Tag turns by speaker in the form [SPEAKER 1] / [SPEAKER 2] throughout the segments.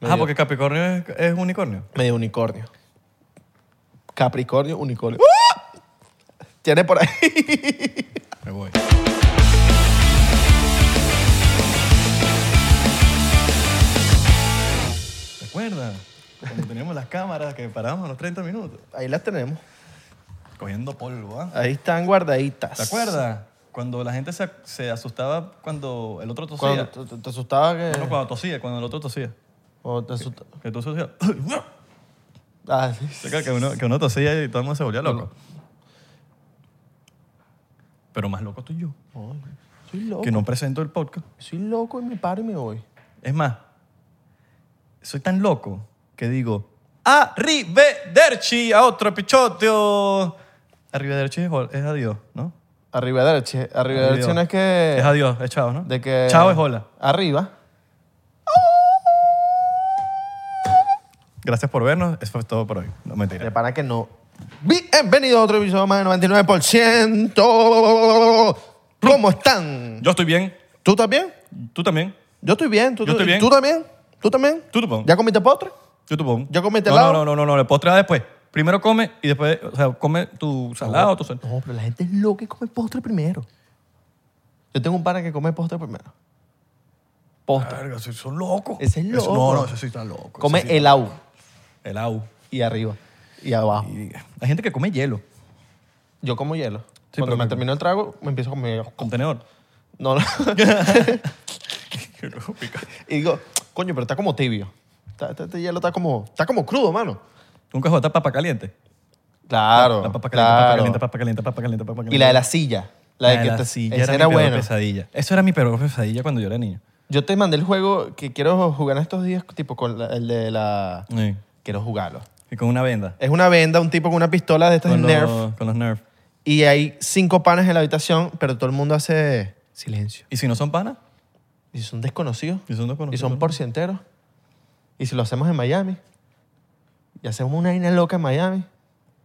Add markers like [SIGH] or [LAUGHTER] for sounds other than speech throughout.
[SPEAKER 1] Ah, porque Capricornio es, es unicornio.
[SPEAKER 2] Medio unicornio. Capricornio, unicornio. ¡Ah! Tiene por ahí. [LAUGHS]
[SPEAKER 1] Me voy. ¿Te acuerdas? Cuando teníamos las cámaras que parábamos a los 30 minutos.
[SPEAKER 2] Ahí las tenemos.
[SPEAKER 1] Cogiendo polvo, ¿ah?
[SPEAKER 2] Ahí están guardaditas.
[SPEAKER 1] ¿Te acuerdas? Cuando la gente se, se asustaba cuando el otro
[SPEAKER 2] Cuando
[SPEAKER 1] tosía.
[SPEAKER 2] te, te- te asustaba que.
[SPEAKER 1] No, no, cuando tosía, cuando el otro tosía.
[SPEAKER 2] cuando te asusta-
[SPEAKER 1] Que tú tosías.
[SPEAKER 2] Ah, sí.
[SPEAKER 1] Que uno, que uno tosía y todo el mundo se volvía loco. Pero más loco tú y yo.
[SPEAKER 2] Ay, soy loco.
[SPEAKER 1] Que no presento el podcast.
[SPEAKER 2] Soy loco y me paro y me voy.
[SPEAKER 1] Es más, soy tan loco que digo, arrivederci a otro episodio. Arrivederci es, hol- es adiós, ¿no?
[SPEAKER 2] Arrivederci. Arrivederci no es que.
[SPEAKER 1] Es adiós, es chao, ¿no?
[SPEAKER 2] de que.
[SPEAKER 1] Chao es hola.
[SPEAKER 2] Arriba.
[SPEAKER 1] Gracias por vernos. Eso fue todo por hoy. No, mentira.
[SPEAKER 2] De pana que no. Bienvenidos a otro episodio más de 99%. ¿Cómo están?
[SPEAKER 1] Yo estoy bien.
[SPEAKER 2] ¿Tú estás bien?
[SPEAKER 1] Tú también.
[SPEAKER 2] Yo estoy bien. ¿Tú,
[SPEAKER 1] Yo
[SPEAKER 2] tú-
[SPEAKER 1] estoy bien.
[SPEAKER 2] ¿Tú también? ¿Tú también?
[SPEAKER 1] Tú tampoco.
[SPEAKER 2] ¿Ya comiste postre?
[SPEAKER 1] Yo tampoco.
[SPEAKER 2] ¿Yo comí
[SPEAKER 1] no,
[SPEAKER 2] helado?
[SPEAKER 1] no, no, no, no. El postre va después. Primero come y después, o sea, come tu salado, tu sal-
[SPEAKER 2] No, pero la gente es loca y come postre primero. Yo tengo un pana que come postre primero. Postre.
[SPEAKER 1] Verga, sí, son locos.
[SPEAKER 2] Ese es
[SPEAKER 1] Eso-
[SPEAKER 2] loco.
[SPEAKER 1] No, no, eso sí está loco.
[SPEAKER 2] come
[SPEAKER 1] Eso sí-
[SPEAKER 2] helado
[SPEAKER 1] helado.
[SPEAKER 2] y arriba y abajo.
[SPEAKER 1] Y- hay gente que come hielo.
[SPEAKER 2] Yo como hielo.
[SPEAKER 1] Sí,
[SPEAKER 2] Cuando
[SPEAKER 1] pero
[SPEAKER 2] me
[SPEAKER 1] que-
[SPEAKER 2] termino el trago, me empiezo a comer. [LAUGHS]
[SPEAKER 1] Contenedor.
[SPEAKER 2] No, [LAUGHS] no.
[SPEAKER 1] Qué lógica.
[SPEAKER 2] y digo, coño, pero está como tibio. Está- está- este hielo está como, está como crudo, mano.
[SPEAKER 1] ¿Nunca jugaste a papa caliente?
[SPEAKER 2] Claro.
[SPEAKER 1] La papa caliente,
[SPEAKER 2] claro.
[SPEAKER 1] papa caliente, papa caliente, papa caliente, papa caliente.
[SPEAKER 2] Y la de la silla. La, de que te-
[SPEAKER 1] silla
[SPEAKER 2] esa
[SPEAKER 1] era,
[SPEAKER 2] era
[SPEAKER 1] mi peor
[SPEAKER 2] buena.
[SPEAKER 1] pesadilla. Eso era mi peor pesadilla cuando yo era niño.
[SPEAKER 2] Yo te mandé el juego que quiero jugar en estos días, tipo con la- el de la.
[SPEAKER 1] Sí.
[SPEAKER 2] Quiero jugarlo.
[SPEAKER 1] Y con una venda.
[SPEAKER 2] Es una venda, un tipo con una pistola de estas
[SPEAKER 1] Con,
[SPEAKER 2] Nerf.
[SPEAKER 1] Los, con los Nerf.
[SPEAKER 2] Y hay cinco panes en la habitación, pero todo el mundo hace silencio.
[SPEAKER 1] ¿Y si no son panas?
[SPEAKER 2] Y son desconocidos.
[SPEAKER 1] ¿Y son desconocidos?
[SPEAKER 2] Y son porcienteros. Y si lo hacemos en Miami. Y hacemos una vaina loca en Miami.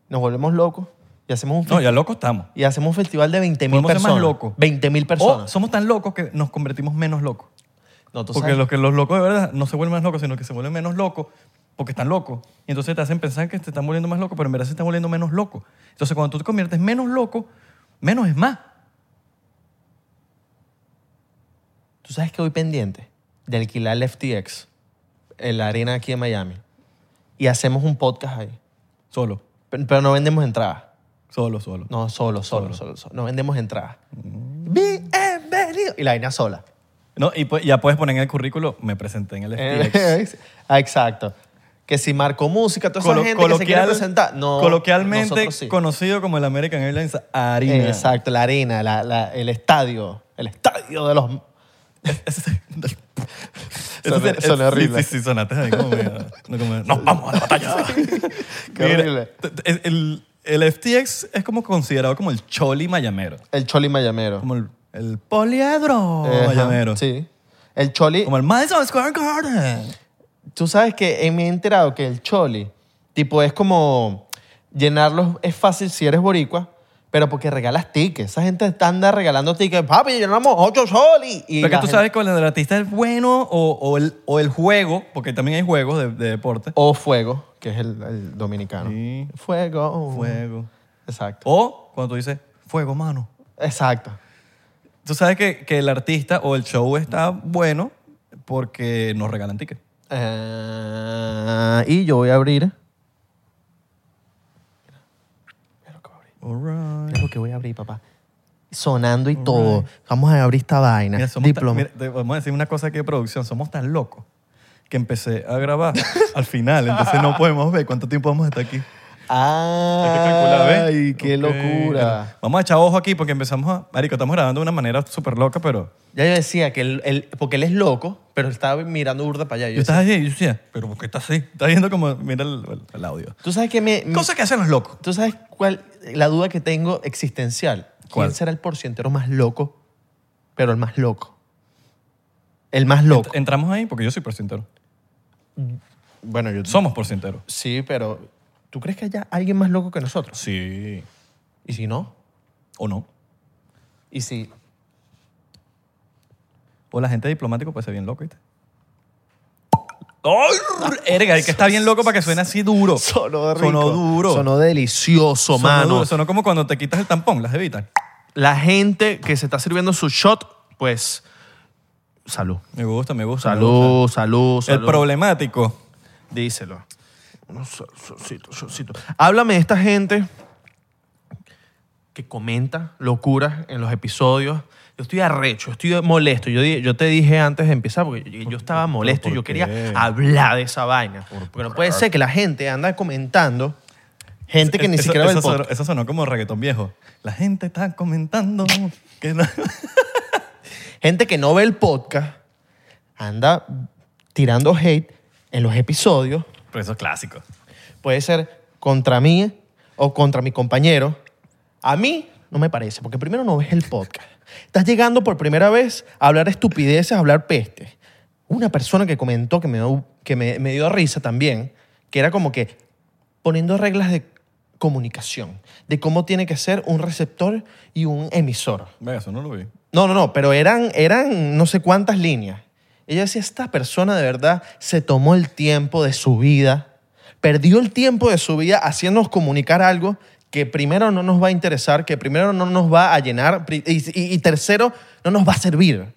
[SPEAKER 2] Nos volvemos locos. Y hacemos un, fe-
[SPEAKER 1] No, ya locos estamos.
[SPEAKER 2] y hacemos un festival de 20.000
[SPEAKER 1] Podemos ser
[SPEAKER 2] personas.
[SPEAKER 1] más locos.
[SPEAKER 2] 20.000
[SPEAKER 1] O
[SPEAKER 2] personas.
[SPEAKER 1] somos tan locos que nos convertimos menos locos.
[SPEAKER 2] no, tú
[SPEAKER 1] Porque
[SPEAKER 2] sabes.
[SPEAKER 1] los, que, los locos de verdad no se vuelven más locos, sino que se vuelven menos locos porque están locos. Y entonces te hacen pensar que te están volviendo más loco, pero en verdad se están volviendo menos locos. Entonces cuando tú te conviertes menos loco, menos es más.
[SPEAKER 2] Tú sabes que voy pendiente de alquilar el FTX en la arena aquí en Miami. Y hacemos un podcast ahí.
[SPEAKER 1] Solo,
[SPEAKER 2] Pero, pero no vendemos entradas.
[SPEAKER 1] solo, solo.
[SPEAKER 2] No, solo, solo, solo, solo. No vendemos entradas. Bienvenido. Y la vaina sola.
[SPEAKER 1] No, y pues, ya puedes poner en el currículo, me presenté
[SPEAKER 2] Eh,
[SPEAKER 1] en el
[SPEAKER 2] [LAUGHS]
[SPEAKER 1] FTX.
[SPEAKER 2] Ah, Exacto. Que si marcó música, toda esa
[SPEAKER 1] Colo-
[SPEAKER 2] gente que se quiere
[SPEAKER 1] coloquial-
[SPEAKER 2] presentar. No,
[SPEAKER 1] coloquialmente
[SPEAKER 2] nosotros sí.
[SPEAKER 1] conocido como el American Airlines Arena. [LAUGHS]
[SPEAKER 2] Exacto, la arena, la- la- el estadio. El estadio de los.
[SPEAKER 1] [LAUGHS] Eso
[SPEAKER 2] Suena-
[SPEAKER 1] se-
[SPEAKER 2] suena horrible.
[SPEAKER 1] Sí, sí, sí, sonaste ahí como, mira, no, como, nos vamos a la batalla.
[SPEAKER 2] [LAUGHS] qué horrible.
[SPEAKER 1] t- t- El, el FTX es como considerado como el choli mayamero.
[SPEAKER 2] El Choli Mayamero.
[SPEAKER 1] Como el, el poliedro
[SPEAKER 2] Ajá,
[SPEAKER 1] mayamero.
[SPEAKER 2] Sí. El Choli.
[SPEAKER 1] Como el Madison Square Garden.
[SPEAKER 2] Tú sabes que eh, me he enterado que el choli, tipo, es como llenarlos es fácil si eres boricua, pero porque regalas tickets. Esa gente está anda regalando tickets. Papi, llenamos ocho choli.
[SPEAKER 1] Pero
[SPEAKER 2] Y
[SPEAKER 1] que
[SPEAKER 2] la
[SPEAKER 1] tú
[SPEAKER 2] gente-
[SPEAKER 1] sabes que el artista es bueno o, o el, o el juego, porque también hay juegos de, de deporte.
[SPEAKER 2] O fuego, que es el, el dominicano.
[SPEAKER 1] Sí.
[SPEAKER 2] Fuego.
[SPEAKER 1] Fuego.
[SPEAKER 2] Exacto.
[SPEAKER 1] O cuando tú dices, fuego, mano.
[SPEAKER 2] Exacto.
[SPEAKER 1] Tú sabes que, que el artista o el show está bueno porque nos regalan tickets.
[SPEAKER 2] Eh, y yo voy a abrir. Es lo que voy a abrir, papá. Sonando y todo. Vamos a abrir esta vaina.
[SPEAKER 1] Mira, somos tan-
[SPEAKER 2] Diploma.
[SPEAKER 1] mira, te vamos a decir una cosa aquí de producción. Somos tan locos que empecé a
[SPEAKER 2] [LAUGHS]
[SPEAKER 1] grabar al final. Entonces no podemos ver cuánto tiempo vamos a estar aquí. Hay que calcular, ¿ves?
[SPEAKER 2] Ay, qué
[SPEAKER 1] Ok,
[SPEAKER 2] locura.
[SPEAKER 1] bueno, Vamos a echar ojo aquí porque empezamos a... Marico, estamos grabando de una manera súper loca, pero...
[SPEAKER 2] Ya yo decía que él, él- porque él es loco, pero estaba mirando burda para allá. Yo
[SPEAKER 1] Yo
[SPEAKER 2] decía,
[SPEAKER 1] estaba así, yo decía, pero ¿por qué está así? Estás viendo como... Mira el, el- el audio.
[SPEAKER 2] ¿Tú sabes que me, me-
[SPEAKER 1] Cosas que hacen los locos.
[SPEAKER 2] ¿Tú sabes cuál la duda que tengo existencial?
[SPEAKER 1] ¿Cuál?
[SPEAKER 2] ¿Quién será el porcientero más loco? Pero el más loco. El más loco.
[SPEAKER 1] Entramos ahí porque yo soy porcentero.
[SPEAKER 2] eh, bueno, yo
[SPEAKER 1] Somos porcenteros.
[SPEAKER 2] Sí, pero ¿tú crees que haya alguien más loco que nosotros?
[SPEAKER 1] Sí.
[SPEAKER 2] ¿Y si no?
[SPEAKER 1] ¿O no?
[SPEAKER 2] ¿Y si
[SPEAKER 1] O la gente diplomático puede ser bien loco, ¿viste? ¡Ay! Erga, Ah, el que está bien loco para que suene así duro.
[SPEAKER 2] Sonó rico.
[SPEAKER 1] Sonó duro.
[SPEAKER 2] Sonó delicioso,
[SPEAKER 1] Sonó
[SPEAKER 2] mano.
[SPEAKER 1] duro. Sonó como cuando te quitas el tampón, las evitan.
[SPEAKER 2] La gente que se está sirviendo su shot, pues, salud.
[SPEAKER 1] Me gusta, me gusta. me gusta.
[SPEAKER 2] Salud, salud, salud.
[SPEAKER 1] El problemático.
[SPEAKER 2] Díselo. Unos sol- solcitos, solcitos. Háblame de esta gente que comenta locuras en los episodios. Yo estoy arrecho, estoy molesto. Yo, di- yo te dije antes de empezar, porque yo, yo estaba molesto y
[SPEAKER 1] por
[SPEAKER 2] yo
[SPEAKER 1] qué? ah.
[SPEAKER 2] quería hablar de esa vaina. Porque no puede ser que la gente anda comentando, gente que ni
[SPEAKER 1] Eso-
[SPEAKER 2] siquiera ve el
[SPEAKER 1] eso sonó-
[SPEAKER 2] podcast.
[SPEAKER 1] Eso sonó como reggaetón viejo. La gente está comentando que no...
[SPEAKER 2] gente que no ve el podcast, anda tirando hate en los episodios.
[SPEAKER 1] Pero eso es clásico.
[SPEAKER 2] puede ser contra mí o contra mi compañero. A mí no me parece, porque primero no ves el podcast. Estás llegando por primera vez a hablar estupideces, a hablar peste. Una persona que comentó que me, dio- que me, me dio risa también, que era como que poniendo reglas de comunicación, de cómo tiene que ser un receptor y un emisor.
[SPEAKER 1] Venga, eso no lo vi.
[SPEAKER 2] No, no, no, pero eran, eran no sé cuántas líneas. Ella decía, esta persona de verdad se tomó el tiempo de su vida, perdió el tiempo de su vida haciéndonos comunicar algo que primero no nos va a interesar, que primero no nos va a llenar pri- y, y- y tercero no nos va a servir.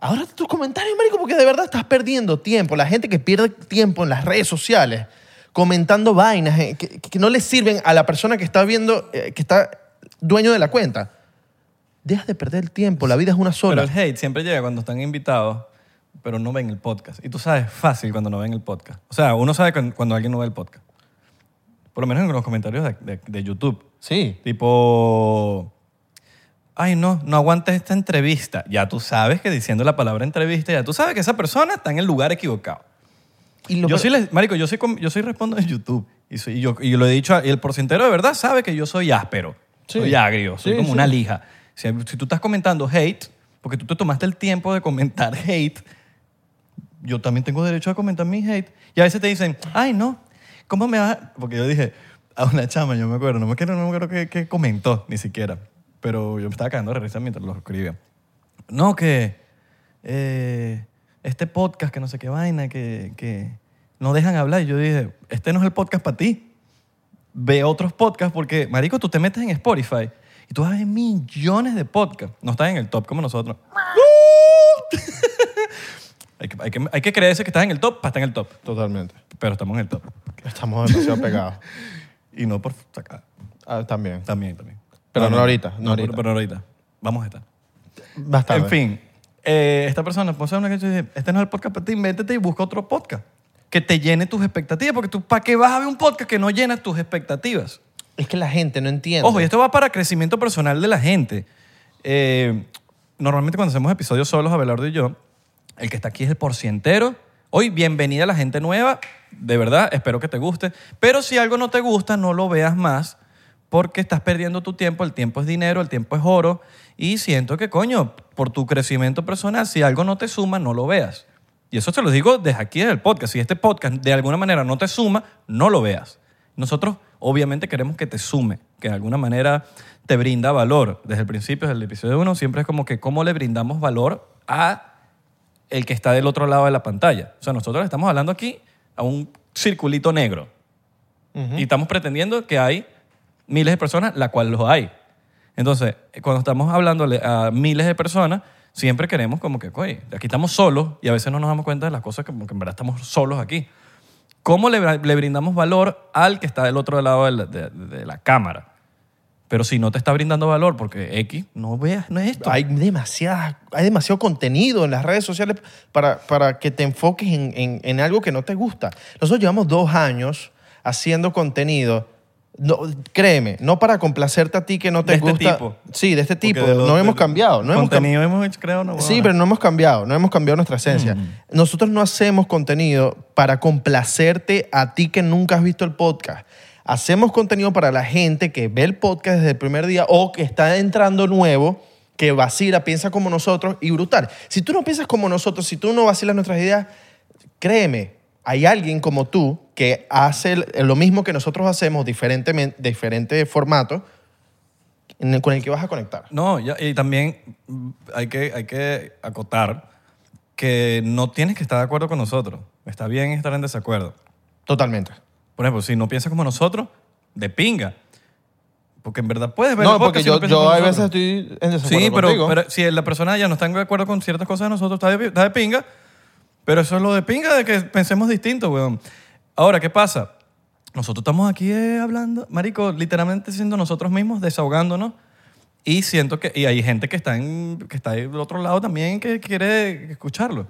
[SPEAKER 2] Ahora tus comentarios, marico, porque de verdad estás perdiendo tiempo. La gente que pierde tiempo en las redes sociales comentando vainas eh, que, que no le sirven a la persona que está viendo, eh, que está dueño de la cuenta. Dejas de perder el tiempo, la vida es una
[SPEAKER 1] Pero
[SPEAKER 2] sola.
[SPEAKER 1] el hate siempre llega cuando están invitados, pero no ven el podcast. Y tú sabes fácil cuando no ven el podcast. O sea, uno sabe cuan- cuando alguien no ve el podcast. Por lo menos en los comentarios de, de- de YouTube.
[SPEAKER 2] Sí.
[SPEAKER 1] Tipo, ay, no, no aguantes esta entrevista. Ya tú sabes que diciendo la palabra entrevista, ya tú sabes que esa persona está en el lugar equivocado.
[SPEAKER 2] Y lo
[SPEAKER 1] yo
[SPEAKER 2] peor-
[SPEAKER 1] sí les, marico, yo sí, com- yo sí respondo en YouTube. Y, soy- y yo, y lo he dicho, a- y el porcentero de verdad sabe que yo soy áspero.
[SPEAKER 2] Sí.
[SPEAKER 1] Soy agrio, soy
[SPEAKER 2] Sí,
[SPEAKER 1] como
[SPEAKER 2] sí.
[SPEAKER 1] una lija. Si, si tú estás comentando hate, porque tú te tomaste el tiempo de comentar [LAUGHS] hate, yo también tengo derecho a comentar mi hate. Y a veces te dicen, ay, no, ¿cómo me vas? a-?" Porque yo dije a una chama, yo me acuerdo, no me acuerdo, no me acuerdo qué, qué comentó, ni siquiera. Pero yo me estaba cagando de risa mientras lo escribía. No, que eh, este podcast, que no sé qué vaina, que, que no dejan hablar. Y yo dije, este no es el podcast para ti ve otros podcasts porque, marico, tú te metes en Spotify y tú vas a ver millones de podcasts. No estás en el top como nosotros. [LAUGHS] hay, que, hay, que, hay que creerse que estás en el top para estar en el top.
[SPEAKER 2] Totalmente.
[SPEAKER 1] Pero estamos en el top.
[SPEAKER 2] Estamos demasiado pegados.
[SPEAKER 1] Y no por sacar.
[SPEAKER 2] [LAUGHS] Ah, también.
[SPEAKER 1] También, también.
[SPEAKER 2] Pero no ahorita,
[SPEAKER 1] pero-
[SPEAKER 2] no ahorita.
[SPEAKER 1] Pero, ahorita. Vamos a estar.
[SPEAKER 2] Bastante.
[SPEAKER 1] en fin, eh, esta persona, pues, una que dice, este no es el podcast para ti, métete y busca otro podcast que te llene tus expectativas. Porque tú, ¿para qué vas a ver un podcast que no llena tus expectativas?
[SPEAKER 2] Es que la gente no entiende.
[SPEAKER 1] Ojo, y esto va para crecimiento personal de la gente. Eh, normalmente cuando hacemos episodios solos, Abelardo y yo, el que está aquí es el porcientero. Hoy, bienvenida a la gente nueva. De verdad, espero que te guste. Pero si algo no te gusta, no lo veas más porque estás perdiendo tu tiempo. El tiempo es dinero, el tiempo es oro. Y siento que, coño, por tu crecimiento personal, si algo no te suma, no lo veas. Y eso te lo digo desde aquí, desde el podcast. Si este podcast de alguna manera no te suma, no lo veas. Nosotros obviamente queremos que te sume, que de alguna manera te brinda valor. Desde el principio, desde el episodio 1, siempre es como que cómo le brindamos valor a el que está del otro lado de la pantalla. O sea, nosotros estamos hablando aquí a un circulito negro. Y estamos pretendiendo que hay miles de personas, la cual los hay. Entonces, eh, cuando estamos hablándole a miles de personas, siempre queremos como que, oye, aquí estamos solos y a veces no nos damos cuenta de las cosas que, como que en verdad estamos solos aquí. ¿Cómo le, bra- le brindamos valor al que está del otro lado de la, de- de la cámara? Pero si no te está brindando valor, porque X, no veas, no es esto.
[SPEAKER 2] Hay, demasiadas- hay demasiado contenido en las redes sociales para, para que te enfoques en, en- en algo que no te gusta. Nosotros llevamos dos años haciendo contenido. No, créeme, no para complacerte a ti que no te
[SPEAKER 1] De este
[SPEAKER 2] gusta.
[SPEAKER 1] tipo.
[SPEAKER 2] Sí, de este tipo.
[SPEAKER 1] Porque de lo-
[SPEAKER 2] no hemos
[SPEAKER 1] de-
[SPEAKER 2] cambiado. No hemos cam-
[SPEAKER 1] contenido hemos, hecho, creo, no. Mm.
[SPEAKER 2] Sí, pero no hemos cambiado, no hemos cambiado nuestra esencia. Nosotros no hacemos contenido para complacerte a ti que nunca has visto el podcast. Hacemos contenido para la gente que ve el podcast desde el primer día o que está entrando nuevo, que vacila, piensa como nosotros y brutal. Si tú no piensas como nosotros, si tú no vacilas nuestras ideas, créeme, hay alguien como tú que hace el- lo mismo que nosotros hacemos, diferentemente, diferente formato, en el- con el que vas a conectar.
[SPEAKER 1] No, ya- y también mm, hay que, hay que acotar que no tienes que estar de acuerdo con nosotros. Está bien estar en desacuerdo.
[SPEAKER 2] Totalmente.
[SPEAKER 1] Por ejemplo, si no piensas como nosotros, de pinga. Porque en verdad puedes ver
[SPEAKER 2] no,
[SPEAKER 1] el
[SPEAKER 2] porque
[SPEAKER 1] podcast si
[SPEAKER 2] yo,
[SPEAKER 1] piensas
[SPEAKER 2] yo
[SPEAKER 1] como
[SPEAKER 2] a veces
[SPEAKER 1] nosotros.
[SPEAKER 2] estoy en desacuerdo
[SPEAKER 1] Sí, pero,
[SPEAKER 2] contigo.
[SPEAKER 1] pero si la persona ya no está de acuerdo con ciertas cosas de nosotros, está de, está de pinga. Pero eso es lo de pinga, de que pensemos distinto, weón. Ahora, ¿qué pasa? Nosotros estamos aquí eh, hablando, marico, literalmente siendo nosotros mismos, desahogándonos. Y siento que y hay gente que está, en, que está del otro lado también que quiere escucharlo.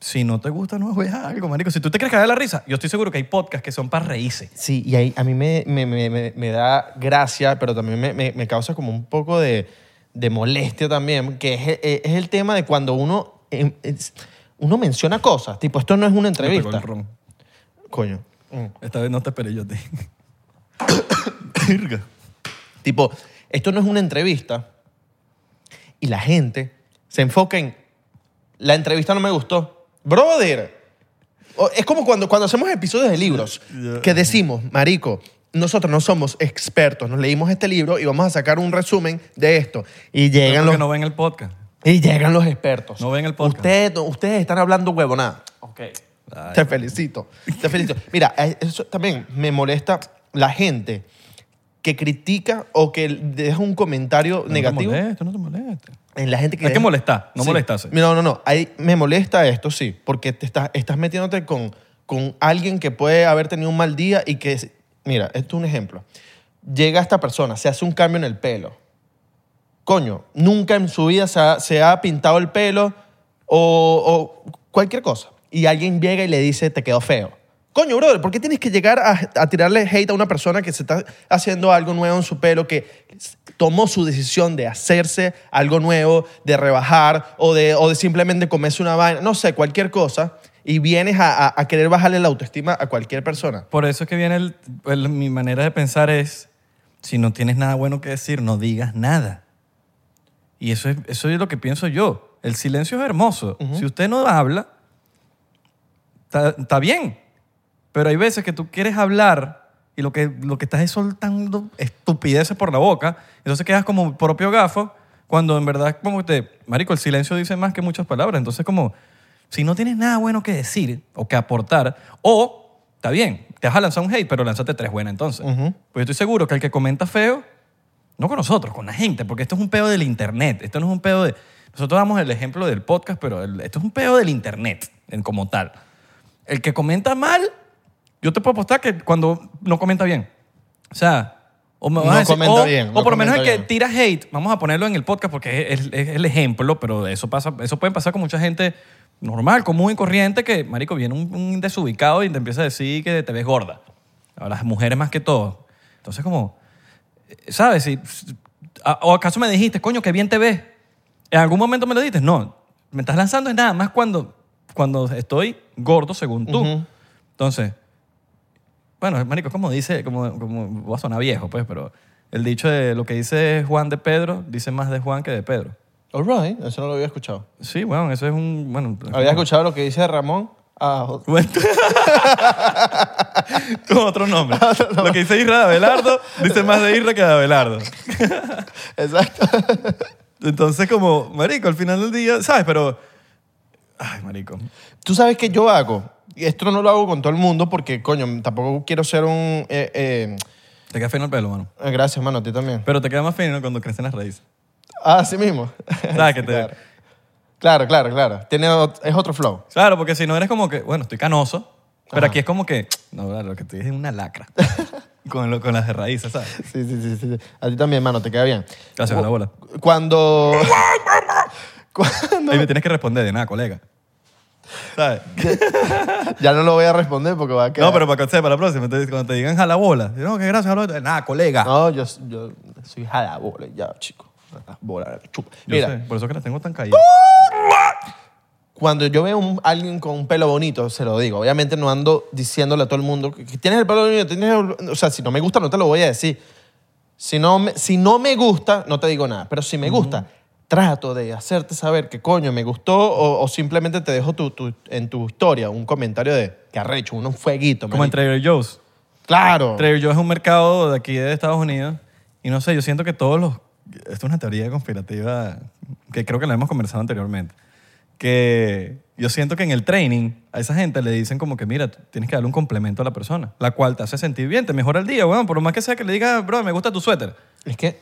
[SPEAKER 1] Si no te gusta, no veas algo, marico. Si tú te quieres cagar de la risa, yo estoy seguro que hay podcasts que son para reírse.
[SPEAKER 2] Sí, y ahí a mí me, me- me- me- me da gracia, pero también me, me- me causa como un poco de, de molestia también, que es, e- es el tema de cuando uno, em, es- uno menciona cosas, tipo, esto no es una
[SPEAKER 1] Me pegó el
[SPEAKER 2] entrevista.
[SPEAKER 1] ron.
[SPEAKER 2] Coño. Mm.
[SPEAKER 1] Esta vez no te esperé yo a ti. Verga.
[SPEAKER 2] Tipo, esto no es una entrevista. Y la gente se enfoca en, la entrevista no me gustó. Brother, O- es como cuando, cuando hacemos episodios de libros,
[SPEAKER 1] Ya.
[SPEAKER 2] que decimos, marico, nosotros no somos expertos, nos leímos este libro y vamos a sacar un resumen de esto. Y llegan los,
[SPEAKER 1] Porque no ven el podcast.
[SPEAKER 2] y llegan los expertos.
[SPEAKER 1] No ven el podcast.
[SPEAKER 2] Ustedes, no- ustedes están hablando huevonada. Ok.
[SPEAKER 1] Ay.
[SPEAKER 2] Te felicito, te felicito. Mira, eh, eso también me molesta la gente que critica o que deja un comentario negativo.
[SPEAKER 1] No te molestes, no te molestes.
[SPEAKER 2] En la gente que
[SPEAKER 1] Hay que
[SPEAKER 2] deja-
[SPEAKER 1] molestar, no
[SPEAKER 2] Sí.
[SPEAKER 1] molestarse.
[SPEAKER 2] No, no, no. Ahí me molesta esto, sí, porque te estás, estás metiéndote con, con alguien que puede haber tenido un mal día y que... es- Mira, esto es un ejemplo. Llega esta persona, se hace un cambio en el pelo. Coño, nunca en su vida se ha, se ha pintado el pelo o, o cualquier cosa. Y alguien llega y le dice, te quedó feo. Coño, brother, ¿por qué tienes que llegar a, a tirarle hate a una persona que se está haciendo algo nuevo en su pelo, que s- tomó su decisión de hacerse algo nuevo, de rebajar o de, o de simplemente comerse una vaina, no sé, cualquier cosa, y vienes a, a- a querer bajarle la autoestima a cualquier persona?
[SPEAKER 1] Por eso es que viene el- el- mi manera de pensar es, si no tienes nada bueno que decir, no digas nada. Y eso es, eso es lo que pienso yo. El silencio es hermoso. Si usted no habla, está está bien. Pero hay veces que tú quieres hablar y lo que, lo que estás es soltando estupideces por la boca. Entonces quedas como propio gafo cuando en verdad como usted, marico, el silencio dice más que muchas palabras. Entonces como, si no tienes nada bueno que decir o que aportar, o, está bien, te vas a lanzar un hate, pero lánzate tres buenas entonces. Pues yo estoy seguro que el que comenta feo, no con nosotros, con la gente, porque esto es un pedo del internet. Esto no es un pedo de... Nosotros damos el ejemplo del podcast, pero el- esto es un pedo del internet en, como tal. El que comenta mal, yo te puedo apostar que cuando no comenta bien. O sea, o me vas
[SPEAKER 2] No
[SPEAKER 1] a decir,
[SPEAKER 2] comenta
[SPEAKER 1] o,
[SPEAKER 2] bien, no
[SPEAKER 1] o por lo menos el
[SPEAKER 2] comenta
[SPEAKER 1] que
[SPEAKER 2] bien.
[SPEAKER 1] tira hate, vamos a ponerlo en el podcast porque es, es- es el ejemplo, pero eso pasa, eso puede pasar con mucha gente normal, común y corriente que, marico, viene un, un desubicado y te empieza a decir que te ves gorda. A las mujeres más que todo. Entonces como, ¿sabes? Si, a- ¿O acaso me dijiste, coño, qué bien te ves? ¿En algún momento me lo dijiste? No. Me estás lanzando es nada más cuando, cuando estoy gordo, según tú.
[SPEAKER 2] Ujú.
[SPEAKER 1] Entonces, bueno, marico, es como dice, como, como voy a sonar viejo, pues, pero el dicho de lo que dice Juan de Pedro, dice más de Juan que de Pedro.
[SPEAKER 2] All right, eso no lo había escuchado.
[SPEAKER 1] Sí, bueno, eso es un... Bueno,
[SPEAKER 2] Había escuchado lo que dice Ramón. Ah, [LAUGHS]
[SPEAKER 1] Bueno. [LAUGHS] Con otro nombre. Lo que dice Isra de Abelardo, dice más de Isra que de Abelardo.
[SPEAKER 2] exacto.
[SPEAKER 1] Entonces, como, marico, al final del día, ¿sabes? Pero, ay, marico.
[SPEAKER 2] Tú sabes que yo hago, y esto no lo hago con todo el mundo porque, coño, tampoco quiero ser un... eh, eh,
[SPEAKER 1] Te queda fino el pelo, mano.
[SPEAKER 2] eh, gracias, mano, a ti también.
[SPEAKER 1] Pero te queda más fino cuando crecen las raíces.
[SPEAKER 2] Ah,
[SPEAKER 1] [LAUGHS]
[SPEAKER 2] sí mismo.
[SPEAKER 1] ¿Sabes? Que te-
[SPEAKER 2] Claro. Claro, claro, claro. Tiene ot- es otro flow.
[SPEAKER 1] Claro, porque si no eres como que, bueno, estoy canoso, pero aquí es como que, no, claro, lo que estoy es una [LAUGHS] lacra. con, lo- con las de raíces, ¿sabes?
[SPEAKER 2] Sí, sí, sí, sí, sí. A ti también, mano, te queda bien.
[SPEAKER 1] Gracias, la bola.
[SPEAKER 2] Cuando... [LAUGHS] Cuando...
[SPEAKER 1] Ahí me tienes que responder de nada, colega. ¿Sabes?
[SPEAKER 2] [LAUGHS] Ya no lo voy a responder porque va a quedar...
[SPEAKER 1] No, pero para que sepa la próxima, entonces, cuando te digan jala bola, yo, no, que gracias, jala bola", nada, colega.
[SPEAKER 2] No, yo, yo soy jalabola, ya, chico. Bola, chupa.
[SPEAKER 1] Yo
[SPEAKER 2] Mira,
[SPEAKER 1] sé, por eso que las tengo tan caídas.
[SPEAKER 2] cuando yo veo a alguien con un pelo bonito, se lo digo. Obviamente no ando diciéndole a todo el mundo que que tienes el pelo bonito, tienes el- O sea, si no me gusta, no te lo voy a decir. Si no me, si no me gusta, no te digo nada. Pero si me gusta, trato de hacerte saber que coño me gustó o, o simplemente te dejo tu- tu- en tu historia un comentario de que arrecho, un fueguito.
[SPEAKER 1] Como en
[SPEAKER 2] marico".
[SPEAKER 1] Trader Joe's.
[SPEAKER 2] Claro.
[SPEAKER 1] Trader Joe's es un mercado de aquí de Estados Unidos y no sé, yo siento que todos los... Esto es una teoría conspirativa que creo que la hemos conversado anteriormente. Que que yo siento que en el training a esa gente le dicen como que, mira, tú tienes que darle un complemento a la persona, la cual te hace sentir bien, te mejora el día, bueno, por lo más que sea que le digas, bro, me gusta tu suéter.
[SPEAKER 2] Es que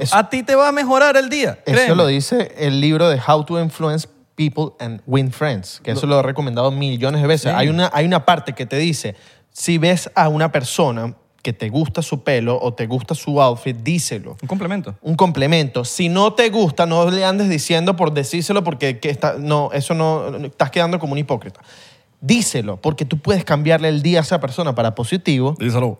[SPEAKER 2] eso,
[SPEAKER 1] A ti te va a mejorar el día.
[SPEAKER 2] eso
[SPEAKER 1] créeme.
[SPEAKER 2] lo dice el libro de How to Influence People and Win Friends, que eso lo he recomendado millones de veces.
[SPEAKER 1] Sí.
[SPEAKER 2] Hay, una, hay una parte que te dice, si ves a una persona que te gusta su pelo o te gusta su outfit, díselo.
[SPEAKER 1] Un complemento.
[SPEAKER 2] un complemento. Si no te gusta, no le andes diciendo por decírselo porque que está, no, eso no, estás quedando como un hipócrita. Díselo, porque tú puedes cambiarle el día a esa persona para positivo.
[SPEAKER 1] Díselo.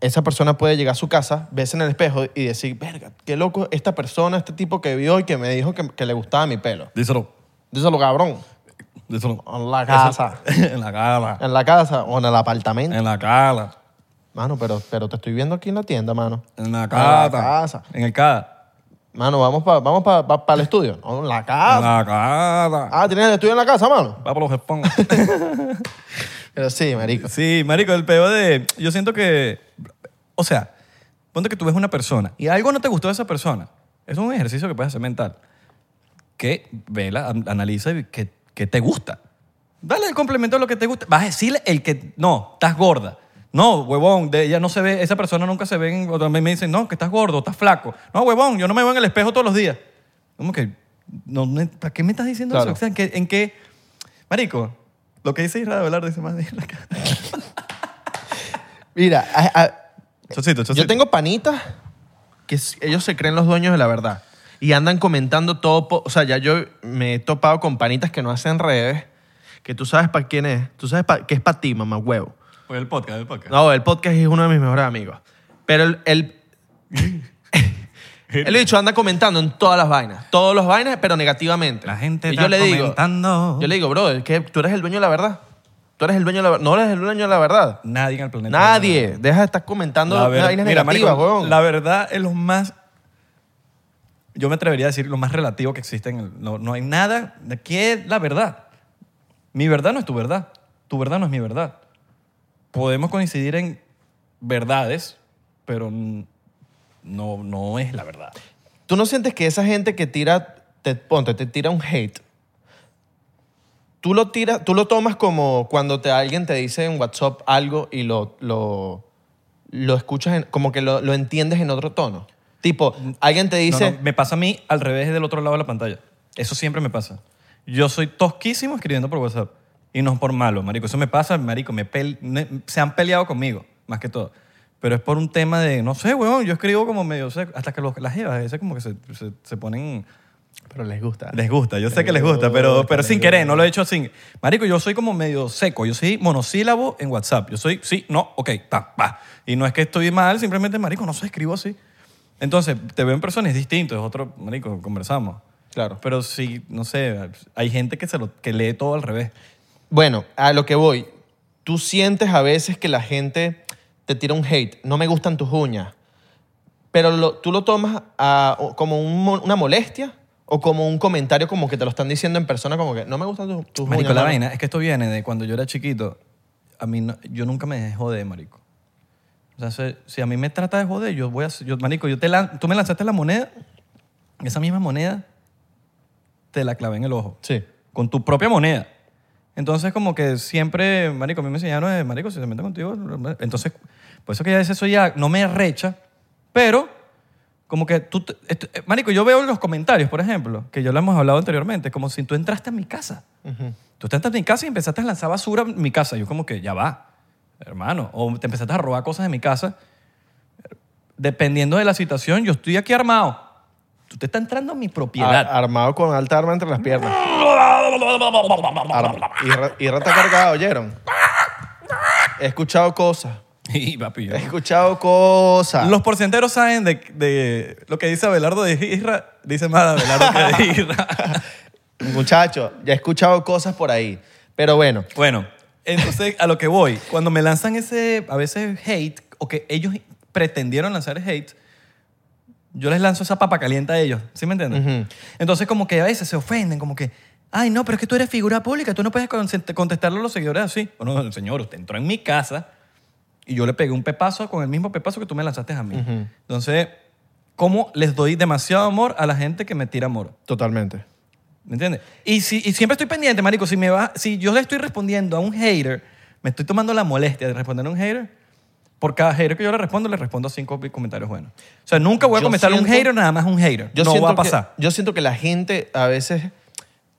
[SPEAKER 2] Esa persona puede llegar a su casa, verse en el espejo y decir, verga, qué loco esta persona, este tipo que vio y que me dijo que, que le gustaba mi pelo.
[SPEAKER 1] Díselo.
[SPEAKER 2] Díselo, cabrón.
[SPEAKER 1] Díselo.
[SPEAKER 2] En la casa.
[SPEAKER 1] [LAUGHS] en la cara.
[SPEAKER 2] En la casa o en el apartamento.
[SPEAKER 1] En la cara.
[SPEAKER 2] Mano, pero, pero te estoy viendo aquí en la tienda, mano.
[SPEAKER 1] En la
[SPEAKER 2] casa.
[SPEAKER 1] casa. En el cara.
[SPEAKER 2] Mano, vamos para vamos pa, pa- pa el estudio. No, en la
[SPEAKER 1] En
[SPEAKER 2] casa.
[SPEAKER 1] la cara.
[SPEAKER 2] Ah, ¿tienes el estudio en la casa, mano?
[SPEAKER 1] Va por los esponjas.
[SPEAKER 2] Pero sí, marico.
[SPEAKER 1] Sí, marico, el peo de... Yo siento que... O sea, ponte que tú ves una persona y algo no te gustó de esa persona. Es un ejercicio que puedes hacer mental. Que vela, an- analiza y que, que te gusta. Dale el complemento a lo que te gusta. Vas a decirle el que... No, estás gorda. No, huevón, de ella no se ve, esa persona nunca se ve. en- o también me dicen, no, que estás gordo, estás flaco. No, huevón, yo no me veo en el espejo todos los días. Como que, no, no, ¿para qué me estás diciendo
[SPEAKER 2] Claro.
[SPEAKER 1] eso? O sea, ¿en qué, en qué- Marico, lo que dice Israel Velarde dice más de [LAUGHS] la cara.
[SPEAKER 2] Mira, a- a-
[SPEAKER 1] Chocito, chocito.
[SPEAKER 2] yo tengo panitas que s- ellos se creen los dueños de la verdad y andan comentando todo. po- O sea, ya yo me he topado con panitas que no hacen redes, que tú sabes para quién es. Tú sabes pa- que es para ti, mamá huevo.
[SPEAKER 1] Pues el podcast, el podcast.
[SPEAKER 2] No, el podcast es uno de mis mejores amigos. Pero el...
[SPEAKER 1] [LAUGHS]
[SPEAKER 2] el El bicho anda comentando en todas las vainas. Todas las vainas, pero negativamente.
[SPEAKER 1] La gente
[SPEAKER 2] Y
[SPEAKER 1] está
[SPEAKER 2] digo-
[SPEAKER 1] comentando.
[SPEAKER 2] yo le digo, bro, es que tú eres el dueño de la verdad. Tú eres el dueño de la verdad. No eres el dueño de la verdad.
[SPEAKER 1] Nadie en el planeta.
[SPEAKER 2] Nadie. Deja de estar comentando
[SPEAKER 1] La ver-
[SPEAKER 2] vainas
[SPEAKER 1] Mira,
[SPEAKER 2] negativas,
[SPEAKER 1] marico,
[SPEAKER 2] weón.
[SPEAKER 1] La verdad es lo más. Yo me atrevería a decir lo más relativo que existe. En el- no, no hay nada. de ¿Qué es la verdad? Mi verdad no es tu verdad. Tu verdad no es mi verdad. Podemos coincidir en verdades, pero n- no, no es la verdad.
[SPEAKER 2] ¿Tú no sientes que esa gente que tira, te, ponte, te tira un hate, tú lo, tiras, tú lo tomas como cuando te, alguien te dice en WhatsApp algo y lo, lo, lo escuchas, en- como que lo, lo entiendes en otro tono? Tipo, alguien te
[SPEAKER 1] No,
[SPEAKER 2] dice,
[SPEAKER 1] no, me pasa a mí al revés del otro lado de la pantalla. Eso siempre me pasa. Yo soy tosquísimo escribiendo por WhatsApp. Y no es por malo, marico. Eso me pasa, marico. Me pel- me- se han peleado conmigo, más que todo. Pero es por un tema de, no sé, weón, yo escribo como medio, o sea, hasta que los- las jevas a veces como que se, se- se ponen,
[SPEAKER 2] pero les gusta.
[SPEAKER 1] les gusta, yo sé que les gusta, pero, pero sin querer, no lo he hecho sin... Marico, yo soy como medio seco, yo soy monosílabo en WhatsApp, yo soy sí, no, ok, pa, pa. Y no es que estoy mal, simplemente, marico, no sé, escribo así. Entonces, te veo en personas distintas, es otro, marico, conversamos.
[SPEAKER 2] Claro.
[SPEAKER 1] Pero sí, no sé, hay gente que, se lo, que lee todo al revés.
[SPEAKER 2] Bueno, a lo que voy. Tú sientes a veces que la gente te tira un hate. No me gustan tus uñas. Pero lo- tú lo tomas a- o- como un mo- una molestia o como un comentario como que te lo están diciendo en persona como que no me gustan tus, tus
[SPEAKER 1] Marico,
[SPEAKER 2] uñas.
[SPEAKER 1] la
[SPEAKER 2] mano".
[SPEAKER 1] vaina es que esto viene de cuando yo era chiquito. A mí no- yo nunca me dejé joder, marico. O sea, se- si a mí me trata de joder, yo voy a... hacer- Yo, marico, yo te lan- tú me lanzaste la moneda, esa misma moneda te la clavé en el ojo.
[SPEAKER 2] Sí.
[SPEAKER 1] Con tu propia moneda. Entonces, como que siempre, marico, a mí me enseñaron, eh, marico, si se mete contigo... Entonces, por eso que ya veces eso ya no me recha, pero como que tú... te- esto- eh, marico, yo veo los comentarios, por ejemplo, que ya lo hemos hablado anteriormente, como si tú entraste a mi casa.
[SPEAKER 2] Ujú.
[SPEAKER 1] Tú estás en mi casa y empezaste a lanzar basura en mi casa. Yo como que, ya va, hermano. O te empezaste a robar cosas de mi casa. Dependiendo de la situación, yo estoy aquí armado. Tú te estás entrando a mi
[SPEAKER 2] A-
[SPEAKER 1] propiedad.
[SPEAKER 2] armado con alta arma entre las piernas. Ar- y, re- y rata cargada, ¿oyeron? He escuchado cosas.
[SPEAKER 1] [LAUGHS] Y papi, yo-
[SPEAKER 2] He escuchado cosas.
[SPEAKER 1] Los porcenteros saben de, de lo que dice Abelardo de Isra. Dice más Abelardo que de Isra.
[SPEAKER 2] Muchachos, ya he escuchado cosas por ahí. Pero bueno,
[SPEAKER 1] Bueno, entonces a lo que voy, cuando me lanzan ese, a veces hate, o que ellos pretendieron lanzar hate, yo les lanzo esa papa caliente a ellos, ¿sí me entiendes?
[SPEAKER 2] Ujú.
[SPEAKER 1] Entonces como que a veces se ofenden, como que, ay no, pero es que tú eres figura pública, tú no puedes conse- contestarle a los seguidores así. Bueno, señor, usted entró en mi casa y yo le pegué un pepazo con el mismo pepazo que tú me lanzaste a mí.
[SPEAKER 2] Ujú.
[SPEAKER 1] Entonces, ¿cómo les doy demasiado amor a la gente que me tira amor?
[SPEAKER 2] totalmente.
[SPEAKER 1] ¿Me entiendes? Y, si, y siempre estoy pendiente, marico. Si, me va, si yo le estoy respondiendo a un hater, me estoy tomando la molestia de responder a un hater. Por cada hater que yo le respondo, le respondo a cinco comentarios buenos. O sea, nunca voy a
[SPEAKER 2] Yo
[SPEAKER 1] comentarle a un
[SPEAKER 2] siento-
[SPEAKER 1] hater, nada más a un hater.
[SPEAKER 2] Yo
[SPEAKER 1] no
[SPEAKER 2] siento
[SPEAKER 1] va a
[SPEAKER 2] que-
[SPEAKER 1] pasar.
[SPEAKER 2] yo siento que la gente a veces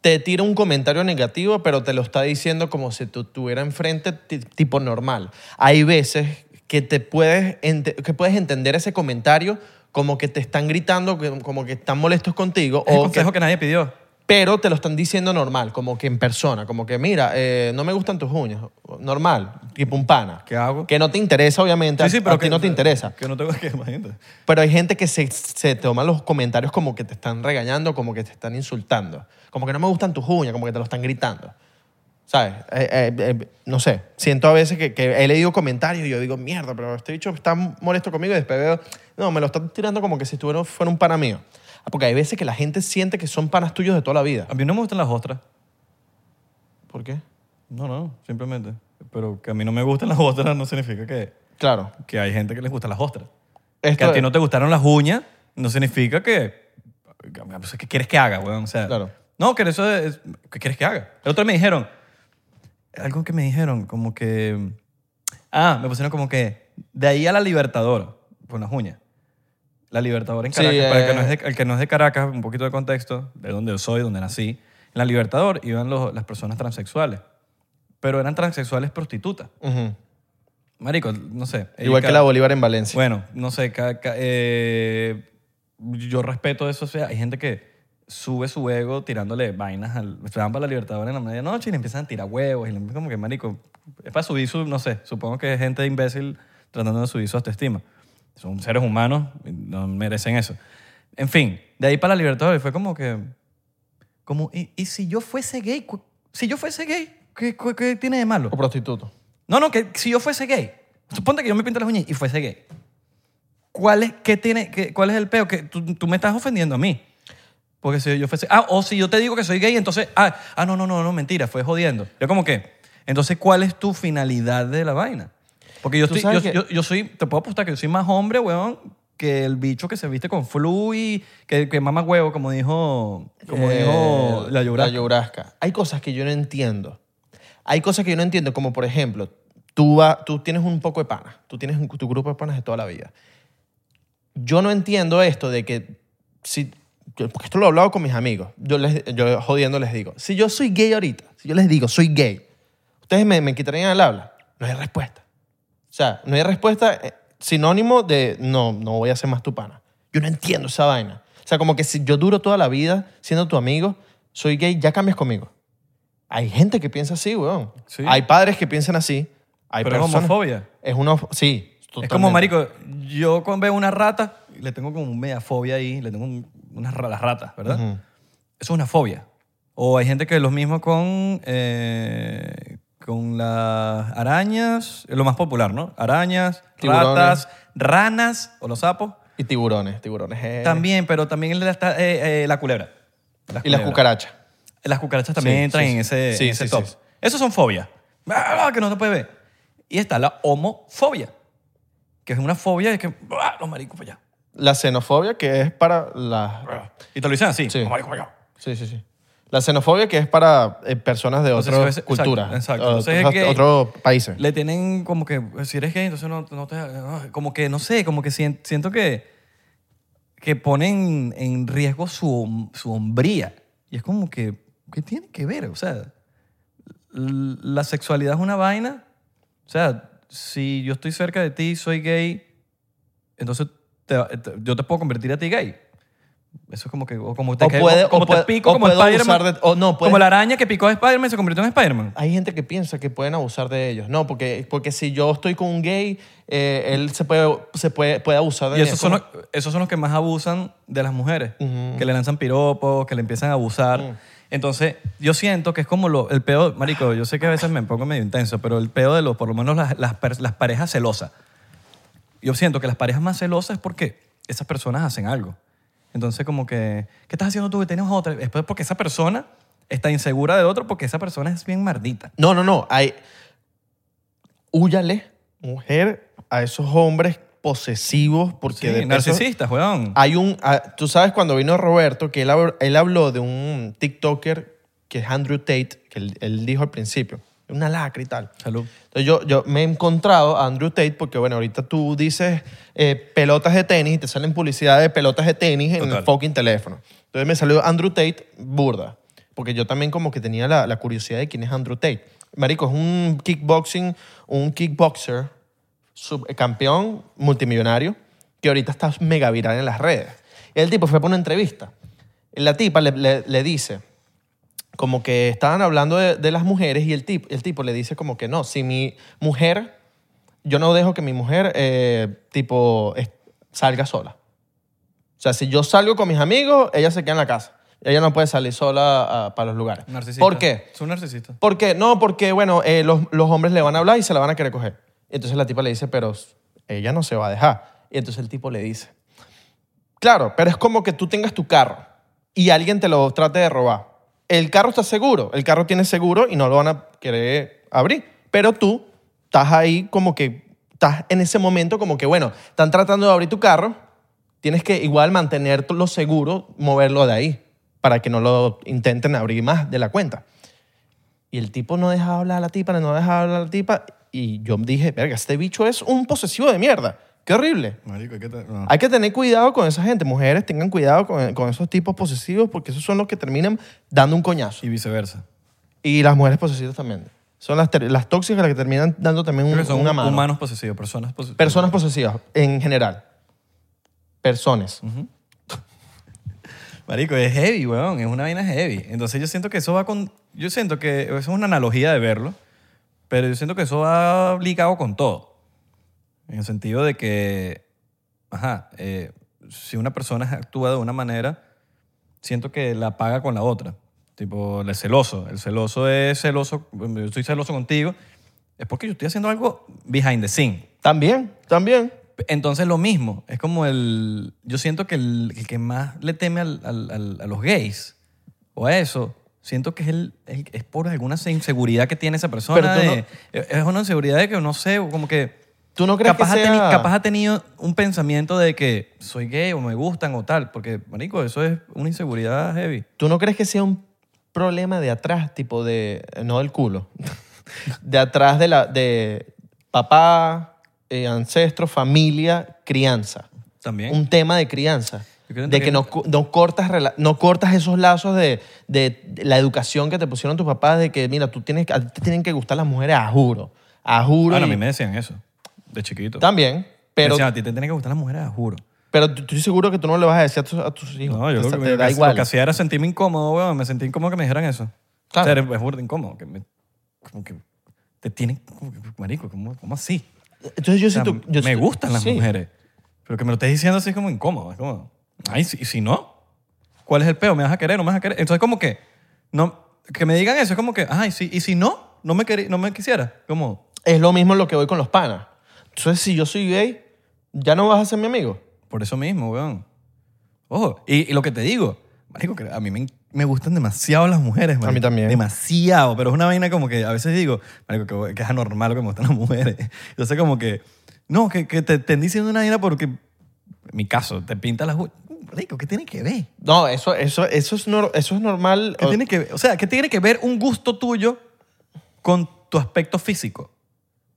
[SPEAKER 2] te tira un comentario negativo, pero te lo está diciendo como si tú estuviera enfrente ti- tipo normal. Hay veces que te puedes ente- que puedes entender ese comentario como que te están gritando, que- como que están molestos contigo
[SPEAKER 1] Es el
[SPEAKER 2] o que-
[SPEAKER 1] consejo que nadie pidió.
[SPEAKER 2] pero te lo están diciendo normal, como que en persona, como que mira, eh, no me gustan tus uñas, normal, tipo un pana.
[SPEAKER 1] ¿Qué hago?
[SPEAKER 2] Que no te interesa, obviamente, a- a ti no te interesa.
[SPEAKER 1] Que no tengo que, [LAUGHS] imagínate.
[SPEAKER 2] Pero hay gente que se, se toma los comentarios como que te están regañando, como que te están insultando. Como que no me gustan tus uñas, como que te lo están gritando. ¿Sabes? Eh, eh, eh, no sé. Siento a veces que, que he leído comentarios y yo digo, mierda, pero este bicho está molesto conmigo y después veo, no, me lo están tirando como que si estuviera, fuera un pana mío. Ah, Porque hay veces que la gente siente que son panas tuyos de toda la vida.
[SPEAKER 1] A mí no me gustan las ostras.
[SPEAKER 2] ¿Por qué?
[SPEAKER 1] No, no, simplemente. Pero que a mí no me gustan las ostras no significa que,
[SPEAKER 2] Claro.
[SPEAKER 1] que hay gente que les gustan las ostras. Que
[SPEAKER 2] Esto-
[SPEAKER 1] a ti no te gustaron las uñas no significa que... pues, ¿Qué quieres que haga, weón? O sea,
[SPEAKER 2] Claro.
[SPEAKER 1] No, que eso es... ¿Qué quieres que haga? El otro día me dijeron... Algo que me dijeron, como que... Ah, me pusieron como que... De ahí a la Libertadora, con las uñas. La Libertadora en
[SPEAKER 2] Sí,
[SPEAKER 1] Caracas. Para el que,
[SPEAKER 2] eh.
[SPEAKER 1] no es de, el que no es de Caracas, un poquito de contexto, de donde yo soy, donde nací. En la Libertador iban los- las personas transexuales. Pero eran transexuales prostitutas.
[SPEAKER 2] Ujú.
[SPEAKER 1] Marico, no sé.
[SPEAKER 2] Igual que
[SPEAKER 1] Ellos-
[SPEAKER 2] la Bolívar en Valencia.
[SPEAKER 1] bueno, no sé, ca- ca- eh, yo respeto eso. O sea, hay gente que sube su ego tirándole vainas al. Se van para la Libertadora en la medianoche y le empiezan a tirar huevos. Y le empiezan como que, marico, es para subir su. No sé, supongo que es gente imbécil tratando de subir su autoestima. Son seres humanos, y no merecen eso. En fin, de ahí para la Libertadora y fue como que. Como, ¿y, y si yo fuese gay? Cu- Si yo fuese gay, ¿qué, qué- qué tiene de malo?
[SPEAKER 2] O prostituto.
[SPEAKER 1] No, no, que si yo fuese gay, suponte que yo me pinto las uñas y fuese gay. ¿Cuál es, qué tiene, qué- cuál es el peo? Que tú, tú me estás ofendiendo a mí. Porque si yo fuese... Ah, o si yo te digo que soy gay, entonces... Ah, ah no, no, no, no, mentira, fue jodiendo. Yo como que... Entonces, ¿cuál es tu finalidad de la vaina? Porque yo,
[SPEAKER 2] Tú
[SPEAKER 1] estoy, yo,
[SPEAKER 2] sabes que-
[SPEAKER 1] yo- yo soy... Te puedo apostar que yo soy más hombre, weón, que el bicho que se viste con flu y que, que mama huevo, como dijo, como
[SPEAKER 2] Eh,
[SPEAKER 1] dijo la Yurasca.
[SPEAKER 2] Yurasca. Hay cosas que yo no entiendo. Hay cosas que yo no entiendo, como por ejemplo, tú, va- tú tienes un poco de panas, tú tienes un- tu grupo de panas de toda la vida. Yo no entiendo esto de que, si, yo- porque esto lo he hablado con mis amigos, yo, les, yo jodiendo les digo, si yo soy gay ahorita, si yo les digo soy gay, ustedes me, me quitarían el habla, no hay respuesta. O sea, no hay respuesta eh, sinónimo de no, no voy a ser más tu pana. Yo no entiendo esa vaina. O sea, como que si yo duro toda la vida siendo tu amigo, soy gay, ya cambias conmigo. Hay gente que piensa así, weón.
[SPEAKER 1] Sí.
[SPEAKER 2] Hay padres que piensan así. Hay
[SPEAKER 1] Pero es
[SPEAKER 2] personas-
[SPEAKER 1] homofobia.
[SPEAKER 2] Es una... of- Sí.
[SPEAKER 1] Es
[SPEAKER 2] totalmente.
[SPEAKER 1] como, marico, yo cuando veo una rata, le tengo como media fobia ahí, le tengo un- unas ra- las ratas, ¿verdad?
[SPEAKER 2] Ujú.
[SPEAKER 1] Eso es una fobia. O hay gente que es lo mismo con, eh, con las arañas, es lo más popular, ¿no? Arañas,
[SPEAKER 2] Tiburones.
[SPEAKER 1] ratas, ranas o los sapos.
[SPEAKER 2] Y tiburones, tiburones. eh.
[SPEAKER 1] También, pero también la, está- eh, eh, la culebra.
[SPEAKER 2] Y las
[SPEAKER 1] culebras.
[SPEAKER 2] cucarachas.
[SPEAKER 1] Las cucarachas también
[SPEAKER 2] Sí,
[SPEAKER 1] entran
[SPEAKER 2] sí,
[SPEAKER 1] en
[SPEAKER 2] sí.
[SPEAKER 1] ese,
[SPEAKER 2] Sí,
[SPEAKER 1] en ese
[SPEAKER 2] sí,
[SPEAKER 1] top.
[SPEAKER 2] sí.
[SPEAKER 1] Esos son fobias. ¡Ah! Que no se puede ver. Y está la homofobia, que es una fobia de que ¡ah! los maricos para allá.
[SPEAKER 2] La xenofobia, que es para las...
[SPEAKER 1] Y te lo dicen así.
[SPEAKER 2] Sí.
[SPEAKER 1] "Los maricos para allá".
[SPEAKER 2] Sí, sí, sí. La xenofobia, que es para eh, personas de
[SPEAKER 1] Entonces,
[SPEAKER 2] otras
[SPEAKER 1] es- exacto,
[SPEAKER 2] culturas.
[SPEAKER 1] exacto.
[SPEAKER 2] o-
[SPEAKER 1] Entonces, es
[SPEAKER 2] otros-
[SPEAKER 1] que-
[SPEAKER 2] otros países.
[SPEAKER 1] Le tienen como que, pues, si eres gay, entonces no, no te... ah, Como que, no sé, como que sien- siento que, que ponen en riesgo su, hom- su hombría. Y es como que, ¿qué tiene que ver? O sea, l- la sexualidad es una vaina. O sea, si yo estoy cerca de ti, soy gay, entonces te- te- yo te puedo convertir a ti gay. Eso es como que, o como te,
[SPEAKER 2] O
[SPEAKER 1] caigo-
[SPEAKER 2] puede-
[SPEAKER 1] como
[SPEAKER 2] o
[SPEAKER 1] te
[SPEAKER 2] puede-
[SPEAKER 1] pico,
[SPEAKER 2] o
[SPEAKER 1] como
[SPEAKER 2] puedo
[SPEAKER 1] Spider-Man.
[SPEAKER 2] abusar de- o no, puede-
[SPEAKER 1] como la araña que picó a Spider-Man y se convirtió en Spider-Man.
[SPEAKER 2] Hay gente que piensa que pueden abusar de ellos. No, porque, porque si yo estoy con un gay, eh, él se puede, se puede, puede abusar de
[SPEAKER 1] Y
[SPEAKER 2] mí.
[SPEAKER 1] esos son, los, esos son los que más abusan de las mujeres,
[SPEAKER 2] Ujú.
[SPEAKER 1] que le lanzan piropos, que le empiezan a abusar. Entonces, yo siento que es como lo, el pedo, marico, yo sé que a veces me pongo medio intenso, pero el pedo de los, por lo menos las, las per- las parejas celosas. Yo siento que las parejas más celosas es porque esas personas hacen algo. Entonces, como que, ¿qué estás haciendo tú que tienes otra? Después, porque esa persona está insegura del otro porque esa persona es bien mardita.
[SPEAKER 2] No, no, no. Hay... Húyale, mujer, a esos hombres posesivos porque
[SPEAKER 1] Sí,
[SPEAKER 2] de peso-
[SPEAKER 1] narcisistas, weón.
[SPEAKER 2] Hay un, ah, tú sabes cuando vino Roberto que él, hab- él habló de un TikToker que es Andrew Tate, que él, él dijo al principio, una lacra y tal.
[SPEAKER 1] Salud.
[SPEAKER 2] Entonces yo, yo me he encontrado a Andrew Tate porque, bueno, ahorita tú dices eh, pelotas de tenis y te salen publicidad de pelotas de tenis en
[SPEAKER 1] Total.
[SPEAKER 2] el fucking teléfono. Entonces me salió Andrew Tate burda. Porque yo también como que tenía la, la curiosidad de quién es Andrew Tate. Marico, es un kickboxing, un kickboxer, sub- eh, campeón, multimillonario, que ahorita está mega viral en las redes. El tipo fue para una entrevista. La tipa le- le- le dice, como que estaban hablando de, de las mujeres y el tipo, el tipo le dice como que no, si mi mujer, yo no dejo que mi mujer eh, tipo es- salga sola. O sea, si yo salgo con mis amigos, ella se queda en la casa. Ella no puede salir sola ah, para los lugares.
[SPEAKER 1] Narcisista.
[SPEAKER 2] ¿Por qué?
[SPEAKER 1] Es un narcisista.
[SPEAKER 2] ¿Por qué? No, porque, bueno, eh, los, los hombres le van a hablar y se la van a querer coger. Entonces la tipa le dice, pero ella no se va a dejar. Y entonces el tipo le dice, claro, pero es como que tú tengas tu carro y alguien te lo trate de robar. El carro está seguro, el carro tiene seguro y no lo van a querer abrir. Pero tú estás ahí como que, estás en ese momento como que, bueno, están tratando de abrir tu carro, tienes que igual mantenerlo seguro, moverlo de ahí para que no lo intenten abrir más de la cuenta. Y el tipo no dejaba hablar a la tipa, no dejaba hablar a la tipa. Y yo dije, verga, este bicho es un posesivo de mierda. Qué horrible.
[SPEAKER 1] Marico, ¿qué tal? No.
[SPEAKER 2] Hay que tener cuidado con esa gente. Mujeres, tengan cuidado con, con esos tipos posesivos porque esos son los que terminan dando un coñazo.
[SPEAKER 1] Y viceversa.
[SPEAKER 2] Y las mujeres posesivas también. Son las, ter- las tóxicas las que terminan dando también
[SPEAKER 1] Creo
[SPEAKER 2] un,
[SPEAKER 1] que son
[SPEAKER 2] una mano.
[SPEAKER 1] humanos posesivos, personas posesivas.
[SPEAKER 2] Personas posesivas, en general. Personas.
[SPEAKER 1] Marico, es heavy, weón. Es una vaina heavy. Entonces yo siento que eso va con... Yo siento que eso es una analogía de verlo, pero yo siento que eso va ligado con todo. En el sentido de que, ajá, eh, si una persona actúa de una manera, siento que la paga con la otra. Tipo, el celoso. El celoso es celoso. Yo estoy celoso contigo. Es porque yo estoy haciendo algo behind the scene.
[SPEAKER 2] También, también.
[SPEAKER 1] Entonces lo mismo, es como el... Yo siento que el, el que más le teme al- al- al- a los gays o a eso, siento que es, el, el- es por alguna inseguridad que tiene esa persona.
[SPEAKER 2] Pero tú
[SPEAKER 1] de- e-, Es una inseguridad de que no sé, como que...
[SPEAKER 2] ¿Tú no crees
[SPEAKER 1] Capaz,
[SPEAKER 2] que
[SPEAKER 1] ha
[SPEAKER 2] sea...
[SPEAKER 1] teni- capaz ha tenido un pensamiento de que soy gay o me gustan o tal, porque, marico, eso es una inseguridad heavy.
[SPEAKER 2] ¿Tú no crees que sea un problema de atrás, tipo de. No del culo. [LAUGHS] de atrás de la. de papá, eh, ancestro, familia, crianza.
[SPEAKER 1] También.
[SPEAKER 2] Un tema de crianza.
[SPEAKER 1] Yo creo
[SPEAKER 2] De
[SPEAKER 1] que-
[SPEAKER 2] que no, cu- no cortas, rela- no cortas esos lazos de, de la educación que te pusieron tus papás, de que, mira, tú tienes, que- a ti te tienen que gustar las mujeres, a juro. A juro.
[SPEAKER 1] Bueno, a
[SPEAKER 2] y-
[SPEAKER 1] mí me decían eso, de chiquito.
[SPEAKER 2] También,
[SPEAKER 1] Me
[SPEAKER 2] pero,
[SPEAKER 1] decían, a ti te tienen que gustar las mujeres, juro.
[SPEAKER 2] pero tú- tú estoy seguro que tú no le vas a decir a tus, a tus hijos.
[SPEAKER 1] No, yo
[SPEAKER 2] Te-
[SPEAKER 1] lo,
[SPEAKER 2] te
[SPEAKER 1] que-
[SPEAKER 2] da
[SPEAKER 1] lo
[SPEAKER 2] igual.
[SPEAKER 1] que hacía era sentirme incómodo, weón. Me sentí incómodo que me dijeran eso.
[SPEAKER 2] Claro.
[SPEAKER 1] O sea, era- es burda incómodo. Que me- como que te tienen... como que, marico, ¿cómo, cómo así?
[SPEAKER 2] Entonces yo
[SPEAKER 1] O sea,
[SPEAKER 2] siento... yo
[SPEAKER 1] me
[SPEAKER 2] siento-
[SPEAKER 1] gustan las
[SPEAKER 2] sí.
[SPEAKER 1] mujeres. Pero que me lo estés diciendo así es como incómodo. Es como... Ay, si- y si no, ¿cuál es el peo? ¿Me vas a querer? ¿No me vas a querer? Entonces como que... No, que me digan eso es como que... Ay, sí, y si no, no me, queri- no me quisiera. Como...
[SPEAKER 2] es lo mismo lo que voy con los panas. Entonces, si yo soy gay, ya no vas a ser mi amigo.
[SPEAKER 1] Por eso mismo, weón. Ojo, y, y lo que te digo, marico, que a mí me, me gustan demasiado las mujeres, marico.
[SPEAKER 2] mí también.
[SPEAKER 1] Demasiado, pero es una vaina como que a veces digo, marico, que, que es anormal que me gustan las mujeres. [LAUGHS] Entonces como que, no, que, que te estén diciendo una vaina porque, en mi caso, te pinta las... ju- Marico, ¿qué tiene que ver?
[SPEAKER 2] No, eso, eso, eso, es, nor- eso es normal.
[SPEAKER 1] ¿Qué
[SPEAKER 2] O-
[SPEAKER 1] tiene que ver? O sea, ¿qué tiene que ver un gusto tuyo con tu aspecto físico?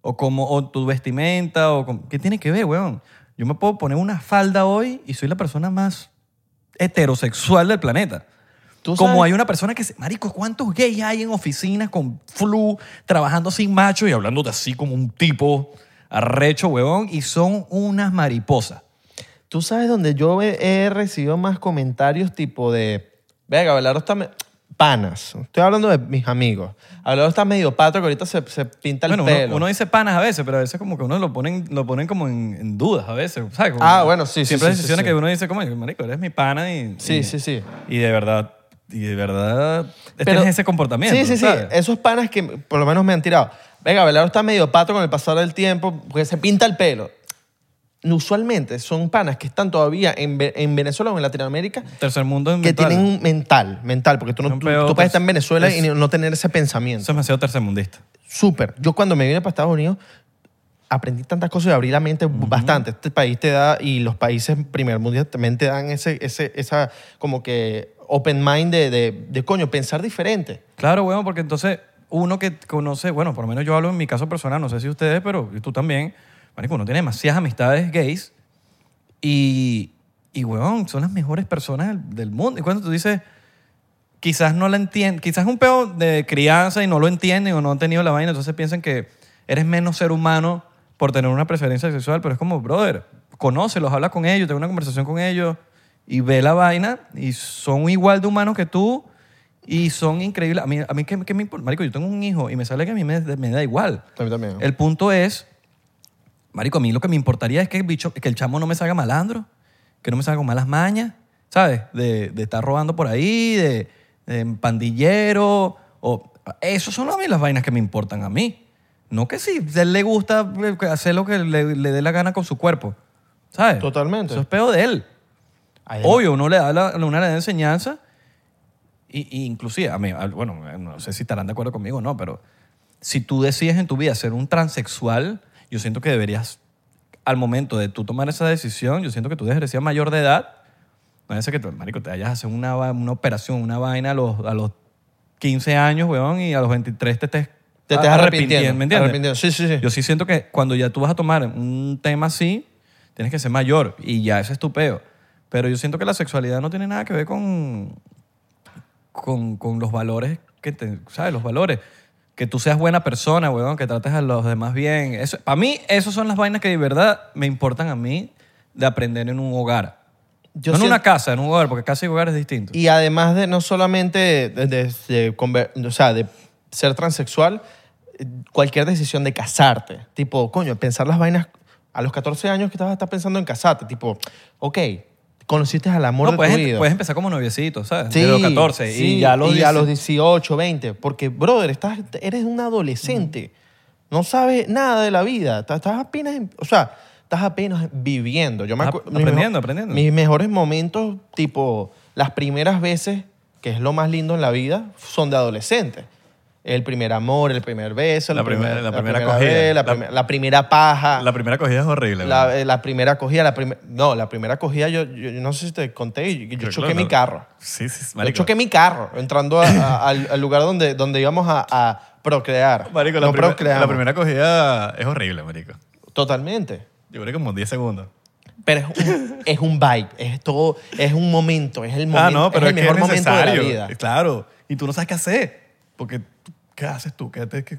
[SPEAKER 1] O, como, o tu vestimenta, o con- ¿qué tiene que ver, weón? Yo me puedo poner una falda hoy y soy la persona más heterosexual del planeta.
[SPEAKER 2] ¿Tú
[SPEAKER 1] Como
[SPEAKER 2] sabes?
[SPEAKER 1] hay una persona que se... Marico, ¿cuántos gays hay en oficinas con flu, trabajando sin macho y hablándote así como un tipo arrecho, weón? Y son unas mariposas.
[SPEAKER 2] Tú sabes donde yo he, he recibido más comentarios tipo de, venga, Abelardo está... me- Panas. Estoy hablando de mis amigos. Abelardo está medio pato que ahorita se, se pinta el
[SPEAKER 1] Bueno,
[SPEAKER 2] pelo.
[SPEAKER 1] uno, uno dice panas a veces, pero a veces como que uno lo ponen, lo ponen como en, en dudas a veces. ¿sabes? Como
[SPEAKER 2] Ah,
[SPEAKER 1] que
[SPEAKER 2] bueno, sí, sí,
[SPEAKER 1] Siempre hay
[SPEAKER 2] sí, sí,
[SPEAKER 1] decisiones
[SPEAKER 2] sí.
[SPEAKER 1] que uno dice, como, marico, eres mi pana y...
[SPEAKER 2] Sí,
[SPEAKER 1] y-
[SPEAKER 2] sí, sí.
[SPEAKER 1] Y de verdad, y de verdad, este
[SPEAKER 2] Pero-
[SPEAKER 1] es ese comportamiento,
[SPEAKER 2] Sí, sí,
[SPEAKER 1] ¿sabes?
[SPEAKER 2] sí. Esos panas que por lo menos me han tirado. Venga, Abelardo está medio pato con el pasar del tiempo porque se pinta el pelo. Usualmente son panas que están todavía en, Ve- en Venezuela o en Latinoamérica
[SPEAKER 1] Tercer mundo en
[SPEAKER 2] que
[SPEAKER 1] mental.
[SPEAKER 2] tienen un mental, mental, porque tú, no,
[SPEAKER 1] Un
[SPEAKER 2] tú,
[SPEAKER 1] pedo
[SPEAKER 2] tú puedes estar en
[SPEAKER 1] pers-
[SPEAKER 2] Venezuela
[SPEAKER 1] es-
[SPEAKER 2] y no tener ese
[SPEAKER 1] Eso
[SPEAKER 2] pensamiento.
[SPEAKER 1] es demasiado tercermundista.
[SPEAKER 2] Súper. Yo cuando me vine para Estados Unidos, aprendí tantas cosas y abrí la mente bastante. Este país te da, y los países primer mundial también te dan ese, ese, esa como que open mind de, de, de, coño, pensar diferente.
[SPEAKER 1] Claro, weón, porque entonces uno que conoce, bueno, por lo menos yo hablo en mi caso personal, no sé si ustedes, pero tú también, marico, uno tiene demasiadas amistades gays y, y weón, son las mejores personas del, del mundo. Y cuando tú dices, quizás no la entienden, quizás es un peo de crianza y no lo entienden o no han tenido la vaina, entonces piensan que eres menos ser humano por tener una preferencia sexual, pero es como, brother, conócelos, habla con ellos, ten una conversación con ellos y ve la vaina y son igual de humanos que tú y son increíbles. A mí, a mí ¿qué, qué me importa? Marico, yo tengo un hijo y me sale que a mí me, me da igual.
[SPEAKER 2] A mí también.
[SPEAKER 1] El punto es, marico, a mí lo que me importaría es que el, bicho, que el chamo no me salga malandro, que no me salga con malas mañas, ¿sabes? De, de estar robando por ahí, de, de pandillero. O, esos son a mí las vainas que me importan a mí. No que si a él le gusta hacer lo que le, le dé la gana con su cuerpo, ¿sabes?
[SPEAKER 2] Totalmente.
[SPEAKER 1] Eso es peo de él.
[SPEAKER 2] Ahí es.
[SPEAKER 1] Obvio, uno le da la, una le da enseñanza y, y inclusive, a mí, a- bueno, no sé si estarán de acuerdo conmigo o no, pero si tú decides en tu vida ser un transexual, yo siento que deberías, al momento de tú tomar esa decisión, yo siento que tú deberías ser mayor de edad. No es que, tú, marico, te vayas a hacer una, va- una operación, una vaina a los, a los 15 años, weón, y a los 23 te estés
[SPEAKER 2] Te estás Ah, arrepintiendo.
[SPEAKER 1] ¿me entiendes?
[SPEAKER 2] arrepintiendo. Sí, sí, sí.
[SPEAKER 1] Yo sí siento que cuando ya tú vas a tomar un tema así, tienes que ser mayor y ya ese es tu peo. Pero yo siento que la sexualidad no tiene nada que ver con, con, con los valores que te, ¿sabes? Los valores. Que tú seas buena persona, weón, que trates a los demás bien. Eso, para mí, esas son las vainas que de verdad me importan a mí de aprender en un hogar.
[SPEAKER 2] Yo
[SPEAKER 1] no en
[SPEAKER 2] siento-
[SPEAKER 1] una casa, en un hogar, porque casa y hogar es distinto.
[SPEAKER 2] Y además de no solamente de, de- de conver- o sea, de ser transexual, eh, cualquier decisión de casarte, tipo, coño, pensar las vainas a los 14 años que estabas estar pensando en casarte, tipo, ok, conociste al amor
[SPEAKER 1] no,
[SPEAKER 2] de
[SPEAKER 1] puedes,
[SPEAKER 2] tu vida.
[SPEAKER 1] puedes empezar como noviecito, ¿sabes?
[SPEAKER 2] Sí,
[SPEAKER 1] de los 14
[SPEAKER 2] sí,
[SPEAKER 1] y ya a los, 10.
[SPEAKER 2] 18, 20, porque brother, estás, eres un adolescente, no sabes nada de la vida, estás, estás apenas, en- o sea, estás apenas viviendo. Yo me
[SPEAKER 1] Estás
[SPEAKER 2] acu- mis
[SPEAKER 1] Ah, aprendiendo,
[SPEAKER 2] mejo-
[SPEAKER 1] aprendiendo.
[SPEAKER 2] Mis mejores momentos, tipo las primeras veces, que es lo más lindo en la vida, son de adolescente. El primer amor, el primer beso, el
[SPEAKER 1] La primer-
[SPEAKER 2] primer-
[SPEAKER 1] la primera
[SPEAKER 2] vez,
[SPEAKER 1] acogida.
[SPEAKER 2] la,
[SPEAKER 1] La-
[SPEAKER 2] primer- la primera paja.
[SPEAKER 1] primera cogida es horrible.
[SPEAKER 2] Ah. La, eh, la primera cogida, la prim- no, la primera cogida, yo, yo- yo no sé si te conté, yo, yo
[SPEAKER 1] Creo que
[SPEAKER 2] choqué
[SPEAKER 1] lo-
[SPEAKER 2] mi carro.
[SPEAKER 1] Sí, sí,
[SPEAKER 2] Yo choqué mi carro entrando a- a- [LAUGHS] al, al lugar donde, donde íbamos a, a procrear.
[SPEAKER 3] Marico, la,
[SPEAKER 2] no
[SPEAKER 3] primer-
[SPEAKER 2] procreamos.
[SPEAKER 3] la primera cogida es horrible, marico.
[SPEAKER 2] Totalmente.
[SPEAKER 3] Yo creo que como 10 segundos.
[SPEAKER 2] Pero es un, [LAUGHS] es un vibe, es todo, es un momento, es el momento,
[SPEAKER 3] ah, no, pero
[SPEAKER 2] es
[SPEAKER 3] es,
[SPEAKER 2] el
[SPEAKER 3] que
[SPEAKER 2] mejor
[SPEAKER 3] es
[SPEAKER 2] momento de la
[SPEAKER 3] necesario.
[SPEAKER 2] vida.
[SPEAKER 3] Claro. Y tú no sabes qué hacer. Porque, tú- ¿qué haces tú? ¿Qué, te- qué-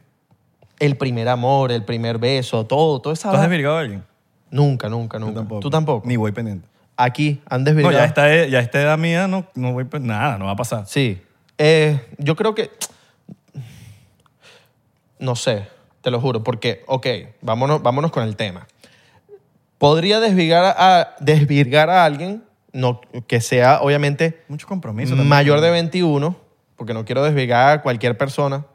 [SPEAKER 2] El primer amor, el primer beso, todo, todo esa
[SPEAKER 1] ¿Tú has
[SPEAKER 2] vaina.
[SPEAKER 1] desvirgado a alguien?
[SPEAKER 2] Nunca, nunca, nunca. Tú tampoco.
[SPEAKER 1] Ni voy pendiente.
[SPEAKER 2] Aquí
[SPEAKER 1] No,
[SPEAKER 2] han desvirgado.
[SPEAKER 1] ya está, eh, ya está edad mía, no, no voy pen- nada, no va a pasar.
[SPEAKER 2] Sí. Eh, yo creo que. No sé, te lo juro, porque, ok, vámonos, vámonos con el tema. Podría desvirgar a, desvirgar a alguien no, que sea, obviamente,
[SPEAKER 1] Mucho compromiso. también.
[SPEAKER 2] mayor de 21, porque no quiero desvirgar a cualquier persona.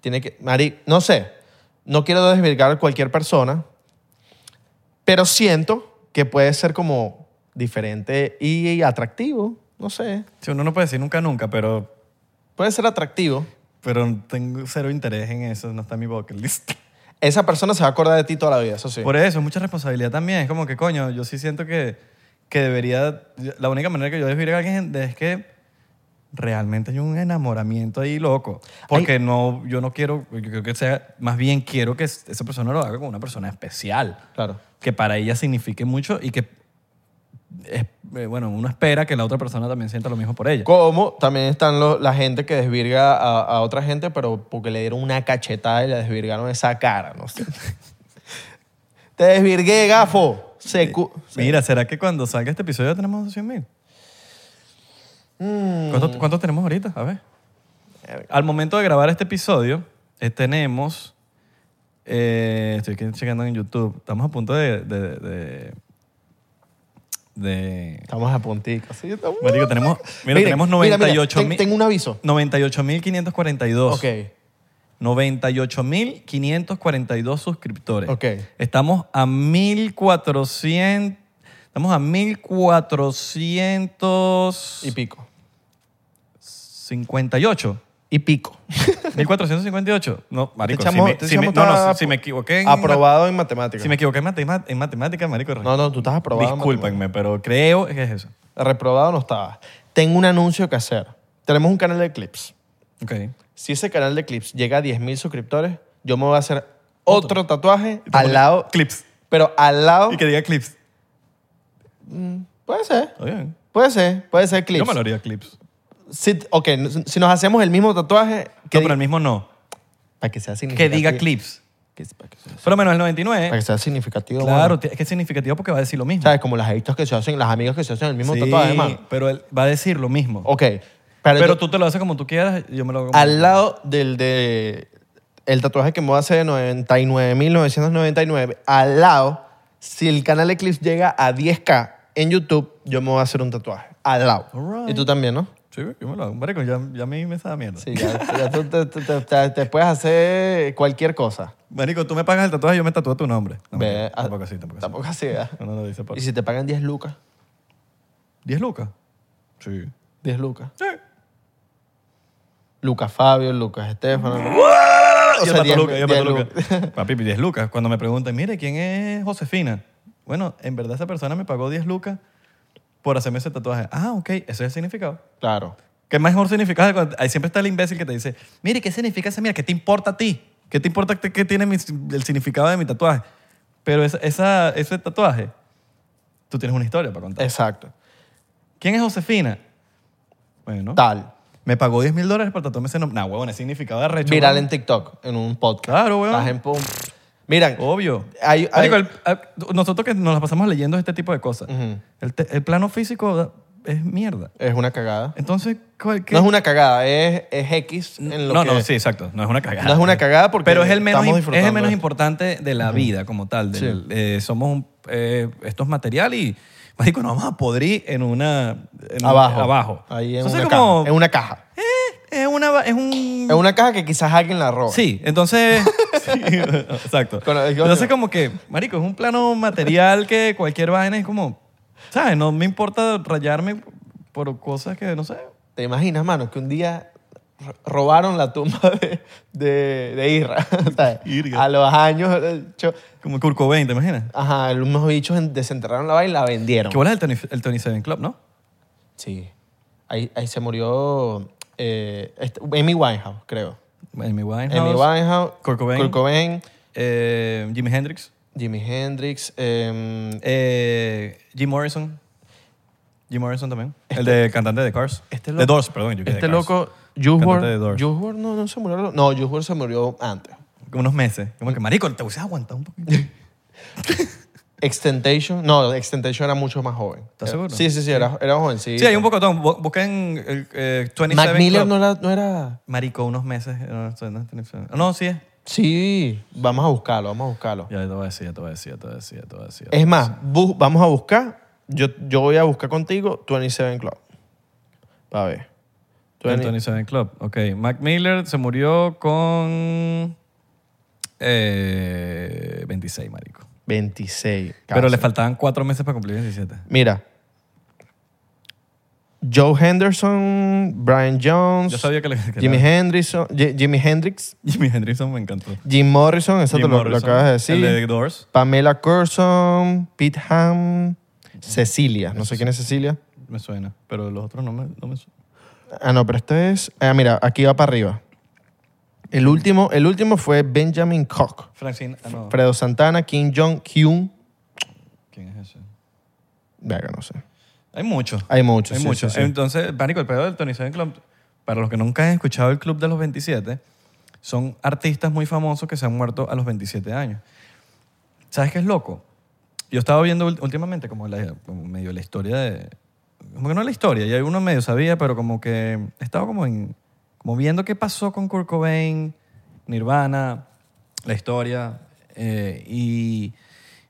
[SPEAKER 2] Tiene que. Mari, no sé. No quiero desvirgar a cualquier persona, pero siento que puede ser como diferente y atractivo. No sé.
[SPEAKER 1] Sí, uno no puede decir nunca, nunca, pero,
[SPEAKER 2] Puede ser atractivo.
[SPEAKER 1] pero tengo cero interés en eso, no está en mi bucket list.
[SPEAKER 2] Esa persona se va a acordar de ti toda la vida, eso sí.
[SPEAKER 1] Por eso, es mucha responsabilidad también. Es como que, coño, yo sí siento que, que debería. La única manera que yo desvirgue a alguien es que realmente hay un enamoramiento ahí loco. Porque no, yo no quiero, yo creo que sea, más bien quiero que esa persona lo haga con una persona especial.
[SPEAKER 2] Claro.
[SPEAKER 1] que para ella signifique mucho y que, es- eh, bueno, uno espera que la otra persona también sienta lo mismo por ella.
[SPEAKER 2] Como también están lo- la gente que desvirga a, a otra gente, pero porque le dieron una cachetada y le desvirgaron esa cara, no sé. [LAUGHS] Te desvirgué, gafo. Se cu- se-
[SPEAKER 1] Mira, ¿será que cuando salga este episodio ya tenemos 100 mil?
[SPEAKER 2] Mm.
[SPEAKER 1] ¿Cuántos tenemos ahorita? Mm. A ver. Al momento de grabar este episodio, eh, tenemos... eh, estoy aquí checando en YouTube. Estamos a punto de... de, de, de-
[SPEAKER 2] Estamos a puntico. sí, estamos-
[SPEAKER 1] Marico, tenemos, mira,
[SPEAKER 2] Miren,
[SPEAKER 1] tenemos
[SPEAKER 2] mira, mira,
[SPEAKER 1] 98
[SPEAKER 2] ten-
[SPEAKER 1] mil...
[SPEAKER 2] Tengo un aviso.
[SPEAKER 1] 98.542.
[SPEAKER 2] Ok.
[SPEAKER 1] 98.542 suscriptores.
[SPEAKER 2] Ok.
[SPEAKER 1] Estamos a 1.400... Estamos a 1.400...
[SPEAKER 2] Y pico.
[SPEAKER 1] 58.
[SPEAKER 2] y pico.
[SPEAKER 1] 1458. No, marico,
[SPEAKER 2] chamo-
[SPEAKER 1] si, me,
[SPEAKER 2] este
[SPEAKER 1] si me-
[SPEAKER 2] chamo
[SPEAKER 1] no, no,
[SPEAKER 2] está
[SPEAKER 1] si me equivoqué en,
[SPEAKER 3] Aprobado en matemáticas.
[SPEAKER 1] si me equivoqué en, matema- en matemáticas, marico,
[SPEAKER 2] No, no, tú estás aprobado. en
[SPEAKER 1] discúlpenme, pero creo que es eso.
[SPEAKER 2] matemáticas. Reprobado no estabas. Tengo un anuncio que hacer. Tenemos un canal de clips.
[SPEAKER 1] Ok.
[SPEAKER 2] Si ese canal de clips llega a 10.000 suscriptores, yo me voy a hacer otro tatuaje al lado,
[SPEAKER 1] Clips.
[SPEAKER 2] pero al lado...
[SPEAKER 1] Y que diga clips.
[SPEAKER 2] Puede ser,
[SPEAKER 1] Está bien.
[SPEAKER 2] puede ser, puede ser clips.
[SPEAKER 1] Yo me lo haría clips.
[SPEAKER 2] Si, ok, si nos hacemos el mismo tatuaje, que
[SPEAKER 1] No, pero el mismo no.
[SPEAKER 2] para que sea significativo.
[SPEAKER 1] Que diga clips.
[SPEAKER 2] Que- para, que sea,
[SPEAKER 1] Pero menos el
[SPEAKER 2] para
[SPEAKER 1] 99.
[SPEAKER 2] que sea significativo.
[SPEAKER 1] Claro,
[SPEAKER 2] mano.
[SPEAKER 1] t- es que es significativo porque va a decir lo mismo.
[SPEAKER 2] ¿Sabes? Como las editas que se hacen, las amigas que se hacen el mismo
[SPEAKER 1] Sí,
[SPEAKER 2] tatuaje, hermano.
[SPEAKER 1] pero él va a decir lo mismo.
[SPEAKER 2] Ok. Pero,
[SPEAKER 1] Pero
[SPEAKER 2] yo-
[SPEAKER 1] tú te lo haces como tú quieras, yo me lo hago como-
[SPEAKER 2] al lado del de el tatuaje que me voy a hacer de 99.999, al lado, si el canal Eclipse llega a 10K en YouTube, yo me voy a hacer un tatuaje. Al lado.
[SPEAKER 1] Alright.
[SPEAKER 2] Y tú también, ¿no?
[SPEAKER 1] Sí, yo me lo hago. Marico, ya, ya a mí me está mierda.
[SPEAKER 2] Sí, ya, ya tú te, te- te- te- te puedes hacer cualquier cosa.
[SPEAKER 1] Marico, tú me pagas el tatuaje y yo me tatúo tu nombre. No,
[SPEAKER 2] Ve,
[SPEAKER 1] mentira,
[SPEAKER 2] ah,
[SPEAKER 1] tampoco así, tampoco así.
[SPEAKER 2] Tampoco así, ¿verdad?
[SPEAKER 1] No, no lo dice por...
[SPEAKER 2] Y si te pagan 10 lucas,
[SPEAKER 1] ¿10 lucas? Sí.
[SPEAKER 2] 10 lucas.
[SPEAKER 1] Sí.
[SPEAKER 2] Lucas Fabio, Lucas Estefano.
[SPEAKER 1] yo
[SPEAKER 2] O sea,
[SPEAKER 1] tato
[SPEAKER 2] 10
[SPEAKER 1] lucas, yo
[SPEAKER 2] 10
[SPEAKER 1] tato lucas. [LAUGHS] Papi, 10 lucas. Cuando me preguntan, mire, ¿quién es Josefina? Bueno, en verdad esa persona me pagó 10 lucas por hacerme ese tatuaje. Ah, ok, ese es el significado.
[SPEAKER 2] Claro.
[SPEAKER 1] ¿Qué mejor significado? Cuando- Ahí siempre está el imbécil que te dice, mire, ¿qué significa esa mierda? ¿Qué te importa a ti? ¿Qué te importa que, que tiene mi- el significado de mi tatuaje? Pero esa, esa- ese tatuaje, tú tienes una historia para contar.
[SPEAKER 2] Exacto.
[SPEAKER 1] ¿Quién es Josefina? Bueno,
[SPEAKER 2] Tal.
[SPEAKER 1] me pagó 10 mil dólares para tatuarme ese nombre. Nah, huevón, es significado de arrecho.
[SPEAKER 2] Viral
[SPEAKER 1] huevón.
[SPEAKER 2] en TikTok, en un podcast.
[SPEAKER 1] Claro, huevón.
[SPEAKER 2] Estás en pum. Miran,
[SPEAKER 1] Obvio.
[SPEAKER 2] Hay-
[SPEAKER 1] Marico,
[SPEAKER 2] hay- Mm.
[SPEAKER 1] el- a- nosotros que nos la pasamos leyendo este tipo de cosas,
[SPEAKER 2] Ujú.
[SPEAKER 1] el, te- el plano físico da- es mierda.
[SPEAKER 2] es una cagada.
[SPEAKER 1] Entonces, ¿cuál- qué-
[SPEAKER 2] No es una cagada, es, es X en lo
[SPEAKER 1] no,
[SPEAKER 2] que...
[SPEAKER 1] no, sí, exacto. No es una cagada.
[SPEAKER 2] No es una cagada porque
[SPEAKER 1] Pero es el menos,
[SPEAKER 2] estamos
[SPEAKER 1] im- es el
[SPEAKER 2] disfrutando
[SPEAKER 1] menos
[SPEAKER 2] esto.
[SPEAKER 1] importante de la vida como tal. del- eh, somos un- eh, estos material y, marico, nos vamos a podrir en una... en un-
[SPEAKER 2] Abajo.
[SPEAKER 1] abajo.
[SPEAKER 2] Ahí en
[SPEAKER 1] Entonces,
[SPEAKER 2] una
[SPEAKER 1] como,
[SPEAKER 2] caja. En una caja.
[SPEAKER 1] eh, es una... va- Es un...
[SPEAKER 2] En una caja que quizás alguien la roba.
[SPEAKER 1] Sí, entonces... [LAUGHS] sí, exacto.
[SPEAKER 2] Con-
[SPEAKER 1] Entonces, como que, marico, es un plano material que cualquier vaina es como... ¿Sabes? No me importa rayarme por cosas que, no sé...
[SPEAKER 2] ¿Te imaginas, mano, que un día ro- robaron la tumba [LAUGHS] de, de, de Irra? [LAUGHS] ¿sabes?
[SPEAKER 1] Irga.
[SPEAKER 2] A los años, el cho-
[SPEAKER 1] Como Kurt Cobain, ¿te imaginas?
[SPEAKER 2] ajá, unos bichos en- desenterraron la vaina y la vendieron.
[SPEAKER 1] Que bolas el Tony, el Tony Seven Club, ¿no?
[SPEAKER 2] Sí. Ahí, ahí se murió eh, este- Amy Winehouse, creo.
[SPEAKER 1] Amy Winehouse.
[SPEAKER 2] Amy Winehouse,
[SPEAKER 1] Kurt Cobain.
[SPEAKER 2] Kurt Cobain,
[SPEAKER 1] eh, Jimi Hendrix.
[SPEAKER 2] Jimi Hendrix, em,
[SPEAKER 1] eh, Jim Morrison. Jim Morrison también. El de cantante de Cars.
[SPEAKER 2] Este
[SPEAKER 1] de
[SPEAKER 2] loco-
[SPEAKER 1] Doors, perdón. yo quedé
[SPEAKER 2] este
[SPEAKER 1] Cars.
[SPEAKER 2] loco,
[SPEAKER 1] "Ah, Cantante
[SPEAKER 2] Juice
[SPEAKER 1] de
[SPEAKER 2] WRLD,
[SPEAKER 1] Doors.
[SPEAKER 2] Juice WRLD no, no se murió. No, Juice WRLD se murió antes.
[SPEAKER 1] Unos meses. Como que, marico, te hubiese aguantado un poquito.
[SPEAKER 2] Extentation, no, Extentation era mucho más joven.
[SPEAKER 1] ¿Estás
[SPEAKER 2] Eh,
[SPEAKER 1] seguro?
[SPEAKER 2] Sí, sí, sí, era, era joven, sí.
[SPEAKER 1] Sí, hay un pocotón. Bu- Busquen el, eh, 27
[SPEAKER 2] Mac Miller
[SPEAKER 1] Club.
[SPEAKER 2] no era, no era-
[SPEAKER 1] Marico, unos meses. eh, No, no, no, no, no, sí es.
[SPEAKER 2] Sí, vamos a buscarlo, vamos a buscarlo.
[SPEAKER 1] Ya te voy a decir, ya te voy a decir, ya te voy a decir, ya te voy a decir.
[SPEAKER 2] Es más, bu- vamos a buscar, yo, yo voy a buscar contigo 27 Club. Para ver.
[SPEAKER 1] El
[SPEAKER 2] 20
[SPEAKER 1] Tony Seven Club. Ok. Mac Miller se murió con... eh, 26, marico.
[SPEAKER 2] 26.
[SPEAKER 1] Pero le
[SPEAKER 2] casi.
[SPEAKER 1] faltaban cuatro meses para cumplir 27.
[SPEAKER 2] Mira. Joe Henderson, Brian Jones,
[SPEAKER 1] Yo sabía que le que
[SPEAKER 2] Jimi
[SPEAKER 1] era-
[SPEAKER 2] Henderson, Ye- Jimi Hendrix,
[SPEAKER 1] Jimi Henderson me encantó.
[SPEAKER 2] Jim Morrison, eso
[SPEAKER 1] Jim
[SPEAKER 2] te lo, lo
[SPEAKER 1] Morrison,
[SPEAKER 2] acabas de decir.
[SPEAKER 1] El de The Doors.
[SPEAKER 2] Pamela Curson, Pete Ham, Cecilia. No sé quién es Cecilia.
[SPEAKER 1] Me suena. Pero los otros no me, no me su-
[SPEAKER 2] Ah, no, pero este es. Ah, mira, aquí va para arriba. El último, el último fue Benjamin Koch,
[SPEAKER 1] Francine. ah, no.
[SPEAKER 2] Fredo Santana, Kim Jong-hyun.
[SPEAKER 1] ¿Quién es ese?
[SPEAKER 2] Verga, no sé.
[SPEAKER 1] Hay muchos.
[SPEAKER 2] Hay muchos,
[SPEAKER 1] Hay
[SPEAKER 2] sí,
[SPEAKER 1] muchos.
[SPEAKER 2] sí, sí.
[SPEAKER 1] Entonces, Pánico, el pedo del Tony Seven Club, para los que nunca han escuchado el Club de los 27, son artistas muy famosos que se han muerto a los 27 años. ¿Sabes qué es loco? Yo estaba viendo ult- últimamente como, la, como medio la historia de... Como que no la historia, ya uno medio sabía, pero como que estaba como, en, como viendo qué pasó con Kurt Cobain, Nirvana, la historia. eh, y,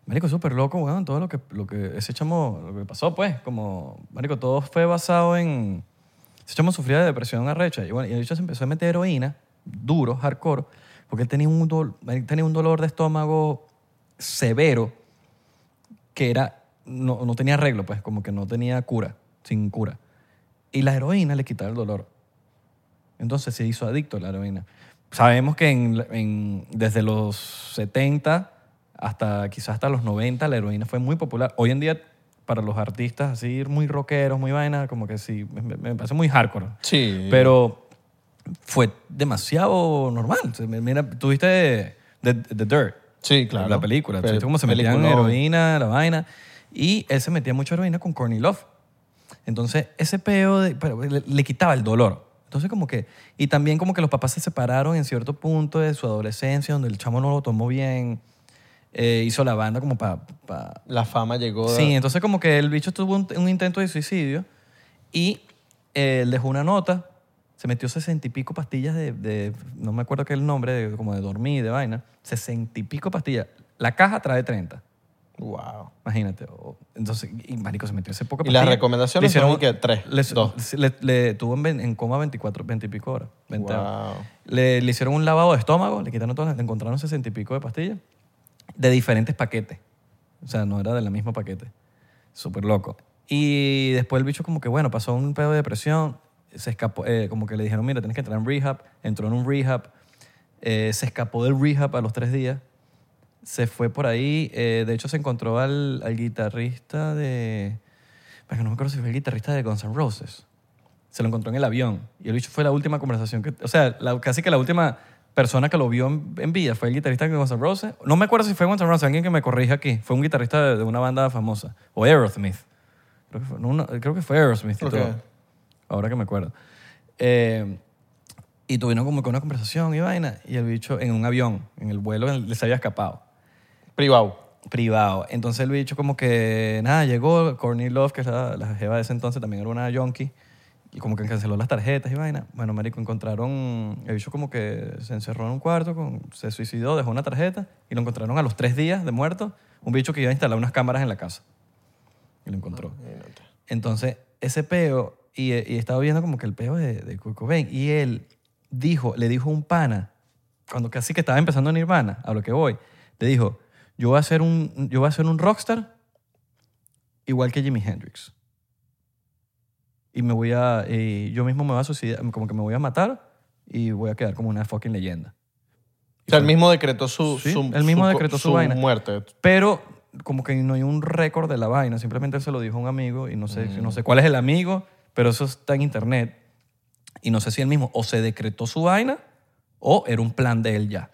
[SPEAKER 1] marico, súper loco, weón, todo lo que, lo que ese chamo, lo que pasó, pues, como, marico, todo fue basado en... Ese chamo sufría de depresión arrecha. Y bueno, y el bicho se empezó a meter heroína, duro, hardcore, porque él tenía un, dol- él tenía un dolor de estómago severo que era, no, no tenía arreglo, pues, como que no tenía cura, sin cura. Y la heroína le quitaba el dolor. Entonces se hizo adicto a la heroína. Sabemos que en- en- desde los 70 hasta quizás hasta los 90 la heroína fue muy popular. Hoy en día para los artistas así muy rockeros, muy vaina, como que sí, me, me parece muy hardcore.
[SPEAKER 2] Sí.
[SPEAKER 1] Pero fue demasiado normal. O sea, Mira, tuviste The, The Dirt.
[SPEAKER 2] Sí, claro.
[SPEAKER 1] La película.
[SPEAKER 2] Pe-
[SPEAKER 1] Tuviste cómo se metían
[SPEAKER 2] peliculón.
[SPEAKER 1] heroína, la vaina. Y él se metía mucho heroína con Courtney Love. Entonces, ese peo de- pero le, le quitaba el dolor. Entonces, como que... Y también como que los papás se separaron en cierto punto de su adolescencia, donde el chamo no lo tomó bien. Eh, hizo la banda como para...
[SPEAKER 2] La fama llegó.
[SPEAKER 1] Sí, entonces como que el bicho tuvo un, un intento de suicidio y eh, él dejó una nota, se metió sesenta y pico pastillas de, de- no me acuerdo qué es el nombre, de- como de dormir, de vaina, sesenta y pico pastillas. La caja trae 30,
[SPEAKER 2] Wow.
[SPEAKER 1] imagínate. O- Entonces, y marico, se metió ese poco
[SPEAKER 2] Y las recomendaciones
[SPEAKER 1] hicieron
[SPEAKER 2] fueron que tres,
[SPEAKER 1] les-
[SPEAKER 2] dos.
[SPEAKER 1] Le, le tuvo en, ven- en coma 24, 20 y pico horas. 20 horas.
[SPEAKER 2] Wow.
[SPEAKER 1] Le, le hicieron un lavado de estómago, le quitaron todas, las- le encontraron sesenta y pico de pastillas de diferentes paquetes. O sea, no era de la misma paquete. Súper loco. Y después el bicho como que, bueno, pasó un pedo de depresión, se escapó, eh, como que le dijeron, mira, tienes que entrar en rehab. Entró en un rehab, eh, se escapó del rehab a los tres días, se fue por ahí, eh, de hecho se encontró al, al guitarrista de... Para que no me acuerdo si fue el guitarrista de Guns N' Roses se lo encontró en el avión. Y el bicho fue la última conversación que... O sea, la- casi que la última persona que lo vio en, en vida fue el guitarrista de Guns N' Roses. No me acuerdo si fue Guns N' Roses, alguien que me corrija aquí. Fue un guitarrista de, de una banda famosa. O Aerosmith. Creo que fue, no, no, creo que fue Aerosmith. y
[SPEAKER 2] Ok.
[SPEAKER 1] todo. Ahora que me acuerdo. Eh, y tuvieron como que una conversación y vaina. Y el bicho en un avión, en el vuelo, en- le se había escapado
[SPEAKER 2] Privado.
[SPEAKER 1] privado. Entonces el bicho como que, nada, llegó Courtney Love, que es la, la jeva de ese entonces, también era una yonki, y como que canceló las tarjetas y vaina. Bueno, marico, encontraron, el bicho como que se encerró en un cuarto, con- se suicidó, dejó una tarjeta, y lo encontraron a los tres días de muerto, un bicho que iba a instalar unas cámaras en la casa. Y lo encontró. Entonces, ese peo, y, y estaba viendo como que el peo de, de Kurt Cobain, y él dijo, le dijo a un pana, cuando casi que estaba empezando en Nirvana, a lo que voy, le dijo, yo voy a ser un, yo voy a ser un rockstar igual que Jimi Hendrix. Y me voy a, y yo mismo me voy a suicidar, como que me voy a matar y voy a quedar como una fucking leyenda.
[SPEAKER 2] O sea, él mismo decretó su,
[SPEAKER 1] Sí,
[SPEAKER 2] su,
[SPEAKER 1] él mismo
[SPEAKER 2] su-
[SPEAKER 1] decretó su
[SPEAKER 2] su
[SPEAKER 1] vaina.
[SPEAKER 2] muerte.
[SPEAKER 1] Pero como que no hay un récord de la vaina, simplemente él se lo dijo a un amigo y no sé, no sé cuál es el amigo, pero eso está en internet y no sé si él mismo o se decretó su vaina o era un plan de él ya.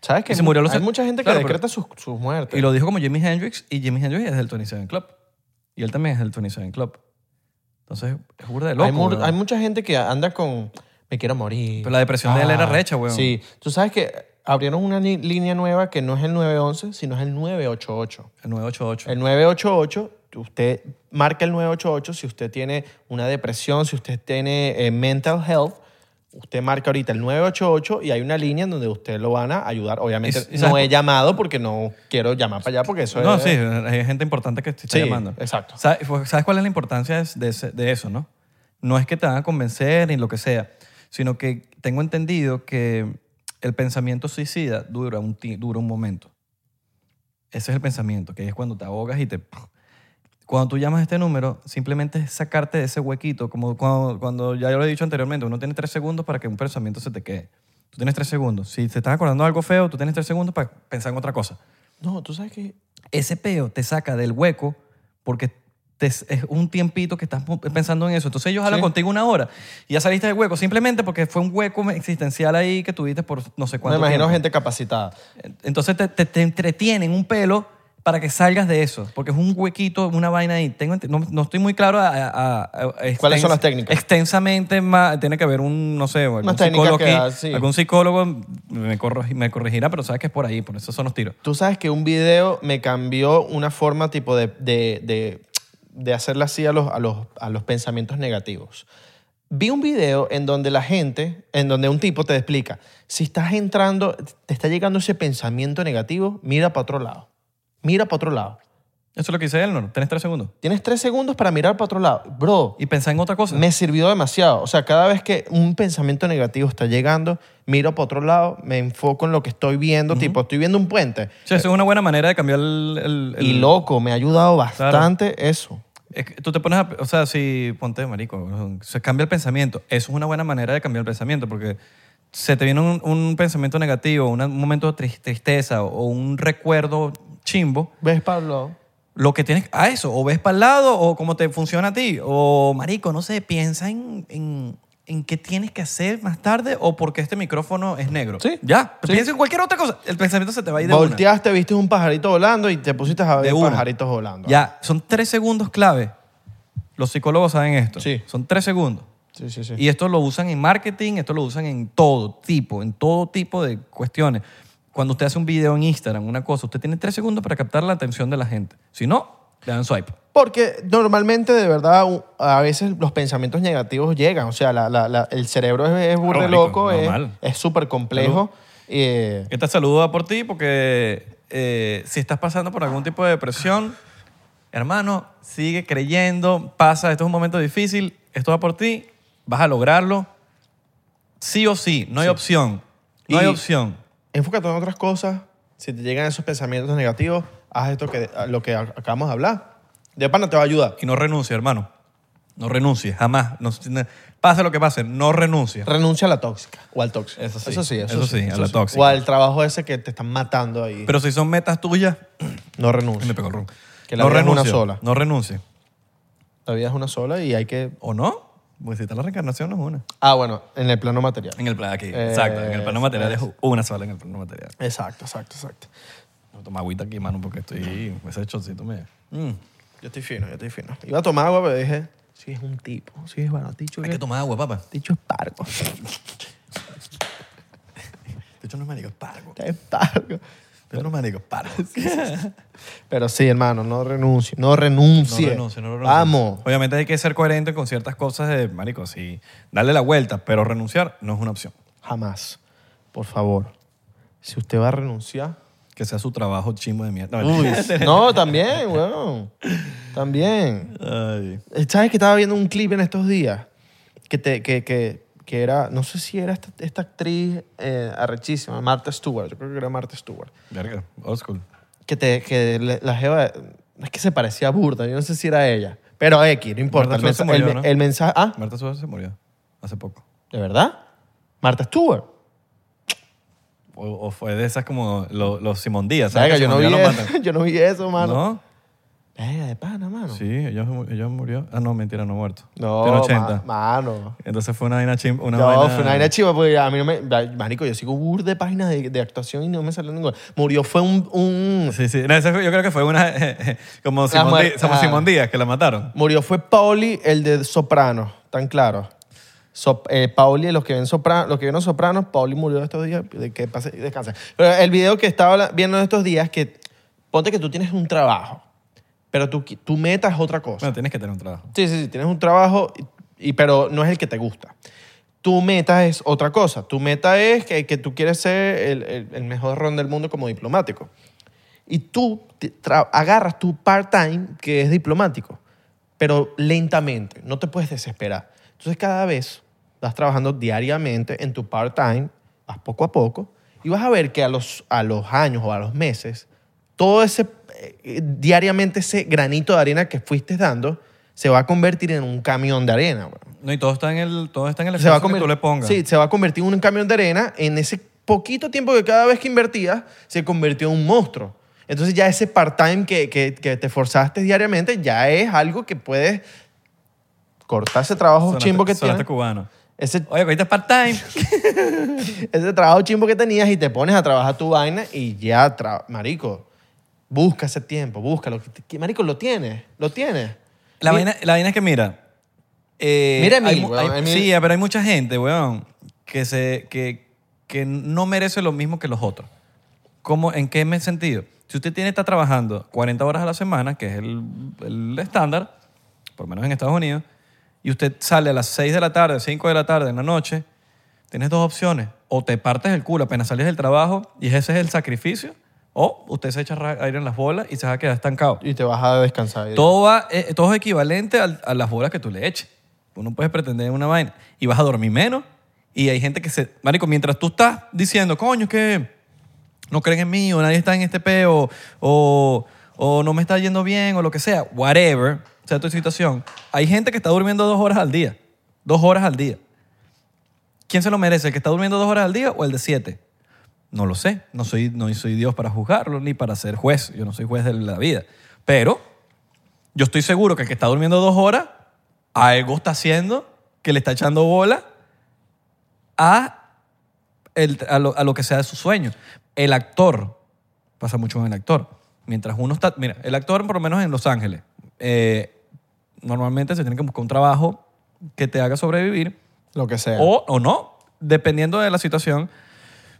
[SPEAKER 2] ¿Sabes que
[SPEAKER 1] Y se murió a los-
[SPEAKER 2] Hay mucha gente que
[SPEAKER 1] Claro, pero-
[SPEAKER 2] decreta sus, sus muertes.
[SPEAKER 1] Y lo dijo como Jimi Hendrix y Jimi Hendrix es del 27 Club y él también es del 27 Club. Entonces es burda de loco.
[SPEAKER 2] hay, mu-
[SPEAKER 1] ¿verdad?
[SPEAKER 2] hay mucha gente que anda con me quiero morir. Ah,
[SPEAKER 1] Pero la depresión de él era recha, weón.
[SPEAKER 2] Sí. Tú sabes que abrieron una ni- línea nueva que no es el 911, sino es el 988.
[SPEAKER 1] El 988.
[SPEAKER 2] El 988, usted marca el 988 si usted tiene una depresión, si usted tiene eh, mental health. Usted marca ahorita el 988 y hay una línea en donde usted lo van a ayudar. Obviamente
[SPEAKER 1] Y- y
[SPEAKER 2] no
[SPEAKER 1] sabes-
[SPEAKER 2] he llamado porque no quiero llamar para allá porque eso
[SPEAKER 1] no,
[SPEAKER 2] es...
[SPEAKER 1] sí, hay gente importante que te está
[SPEAKER 2] Sí,
[SPEAKER 1] llamando.
[SPEAKER 2] exacto.
[SPEAKER 1] Sa- pues, ¿Sabes cuál es la importancia de, de ese- de eso, no? No es que te van a convencer ni lo que sea, sino que tengo entendido que el pensamiento suicida dura un, ti- dura un momento. Ese es el pensamiento, que es cuando te ahogas y te... Cuando tú llamas a este número, simplemente es sacarte de ese huequito, como cuando, cuando ya yo lo he dicho anteriormente, uno tiene tres segundos para que un pensamiento se te quede. Tú tienes tres segundos. Si te estás acordando de algo feo, tú tienes tres segundos para pensar en otra cosa
[SPEAKER 2] No, tú sabes que...
[SPEAKER 1] ese peo te saca del hueco porque te- es un tiempito que estás pensando en eso. Entonces ellos hablan
[SPEAKER 2] Sí.
[SPEAKER 1] contigo una hora y ya saliste del hueco simplemente porque fue un hueco existencial ahí que tuviste por no sé
[SPEAKER 2] Me
[SPEAKER 1] cuánto
[SPEAKER 2] imagino
[SPEAKER 1] tiempo.
[SPEAKER 2] gente capacitada.
[SPEAKER 1] Entonces te, te- te entretienen un pelo para que salgas de eso, porque es un huequito, una vaina ahí. Tengo, ent- no, no estoy muy claro a, a- a- a-
[SPEAKER 2] ¿Cuáles son
[SPEAKER 1] extens-
[SPEAKER 2] las técnicas?
[SPEAKER 1] Extensamente más, tiene que haber un, no sé, algún
[SPEAKER 2] técnicas
[SPEAKER 1] psicólogo,
[SPEAKER 2] que
[SPEAKER 1] aquí,
[SPEAKER 2] da, sí.
[SPEAKER 1] algún psicólogo me, corro- me corregirá, pero sabes que es por ahí, por eso son los tiros.
[SPEAKER 2] Tú sabes que un video me cambió una forma tipo de, de, de, de hacerle así a los, a, los, a los pensamientos negativos. Vi un video en donde la gente, en donde un tipo te explica, si estás entrando, te está llegando ese pensamiento negativo, mira para otro lado. Mira para otro lado.
[SPEAKER 1] Eso es lo que dice Elnor, tienes tres segundos.
[SPEAKER 2] Tienes tres segundos para mirar para otro lado. Bro,
[SPEAKER 1] y pensar en otra cosa.
[SPEAKER 2] me sirvió demasiado. O sea, cada vez que un pensamiento negativo está llegando, miro para otro lado, me enfoco en lo que estoy viendo, tipo, estoy viendo un puente.
[SPEAKER 1] O sea, eso es una buena manera de cambiar el... el- el-
[SPEAKER 2] Y loco, me ha ayudado bastante eso.
[SPEAKER 1] Es que tú te pones a, o sea, si ponte marico, se cambia el pensamiento. Eso es una buena manera de cambiar el pensamiento porque se te viene un, un pensamiento negativo, una- un momento de tris- tristeza o un recuerdo chimbo,
[SPEAKER 2] ¿Ves, Pablo?
[SPEAKER 1] lo que tienes a eso, o ves para el lado o cómo te funciona a ti, o marico, no sé, piensa en, en, en qué tienes que hacer más tarde o porque este micrófono es negro.
[SPEAKER 2] Sí.
[SPEAKER 1] Ya,
[SPEAKER 2] Sí.
[SPEAKER 1] piensa en cualquier otra cosa, el pensamiento se te va a ir de una.
[SPEAKER 2] Volteaste, viste un pajarito volando y te pusiste a ver
[SPEAKER 1] De una.
[SPEAKER 2] pajaritos volando.
[SPEAKER 1] Ya, son tres segundos clave. Los psicólogos saben esto.
[SPEAKER 2] Sí.
[SPEAKER 1] Son tres segundos.
[SPEAKER 2] Sí, sí, sí.
[SPEAKER 1] Y esto lo usan en marketing, esto lo usan en todo tipo, en todo tipo de cuestiones. Cuando usted hace un video en Instagram, una cosa, usted tiene tres segundos para captar la atención de la gente. Si no, le dan swipe.
[SPEAKER 2] Porque normalmente, de verdad, u- a veces los pensamientos negativos llegan. O sea, la- la- la- el cerebro es, es burro
[SPEAKER 1] Claro, marico,
[SPEAKER 2] loco, es-
[SPEAKER 1] normal.
[SPEAKER 2] es súper complejo. Eh,
[SPEAKER 1] Esta salud Este va por ti porque eh, si estás pasando por algún tipo de depresión, hermano, sigue creyendo, pasa, esto es un momento difícil, esto va por ti, vas a lograrlo, sí o sí, no hay opción, no hay
[SPEAKER 2] Y-
[SPEAKER 1] opción.
[SPEAKER 2] enfócate en otras cosas. Si te llegan esos pensamientos negativos, haz esto que, lo que ac- acabamos de hablar. De pana te va a ayudar.
[SPEAKER 1] Y no renuncie, hermano. No renuncie, jamás. No- pase lo que pase, no renuncie.
[SPEAKER 2] Renuncia a la tóxica o al tóxico.
[SPEAKER 1] Eso sí.
[SPEAKER 2] Eso sí, eso,
[SPEAKER 1] Eso sí, a la tóxica.
[SPEAKER 2] O al trabajo ese que te están matando ahí.
[SPEAKER 1] Pero si son metas tuyas,
[SPEAKER 2] no
[SPEAKER 1] Ay,
[SPEAKER 2] renuncia.
[SPEAKER 1] me pegó el ron.
[SPEAKER 2] Que la
[SPEAKER 1] no
[SPEAKER 2] vida es una
[SPEAKER 1] renuncie.
[SPEAKER 2] sola.
[SPEAKER 1] No renuncie.
[SPEAKER 2] La vida es una sola y hay que...
[SPEAKER 1] ¿O no? Pues si está la reencarnación, no es una.
[SPEAKER 2] Ah, bueno, en el plano material.
[SPEAKER 1] En el plan aquí,
[SPEAKER 2] Eh,
[SPEAKER 1] exacto. En el plano material
[SPEAKER 2] es-
[SPEAKER 1] es una sola en el plano material.
[SPEAKER 2] Exacto, exacto, exacto.
[SPEAKER 1] Voy a tomar agüita aquí, mano, porque estoy. Ese chocito me. Mm.
[SPEAKER 2] Yo estoy fino, yo estoy fino. Iba a tomar agua, pero dije, sí es un tipo, sí es baraticho.
[SPEAKER 1] Hay que tomar agua, papá.
[SPEAKER 2] Dicho es pargo.
[SPEAKER 1] Este hecho no es marico, es pargo.
[SPEAKER 2] Es pargo.
[SPEAKER 1] Este hecho no es marico, es pargo.
[SPEAKER 2] [LAUGHS] Pero sí, hermano, no renuncie, no renuncie.
[SPEAKER 1] No renuncie, no renuncie.
[SPEAKER 2] Vamos.
[SPEAKER 1] Obviamente hay que ser coherente con ciertas cosas de, marico, sí, darle la vuelta, pero renunciar no es una opción.
[SPEAKER 2] Jamás. Por favor. Si usted va a renunciar.
[SPEAKER 1] Que sea su trabajo chimbo de mierda. No,
[SPEAKER 2] Uy,
[SPEAKER 1] mentira.
[SPEAKER 2] [LAUGHS] no, también, weón. También.
[SPEAKER 1] Ay.
[SPEAKER 2] Eh, ¿Sabes que estaba viendo un clip en estos días? Que, te, que, que, que era, no sé si era esta, esta actriz eh, arrechísima, Martha Stewart, yo creo que era Martha Stewart.
[SPEAKER 1] Verga, old school.
[SPEAKER 2] que, te, que le- la jeva, es que se parecía a Burda, yo no sé si era ella, pero X, no importa. El,
[SPEAKER 1] Martha Stewart
[SPEAKER 2] mensa-
[SPEAKER 1] se
[SPEAKER 2] el-
[SPEAKER 1] murió, ¿no?
[SPEAKER 2] el mensaje, ah,
[SPEAKER 1] Marta Suárez se murió hace poco.
[SPEAKER 2] ¿de verdad? Marta Stewart.
[SPEAKER 1] O, o fue de esas como lo- los Simón Díaz. ¿sabes?
[SPEAKER 2] Verga,
[SPEAKER 1] Que
[SPEAKER 2] yo, no
[SPEAKER 1] Simón
[SPEAKER 2] vi
[SPEAKER 1] Díaz lo
[SPEAKER 2] eso, [LAUGHS] yo no vi eso, mano.
[SPEAKER 1] ¿No?
[SPEAKER 2] Verga, de pana, mano.
[SPEAKER 1] Sí, ella, ella murió. Ah, no, mentira, no ha muerto.
[SPEAKER 2] No,
[SPEAKER 1] Tiene
[SPEAKER 2] ma-
[SPEAKER 1] 80.
[SPEAKER 2] mano.
[SPEAKER 1] Entonces fue una vaina chim... Una
[SPEAKER 2] no,
[SPEAKER 1] vaina-
[SPEAKER 2] fue una vaina chiva porque a mí no me... Marico, yo sigo burda de páginas de, de actuación y no me salió ninguna. Murió fue un... un
[SPEAKER 1] Sí, sí. No, esa fue- yo creo que fue una... [LAUGHS] como Simón,
[SPEAKER 2] muer-
[SPEAKER 1] Díaz- como
[SPEAKER 2] ah.
[SPEAKER 1] Simón Díaz, que la mataron.
[SPEAKER 2] Murió fue Pauli, el de Soprano, tan claro. So- eh, Pauli, los que, ven Soprano, los que vieron Sopranos, Pauli murió estos días, de que pase, descansa. Pero el video que estaba la- viendo estos días, que ponte que tú tienes un trabajo, pero tu, qui- tu meta es otra cosa.
[SPEAKER 1] Bueno, tienes que tener un trabajo.
[SPEAKER 2] Sí, sí, sí, tienes un trabajo, y, y- pero no es el que te gusta. Tu meta es otra cosa. Tu meta es que, que tú quieres ser el, el- el mejor ron del mundo como diplomático. Y tú te tra- agarras tu part-time, que es diplomático, pero lentamente, no te puedes desesperar. Entonces cada vez vas trabajando diariamente en tu part-time, vas poco a poco, y vas a ver que a los, a los años o a los meses, todo ese, eh, diariamente ese granito de arena que fuiste dando, se va a convertir en un camión de arena. weón
[SPEAKER 1] No, y todo está en el, todo está en el
[SPEAKER 2] se va a
[SPEAKER 1] esfuerzo que tú
[SPEAKER 2] convertir-
[SPEAKER 1] le pongas.
[SPEAKER 2] Sí, se va a convertir en un camión de arena en ese poquito tiempo que cada vez que invertías se convirtió en un monstruo. Entonces ya ese part-time que, que- que te forzaste diariamente ya es algo que puedes cortar ese trabajo
[SPEAKER 1] Sonaste-
[SPEAKER 2] chimbo que
[SPEAKER 1] sonaste
[SPEAKER 2] tienes.
[SPEAKER 1] cubano.
[SPEAKER 2] Ese,
[SPEAKER 1] Oye, ahorita es part-time.
[SPEAKER 2] ese trabajo chimbo que tenías y te pones a trabajar tu vaina y ya, tra- marico, busca ese tiempo, búscalo. Que- Marico, lo tienes, lo tienes.
[SPEAKER 1] La
[SPEAKER 2] Y-
[SPEAKER 1] vaina, la vaina es que mira. eh,
[SPEAKER 2] Mira a mí,
[SPEAKER 1] hay mu-
[SPEAKER 2] weón,
[SPEAKER 1] hay-
[SPEAKER 2] a mí-
[SPEAKER 1] Sí, pero hay mucha gente, weón, que, se, que, que no merece lo mismo que los otros. ¿Cómo, ¿En qué me- sentido? Si usted tiene, está trabajando 40 horas a la semana, que es el, el estándar, por lo menos en Estados Unidos, y usted sale a las 6 de la tarde, 5 de la tarde, en la noche, tienes dos opciones. O te partes el culo apenas sales del trabajo y ese es el sacrificio, o usted se echa ra- aire en las bolas y se va a quedar estancado.
[SPEAKER 2] Y te vas a descansar.
[SPEAKER 1] Todo, va- eh, todo es equivalente al- a las bolas que tú le eches. Tú no puedes pretender una vaina. Y vas a dormir menos. Y hay gente que se... Marico, mientras tú estás diciendo, coño, es que no creen en mí o nadie está en este peo o, o no me está yendo bien, o lo que sea, whatever, sea tu situación, hay gente que está durmiendo dos horas al día. Dos horas al día. ¿Quién se lo merece? ¿El que está durmiendo dos horas al día o el de siete? No lo sé. No soy, no soy Dios para juzgarlo ni para ser juez. Yo no soy juez de la vida. Pero yo estoy seguro que el que está durmiendo dos horas, algo está haciendo que le está echando bola a, el- a, lo, a lo que sea de su sueño. El actor, pasa mucho con el actor. Mientras uno está, mira, el actor por lo menos en Los Ángeles, eh, normalmente se tiene que buscar un trabajo que te haga sobrevivir
[SPEAKER 2] Lo que sea.
[SPEAKER 1] o, o no, dependiendo de la situación.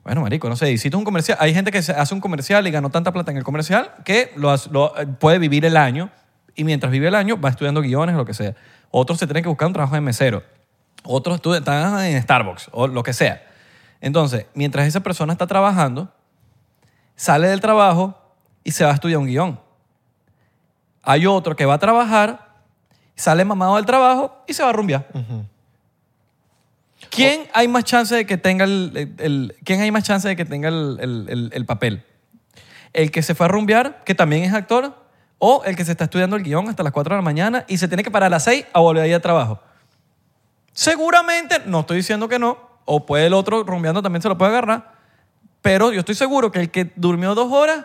[SPEAKER 1] Bueno, marico, no sé, hiciste un comercial. Hay gente que se hace un comercial y ganó tanta plata en el comercial que lo, hace- lo- eh, puede vivir el año y mientras vive el año va estudiando guiones o lo que sea. Otros se tienen que buscar un trabajo de mesero. Otros estudian- están en Starbucks o lo que sea. Entonces, mientras esa persona está trabajando, sale del trabajo y se va a estudiar un guión. Hay otro que va a trabajar, sale mamado del trabajo y se va a rumbear. ¿Quién hay más chance de que tenga el, el- el- ¿quién hay más chance de que tenga el, el- el- el papel? ¿El que se fue a rumbear, que también es actor, o el que se está estudiando el guión hasta las 4 de la mañana y se tiene que parar a las 6 a volver a ir a trabajo? Seguramente, no estoy diciendo que no, o puede el otro rumbeando también se lo puede agarrar, pero yo estoy seguro que el que durmió dos horas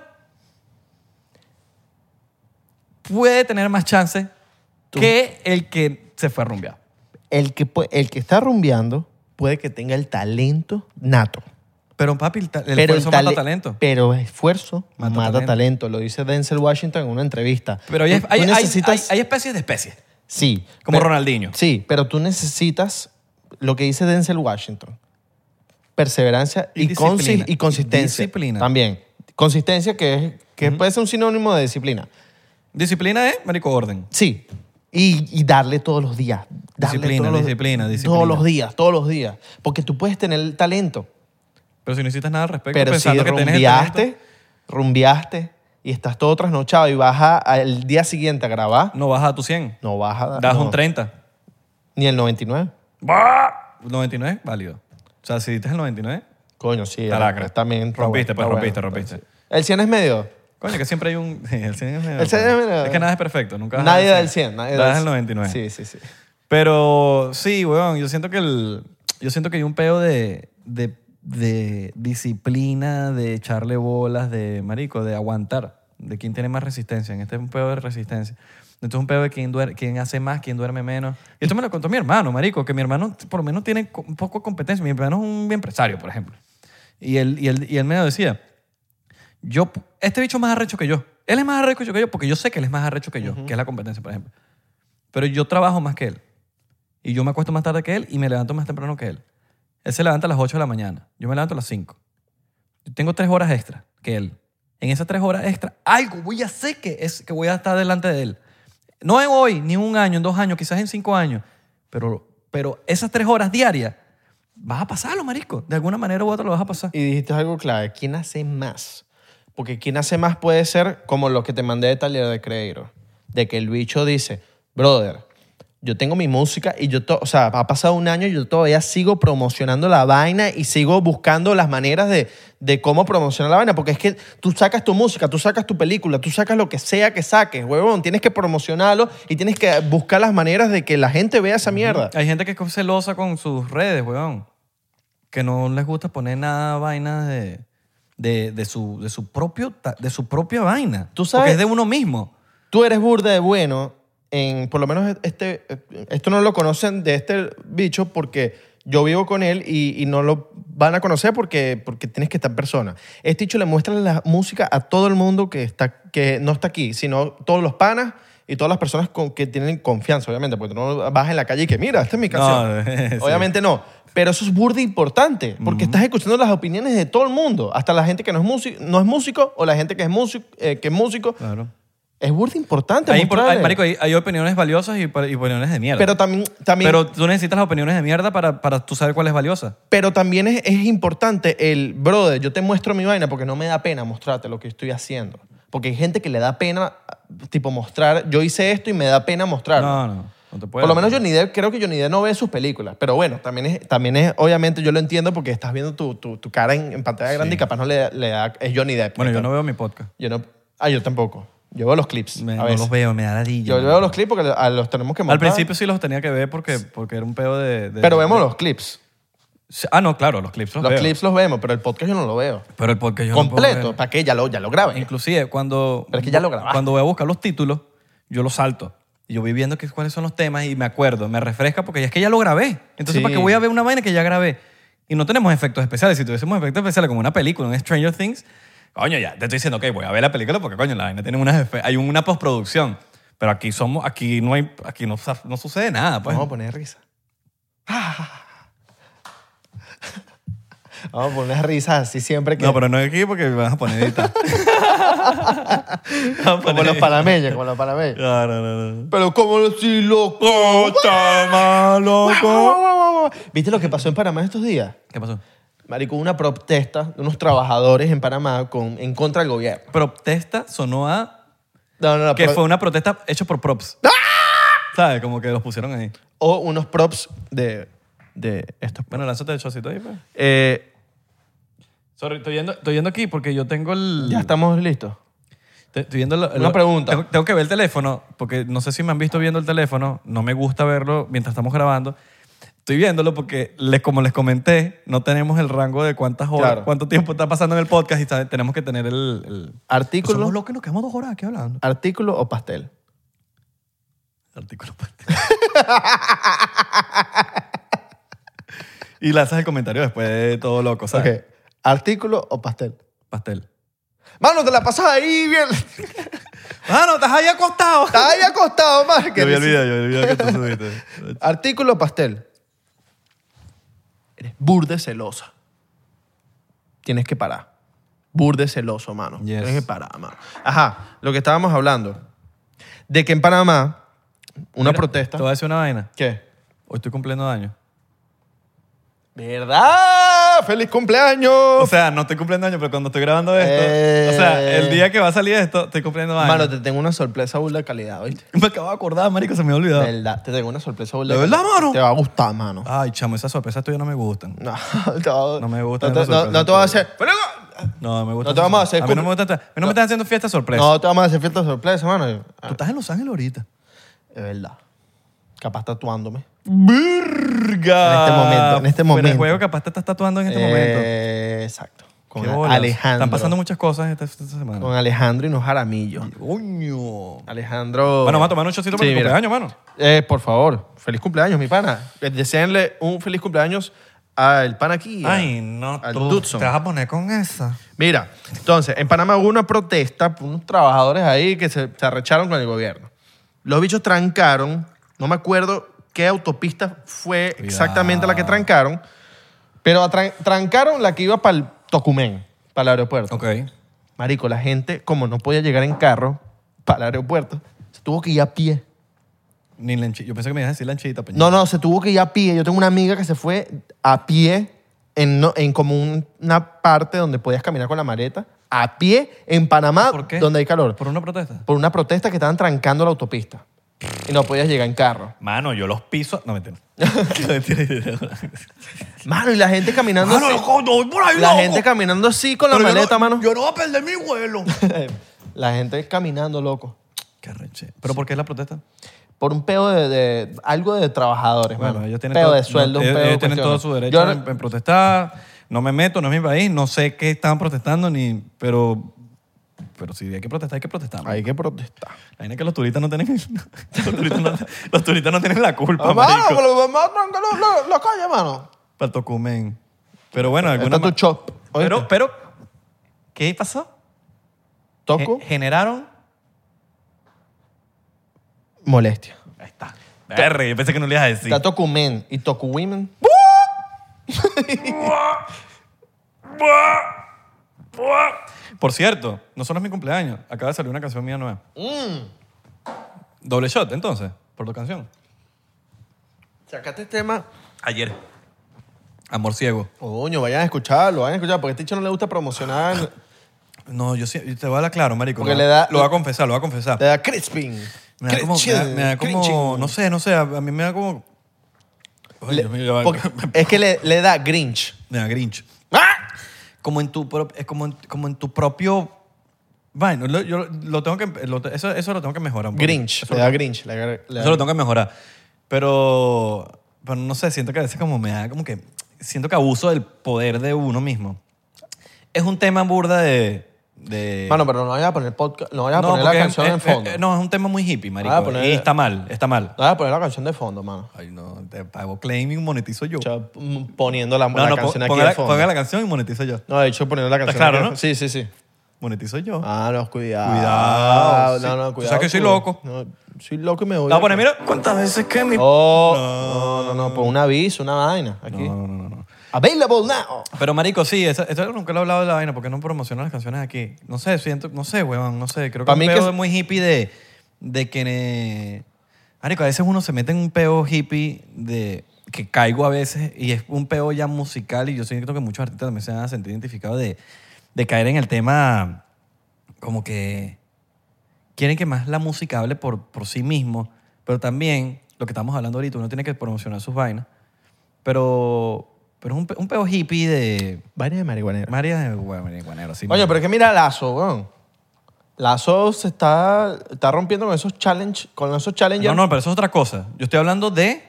[SPEAKER 1] puede tener más chance que el que se fue a rumbear.
[SPEAKER 2] El, que, pu- el que está rumbeando puede que tenga el talento nato.
[SPEAKER 1] Pero papi, el, ta- el
[SPEAKER 2] pero
[SPEAKER 1] esfuerzo
[SPEAKER 2] tale-
[SPEAKER 1] mata talento.
[SPEAKER 2] Pero esfuerzo
[SPEAKER 1] Mata
[SPEAKER 2] mata,
[SPEAKER 1] talento.
[SPEAKER 2] talento. Lo dice Denzel Washington en una entrevista.
[SPEAKER 1] Pero hay,
[SPEAKER 2] Tú- tú
[SPEAKER 1] hay, hay-
[SPEAKER 2] necesitas-
[SPEAKER 1] hay- hay especies de especies.
[SPEAKER 2] Sí.
[SPEAKER 1] Como
[SPEAKER 2] pero-
[SPEAKER 1] Ronaldinho.
[SPEAKER 2] Sí, pero tú necesitas lo que dice Denzel Washington. Perseverancia
[SPEAKER 1] Y
[SPEAKER 2] y, consi-
[SPEAKER 1] disciplina.
[SPEAKER 2] y consistencia.
[SPEAKER 1] Disciplina.
[SPEAKER 2] También. Consistencia que, es, que puede ser un sinónimo de disciplina.
[SPEAKER 1] Disciplina es, marico, orden.
[SPEAKER 2] Sí. Y, y darle todos los días. Darle
[SPEAKER 1] Disciplina,
[SPEAKER 2] todos los-
[SPEAKER 1] disciplina, disciplina.
[SPEAKER 2] Todos los días, todos los días. Porque tú puedes tener el talento,
[SPEAKER 1] Pero si no hiciste nada al respecto,
[SPEAKER 2] pero si
[SPEAKER 1] pensando que tenés el
[SPEAKER 2] rumbiaste,
[SPEAKER 1] talento,
[SPEAKER 2] rumbiaste y estás todo trasnochado y vas a- al día siguiente a grabar,
[SPEAKER 1] no vas a tu 100.
[SPEAKER 2] no vas a
[SPEAKER 1] das
[SPEAKER 2] no,
[SPEAKER 1] un 30.
[SPEAKER 2] Ni el 99.
[SPEAKER 1] ¡Bah! 99, válido. O sea, si diste el 99,
[SPEAKER 2] Coño, sí.
[SPEAKER 1] Está lacra.
[SPEAKER 2] También. está
[SPEAKER 1] Rompiste, pues,
[SPEAKER 2] está
[SPEAKER 1] rompiste, rompiste.
[SPEAKER 2] Entonces, El 100 es medio.
[SPEAKER 1] coño, que siempre hay un... [LAUGHS] El 100 es medio-
[SPEAKER 2] El 100 es medio-
[SPEAKER 1] Es que nada es perfecto. Nunca vas a
[SPEAKER 2] Nadie
[SPEAKER 1] dar
[SPEAKER 2] da el 100. Nadie
[SPEAKER 1] Das
[SPEAKER 2] da
[SPEAKER 1] el 99.
[SPEAKER 2] Sí, sí, sí.
[SPEAKER 1] Pero sí, weón, yo siento que el, yo siento que hay un peo de, de, de disciplina, de echarle bolas, de marico, de aguantar, de quién tiene más resistencia. En este es un peo de resistencia. Esto es un peo de quién, duer- quién hace más, quién duerme menos. Y esto me lo contó mi hermano, marico, que mi hermano por lo menos tiene co- un poco de competencia. Mi hermano es un empresario, por ejemplo. Y él, y él, y él me lo decía, yo, este bicho es más arrecho que yo. Él es más arrecho que yo porque yo sé que él es más arrecho que yo, que es la competencia, por ejemplo. Pero yo trabajo más que él. Y yo me acuesto más tarde que él y me levanto más temprano que él. Él se levanta a las 8 de la mañana. Yo me levanto a las 5. Yo tengo tres horas extra que él. En esas tres horas extra, algo voy a hacer que, es, que voy a estar delante de él. No en hoy, ni en un año, en dos años, quizás en cinco años. Pero, pero esas tres horas diarias, vas a pasarlo, marico. De alguna manera u otra lo vas a pasar.
[SPEAKER 2] Y dijiste algo clave. ¿Quién hace más? Porque quién hace más puede ser como lo que te mandé de Taller de Creiro. De que el bicho dice, brother, yo tengo mi música y yo, to- o sea, ha pasado un año y yo todavía sigo promocionando la vaina y sigo buscando las maneras de, de cómo promocionar la vaina. Porque es que tú sacas tu música, tú sacas tu película, tú sacas lo que sea que saques, huevón. Tienes que promocionarlo y tienes que buscar las maneras de que la gente vea esa mierda.
[SPEAKER 1] Hay gente que es celosa con sus redes, weón. Que no les gusta poner nada vaina de, de, de su, de, su, propio, ta- de su propia vaina.
[SPEAKER 2] Tú sabes-
[SPEAKER 1] Porque es de uno mismo.
[SPEAKER 2] Tú eres burda de bueno en, por lo menos este, esto no lo conocen de este bicho porque yo vivo con él y, y no lo van a conocer porque, porque tienes que estar en persona. Este bicho le muestra la música a todo el mundo que, está, que no está aquí, sino todos los panas y todas las personas con, que tienen confianza, obviamente, porque tú no vas en la calle y que, mira, esta es mi canción.
[SPEAKER 1] No, [LAUGHS] sí.
[SPEAKER 2] Obviamente no. Pero eso es burda importante, porque estás escuchando las opiniones de todo el mundo, hasta la gente que no es músico, no es músico o la gente que es músico, eh, que es músico,
[SPEAKER 1] Claro.
[SPEAKER 2] es burda importante.
[SPEAKER 1] Hay, impor-
[SPEAKER 2] mostrarle.
[SPEAKER 1] hay- marico, hay- hay opiniones valiosas y, pa- y opiniones de mierda.
[SPEAKER 2] pero también, también,
[SPEAKER 1] Pero
[SPEAKER 2] pero,
[SPEAKER 1] tú necesitas las opiniones de mierda para, para tú saber cuál es valiosa.
[SPEAKER 2] también es, es importante el, brother, yo te muestro mi vaina porque no me da pena mostrarte lo que estoy haciendo. Porque hay gente que le da pena, tipo, mostrar, yo hice esto y me da pena mostrarlo.
[SPEAKER 1] No, no. No te puedes.
[SPEAKER 2] Por lo menos Johnny Depp, creo que Johnny Depp no ve sus películas. Pero bueno, también es, también es obviamente yo lo entiendo porque estás viendo tu, tu, tu cara en, en pantalla grande y capaz no le, le da, es Johnny Depp.
[SPEAKER 1] Bueno, yo no veo mi podcast.
[SPEAKER 2] Yo no, ah, yo tampoco. Yo veo los clips.
[SPEAKER 1] Me-
[SPEAKER 2] a
[SPEAKER 1] no
[SPEAKER 2] veces.
[SPEAKER 1] los veo, me da ladilla.
[SPEAKER 2] Yo veo los clips porque a- los tenemos que montar.
[SPEAKER 1] Al principio sí los tenía que ver porque, porque era un pedo de... de-
[SPEAKER 2] Pero
[SPEAKER 1] de-
[SPEAKER 2] vemos los clips.
[SPEAKER 1] Ah, no, claro, los clips los,
[SPEAKER 2] Los
[SPEAKER 1] veo.
[SPEAKER 2] clips los vemos, pero el podcast yo no lo veo.
[SPEAKER 1] Pero el podcast yo no puedo
[SPEAKER 2] Completo.
[SPEAKER 1] ver.
[SPEAKER 2] ¿Para qué? Ya lo, ya lo grabé.
[SPEAKER 1] Inclusive cuando...
[SPEAKER 2] Pero es que ya lo grabaste.
[SPEAKER 1] Cuando voy a buscar los títulos, yo los salto. Y yo voy viendo que- cuáles son los temas y me acuerdo, me refresca porque es que ya lo grabé. Entonces,
[SPEAKER 2] Sí.
[SPEAKER 1] ¿para qué voy a ver una vaina que ya grabé? Y no tenemos efectos especiales. Si tuviésemos efectos especiales como una película, un Stranger Things, coño, ya te estoy diciendo, ok, voy a ver la película porque, coño, la vaina tiene unas efe- hay una postproducción. Pero aquí somos, aquí no hay, aquí no, sa- no sucede nada, pues.
[SPEAKER 2] Vamos a poner risa. [LAUGHS] Vamos a poner risas así siempre que.
[SPEAKER 1] No, pero no aquí porque me vas a poner editar. Vas a
[SPEAKER 2] [LAUGHS] como
[SPEAKER 1] poner- [LAUGHS]
[SPEAKER 2] los panameños, como los panameños.
[SPEAKER 1] No, [LAUGHS] no, no, no.
[SPEAKER 2] Pero como si [LAUGHS] loco.
[SPEAKER 1] Puta maloco.
[SPEAKER 2] ¿Viste lo que pasó en Panamá estos días?
[SPEAKER 1] ¿Qué pasó?
[SPEAKER 2] Marico, hubo una protesta de unos trabajadores en Panamá con, en contra del gobierno.
[SPEAKER 1] Protesta sonó a...
[SPEAKER 2] No, no, no,
[SPEAKER 1] Que
[SPEAKER 2] pro-
[SPEAKER 1] fue una protesta hecha por props.
[SPEAKER 2] ¡Ah!
[SPEAKER 1] ¿Sabes? Como que los pusieron ahí.
[SPEAKER 2] O unos props de, de estos.
[SPEAKER 1] Bueno, lánzate el chocito ahí, pues.
[SPEAKER 2] Eh,
[SPEAKER 1] Sorry, estoy yendo, estoy yendo aquí porque yo tengo el...
[SPEAKER 2] ya estamos listos.
[SPEAKER 1] Te- Estoy viendo la-
[SPEAKER 2] Una
[SPEAKER 1] la-
[SPEAKER 2] pregunta.
[SPEAKER 1] Tengo, tengo que ver el teléfono, porque no sé si me han visto viendo el teléfono. No me gusta verlo mientras estamos grabando. Estoy viéndolo porque, les, como les comenté, no tenemos el rango de cuántas horas,
[SPEAKER 2] Claro.
[SPEAKER 1] cuánto tiempo está pasando en el podcast y sabe- tenemos que tener el... el-
[SPEAKER 2] Artículo.
[SPEAKER 1] Somos locos que nos quedamos dos horas aquí hablando.
[SPEAKER 2] ¿Artículo o pastel?
[SPEAKER 1] Artículo parte. [LAUGHS] y lanzas el comentario después de todo loco, ¿sabes?
[SPEAKER 2] Ok. ¿Artículo o pastel?
[SPEAKER 1] Pastel.
[SPEAKER 2] Mano, te la pasas ahí bien. [LAUGHS]
[SPEAKER 1] ¡Ah, no! ¡Estás ahí acostado!
[SPEAKER 2] Estás ahí acostado, más que
[SPEAKER 1] Yo vi el
[SPEAKER 2] decir-
[SPEAKER 1] video, yo vi el video que tú [LAUGHS] subiste.
[SPEAKER 2] Artículo o pastel. Eres burde celosa. Tienes que parar. Burde celoso, mano.
[SPEAKER 1] Yes.
[SPEAKER 2] Tienes que parar, mano. Ajá, lo que estábamos hablando. De que en Panamá, una protesta.
[SPEAKER 1] Te voy a decir una vaina.
[SPEAKER 2] ¿Qué?
[SPEAKER 1] Hoy estoy cumpliendo años.
[SPEAKER 2] ¿Verdad? ¡Feliz cumpleaños!
[SPEAKER 1] O sea, no estoy cumpliendo años, pero cuando estoy grabando esto,
[SPEAKER 2] Eh.
[SPEAKER 1] o sea, el día que va a salir esto, estoy cumpliendo años.
[SPEAKER 2] mano, te tengo una sorpresa burda de calidad, ¿oíste?
[SPEAKER 1] Me acabo de acordar, marico, se me ha olvidado.
[SPEAKER 2] Verdad, te tengo una sorpresa burda
[SPEAKER 1] ¿De
[SPEAKER 2] calidad.
[SPEAKER 1] verdad, mano?
[SPEAKER 2] Te va a gustar, mano.
[SPEAKER 1] Ay, chamo, esas sorpresas tuyas no me gustan.
[SPEAKER 2] No, [LAUGHS] te va-
[SPEAKER 1] No me gusta
[SPEAKER 2] No, te-
[SPEAKER 1] esa
[SPEAKER 2] no-
[SPEAKER 1] sorpresa.
[SPEAKER 2] no te va a hacer.
[SPEAKER 1] No, me gusta.
[SPEAKER 2] No te vamos a hacer
[SPEAKER 1] A mí no
[SPEAKER 2] cum-
[SPEAKER 1] me gusta. A mí no, me estás haciendo fiesta sorpresa.
[SPEAKER 2] No te vamos a hacer fiesta sorpresa, mano.
[SPEAKER 1] Tú estás en Los Ángeles ahorita.
[SPEAKER 2] Es verdad. Capaz tatuándome.
[SPEAKER 1] ¡Verga!
[SPEAKER 2] En este momento, en este
[SPEAKER 1] Pero el
[SPEAKER 2] momento.
[SPEAKER 1] juego capaz te estás tatuando en este
[SPEAKER 2] Eh,
[SPEAKER 1] momento.
[SPEAKER 2] Exacto. Con
[SPEAKER 1] Qué bolas.
[SPEAKER 2] Alejandro.
[SPEAKER 1] Están pasando muchas cosas esta, esta semana.
[SPEAKER 2] Con Alejandro y no Jaramillo.
[SPEAKER 1] Coño.
[SPEAKER 2] Alejandro.
[SPEAKER 1] Bueno, vamos a tomar un chocito por
[SPEAKER 2] Sí,
[SPEAKER 1] el
[SPEAKER 2] mira.
[SPEAKER 1] cumpleaños, mano.
[SPEAKER 2] Eh, por favor, feliz cumpleaños, mi pana. Deseenle un feliz cumpleaños al pana aquí. a-
[SPEAKER 1] Ay, no,
[SPEAKER 2] al
[SPEAKER 1] tú
[SPEAKER 2] Dudson.
[SPEAKER 1] te vas a poner con esa.
[SPEAKER 2] Mira, entonces, en Panamá hubo una protesta por unos trabajadores ahí que se, se arrecharon con el gobierno. Los bichos trancaron, no me acuerdo qué autopista fue exactamente la que
[SPEAKER 1] Cuidado.
[SPEAKER 2] trancaron, pero atran- trancaron la que iba para el Tocumen, para el aeropuerto.
[SPEAKER 1] Ok.
[SPEAKER 2] Marico, la gente, como no podía llegar en carro para el aeropuerto, se tuvo que ir a pie.
[SPEAKER 1] Ni lanchi- Yo pensé que me ibas a decir lanchita, pues. peña.
[SPEAKER 2] No, no, se tuvo que ir a pie. Yo tengo una amiga que se fue a pie en, no- en como un- una parte donde podías caminar con la maleta, a pie en Panamá,
[SPEAKER 1] ¿Por qué?
[SPEAKER 2] donde hay calor,
[SPEAKER 1] ¿Por una protesta?
[SPEAKER 2] por una protesta que estaban trancando la autopista y no podías llegar en carro.
[SPEAKER 1] Mano, yo los piso. Ah, No, [LAUGHS] mentira. No, mentira. [LAUGHS]
[SPEAKER 2] Mano, y la gente caminando
[SPEAKER 1] Mano,
[SPEAKER 2] así,
[SPEAKER 1] loco, yo voy por ahí,
[SPEAKER 2] la
[SPEAKER 1] loco.
[SPEAKER 2] gente caminando así con la
[SPEAKER 1] Pero yo
[SPEAKER 2] maleta,
[SPEAKER 1] no-
[SPEAKER 2] mano.
[SPEAKER 1] Yo no voy a perder mi vuelo. [LAUGHS]
[SPEAKER 2] [LAUGHS] La gente caminando, loco.
[SPEAKER 1] Qué arreche. ¿Pero por qué es la protesta?
[SPEAKER 2] Por un pedo de, de- algo de trabajadores,
[SPEAKER 1] Bueno,
[SPEAKER 2] mano.
[SPEAKER 1] ellos tienen
[SPEAKER 2] pedo
[SPEAKER 1] todo,
[SPEAKER 2] de
[SPEAKER 1] no,
[SPEAKER 2] sueldo, un
[SPEAKER 1] ellos-
[SPEAKER 2] pedo de
[SPEAKER 1] ellos tienen todo
[SPEAKER 2] cuestiones.
[SPEAKER 1] su derecho
[SPEAKER 2] Yo-
[SPEAKER 1] en, en protestar. No me meto, no es mi país, no sé qué estaban protestando ni, pero pero si hay que protestar, hay que protestar. man.
[SPEAKER 2] Hay que protestar.
[SPEAKER 1] La vaina es que los turistas no tienen [LAUGHS] los, turistas no, los turistas no tienen la culpa,
[SPEAKER 2] Mano,
[SPEAKER 1] Ah, marico.
[SPEAKER 2] pero vamos a trancar la- la- la calle, mano.
[SPEAKER 1] Para Tocumen. Pero bueno, alguna
[SPEAKER 2] Está tu
[SPEAKER 1] ma-
[SPEAKER 2] chop.
[SPEAKER 1] Pero
[SPEAKER 2] Oíste.
[SPEAKER 1] pero ¿qué pasó?
[SPEAKER 2] Toco,
[SPEAKER 1] Ge- generaron
[SPEAKER 2] molestia.
[SPEAKER 1] Ahí está. Verga, yo pensé que no le ibas a decir.
[SPEAKER 2] Está Toku Men y Toku Women.
[SPEAKER 1] Por cierto, no solo es mi cumpleaños, acaba de salir una canción mía nueva.
[SPEAKER 2] Mm.
[SPEAKER 1] Doble shot, entonces, por tu canción.
[SPEAKER 2] Sacaste este tema. Oh,
[SPEAKER 1] Ayer. Amor ciego.
[SPEAKER 2] Coño, vayan a escucharlo, vayan a escucharlo, porque a este chico no le
[SPEAKER 1] [LAUGHS]
[SPEAKER 2] gusta promocionar.
[SPEAKER 1] No, yo, sí- yo te voy a hablar claro, marico.
[SPEAKER 2] Porque
[SPEAKER 1] Lo-
[SPEAKER 2] le da-
[SPEAKER 1] lo voy a confesar, lo voy a confesar.
[SPEAKER 2] Te da crisping.
[SPEAKER 1] Me da como, me da- me da como-
[SPEAKER 2] Crinching.
[SPEAKER 1] no sé, no sé, a, a mí me da como... Ay,
[SPEAKER 2] Le-
[SPEAKER 1] Dios mío, ya va.
[SPEAKER 2] porque es que le, le da grinch.
[SPEAKER 1] me da grinch.
[SPEAKER 2] ¡Ah!
[SPEAKER 1] Como en tu, pro- es como en, como en tu propio Bueno, lo- yo lo tengo que, lo- eso, eso lo tengo que mejorar un poco.
[SPEAKER 2] Grinch,
[SPEAKER 1] Eso,
[SPEAKER 2] le da Grinch. le da- le da
[SPEAKER 1] eso lo tengo que mejorar. Pero, pero no sé, siento que a veces como me da como que, siento que abuso del poder de uno mismo. Es un tema burda de... de
[SPEAKER 2] Mano, pero no vayas a poner, podcast, no vayas a
[SPEAKER 1] No,
[SPEAKER 2] poner la
[SPEAKER 1] porque es-
[SPEAKER 2] canción
[SPEAKER 1] es-
[SPEAKER 2] en fondo.
[SPEAKER 1] es- no, es un tema muy hippie, marico.
[SPEAKER 2] Ah, poner-
[SPEAKER 1] Y está mal, está mal.
[SPEAKER 2] No vayas a poner la canción de fondo, mano.
[SPEAKER 1] Ay, no, te pago claiming, monetizo yo.
[SPEAKER 2] O sea, m- poniendo la,
[SPEAKER 1] no, no,
[SPEAKER 2] la
[SPEAKER 1] po-
[SPEAKER 2] canción aquí
[SPEAKER 1] ponga,
[SPEAKER 2] de
[SPEAKER 1] la,
[SPEAKER 2] fondo.
[SPEAKER 1] ponga la canción y monetizo yo.
[SPEAKER 2] No, de hecho, poniendo la canción
[SPEAKER 1] claro,
[SPEAKER 2] aquí de
[SPEAKER 1] no?
[SPEAKER 2] fondo. Sí, sí, sí.
[SPEAKER 1] Monetizo yo.
[SPEAKER 2] Ah, no, cuidado.
[SPEAKER 1] Cuidado, sí.
[SPEAKER 2] No,
[SPEAKER 1] Tú
[SPEAKER 2] no, cuidado.
[SPEAKER 1] sabes que soy
[SPEAKER 2] cuidado.
[SPEAKER 1] loco.
[SPEAKER 2] No, soy loco y me voy.
[SPEAKER 1] La voy a poner, mira. ¿Cuántas veces que mi...
[SPEAKER 2] Oh, no, no, no, pon un aviso, una vaina. Aquí.
[SPEAKER 1] No, no, no, no.
[SPEAKER 2] Available now.
[SPEAKER 1] Pero, marico, sí, eso, eso nunca lo he hablado de la vaina, porque no promocionan las canciones aquí. No sé, siento, no sé, weón, no sé. Creo que
[SPEAKER 2] Pa'
[SPEAKER 1] es un
[SPEAKER 2] mí que
[SPEAKER 1] peo
[SPEAKER 2] es-
[SPEAKER 1] muy hippie de, de que... eh, Marico, a veces uno se mete en un peo hippie de que caigo a veces y es un peo ya musical y yo siento que muchos artistas también se han sentido identificados de, de caer en el tema como que quieren que más la música hable por, por sí mismo, pero también lo que estamos hablando ahorita, uno tiene que promocionar sus vainas, pero, pero es un, pe- un peo hippie de...
[SPEAKER 2] Vaina de marihuanero.
[SPEAKER 1] María de Gua- marihuanero, sí.
[SPEAKER 2] Oye, pero es que mira Lazo, weón. Lazo se está, está rompiendo con esos challenge, con esos
[SPEAKER 1] No,
[SPEAKER 2] challengers.
[SPEAKER 1] no, pero eso es otra cosa. Yo estoy hablando de,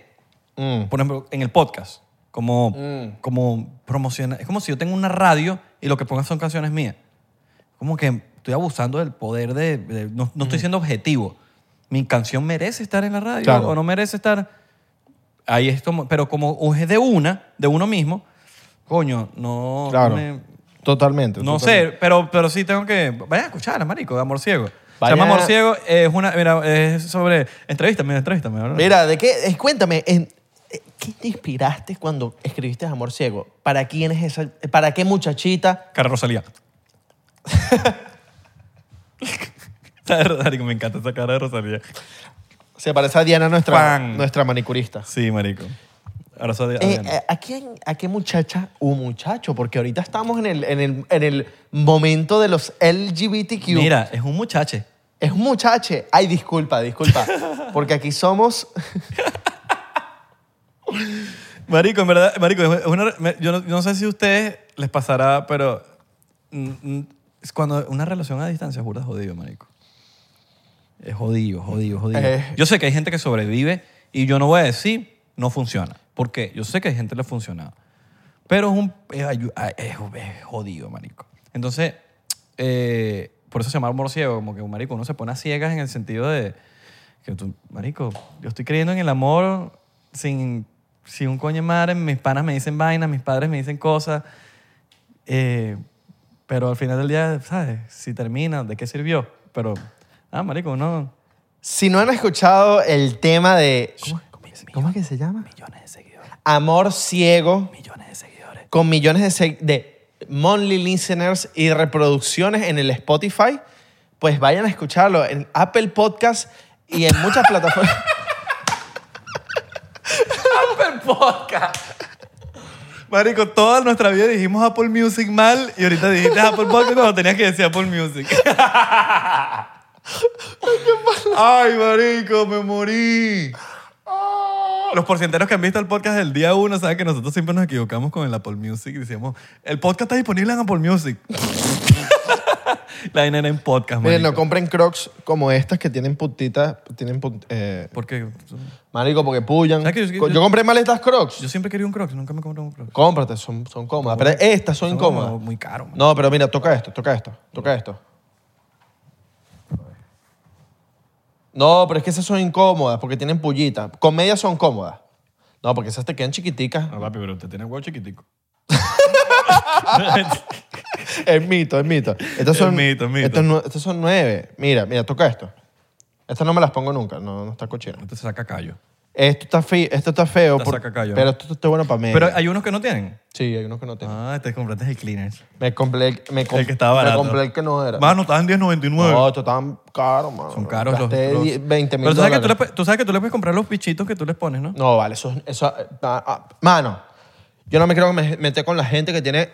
[SPEAKER 2] Mm.
[SPEAKER 1] por ejemplo, en el podcast, como,
[SPEAKER 2] Mm.
[SPEAKER 1] como promocionar. Es como si yo tengo una radio y lo que pongan son canciones mías. Como que estoy abusando del poder de... de- no, no estoy
[SPEAKER 2] Mm.
[SPEAKER 1] siendo objetivo. Mi canción merece estar en la radio
[SPEAKER 2] Claro.
[SPEAKER 1] o no merece estar... Ahí es como... Pero como es de una, de uno mismo, coño, no...
[SPEAKER 2] Claro.
[SPEAKER 1] me-
[SPEAKER 2] Totalmente.
[SPEAKER 1] No
[SPEAKER 2] totalmente.
[SPEAKER 1] sé, pero, pero sí tengo que. Vayan a escucharla, marico, de Amor Ciego.
[SPEAKER 2] Vayan
[SPEAKER 1] Se llama Amor
[SPEAKER 2] a-
[SPEAKER 1] Ciego, es una. Mira, es sobre. Entrevístame, entrevístame. ¿verdad?
[SPEAKER 2] Mira, ¿de qué? eh, Cuéntame, en- eh, ¿qué te inspiraste cuando escribiste Amor Ciego? ¿Para quién es esa? ¿Para qué muchachita?
[SPEAKER 1] Cara
[SPEAKER 2] [LAUGHS]
[SPEAKER 1] Rosalía. Esa de- marico, me encanta esa cara de Rosalía.
[SPEAKER 2] Se parece a Diana, nuestra,
[SPEAKER 1] Pan.
[SPEAKER 2] nuestra manicurista.
[SPEAKER 1] Sí, marico. Ahora soy
[SPEAKER 2] Eh,
[SPEAKER 1] Adriana.
[SPEAKER 2] eh, ¿a, quién, ¿A qué muchacha o muchacho? Porque ahorita estamos en el, en el, en el momento de los LGBTQ.
[SPEAKER 1] Mira, es un muchache.
[SPEAKER 2] Es un muchache. Ay, disculpa, disculpa. Porque aquí somos...
[SPEAKER 1] Marico, en verdad, marico, es una- me- yo, no, yo no sé si a ustedes les pasará, pero mm, mm, es cuando una relación a distancia juro, es jodido, marico. Es jodido, jodido, jodido.
[SPEAKER 2] Eh.
[SPEAKER 1] Yo sé que hay gente que sobrevive y yo no voy a decir no funciona, porque yo sé que hay gente que le ha funcionado, pero es un es, ayu- ah, es- es jodido, marico. Entonces, eh, por eso se llama amor ciego, como que marico, uno se pone a ciegas en el sentido de que tú, marico, yo estoy creyendo en el amor sin, sin un coño de madre. Mis panas me dicen vainas, mis padres me dicen cosas. eh, pero al final del día, ¿sabes? Si termina, ¿de qué sirvió? Pero, ah, marico, no.
[SPEAKER 2] Si no han escuchado el tema de... ¿Cómo, cómo es que se llama?
[SPEAKER 1] Millones de seguidores,
[SPEAKER 2] Amor ciego
[SPEAKER 1] millones de seguidores.
[SPEAKER 2] con millones de, se- de monthly listeners y reproducciones en el Spotify, pues vayan a escucharlo en Apple Podcast y en muchas plataformas.
[SPEAKER 1] Marico, toda nuestra vida dijimos Apple Music mal y ahorita dijiste Apple Podcast cuando tenías que decir Apple Music. [LAUGHS] Ay, marico, me morí. Los porcienteros que han visto el podcast del día uno saben que nosotros siempre nos equivocamos con el Apple Music. Decíamos, el podcast está disponible en Apple Music. [LAUGHS] La vaina era en podcast,
[SPEAKER 2] Miren, no
[SPEAKER 1] marico.
[SPEAKER 2] compren crocs como estas que tienen puntitas, tienen punt- eh,
[SPEAKER 1] Porque
[SPEAKER 2] marico, porque puyan.
[SPEAKER 1] ¿Sabes que yo-
[SPEAKER 2] yo,
[SPEAKER 1] yo-
[SPEAKER 2] compré mal estas crocs.
[SPEAKER 1] yo siempre quería un Crocs, nunca me compré un Crocs.
[SPEAKER 2] Cómprate, son, son cómodas. Pero estas son incómodas.
[SPEAKER 1] Muy caro, man.
[SPEAKER 2] No, pero mira, toca esto, toca esto, toca esto. No, pero es que esas son incómodas porque tienen pullitas. Con medias son cómodas. No, porque esas te quedan chiquiticas.
[SPEAKER 1] No, papi, pero usted tiene huevo chiquitico.
[SPEAKER 2] Es mito, es mito. Estas
[SPEAKER 1] Es
[SPEAKER 2] son,
[SPEAKER 1] mito, es mito.
[SPEAKER 2] Estas, nue- estas son nueve. Mira, mira, toca esto. Estas no me las pongo nunca, no, no está cochina.
[SPEAKER 1] Entonces saca callo.
[SPEAKER 2] Esto está, fe- esto está feo,
[SPEAKER 1] Está sacacayo.
[SPEAKER 2] pero esto está bueno para mí.
[SPEAKER 1] Pero eh, hay unos que no tienen.
[SPEAKER 2] sí, hay unos que no tengo.
[SPEAKER 1] Ah, te compraste el cleaners.
[SPEAKER 2] Me compré el, me com-
[SPEAKER 1] El que estaba barato.
[SPEAKER 2] Me compré el que no era.
[SPEAKER 1] Mano, estaban 10.99.
[SPEAKER 2] no, estos estaban caros, mano.
[SPEAKER 1] Son caros los,
[SPEAKER 2] Gasté
[SPEAKER 1] los-
[SPEAKER 2] 10, 20 mil
[SPEAKER 1] Pero tú sabes, que tú, le,
[SPEAKER 2] dólares.
[SPEAKER 1] pu- tú sabes que tú le puedes comprar los bichitos que tú les pones, ¿no?
[SPEAKER 2] No, vale, eso, eso ah, ah, mano, yo no me creo que me meter con la gente que tiene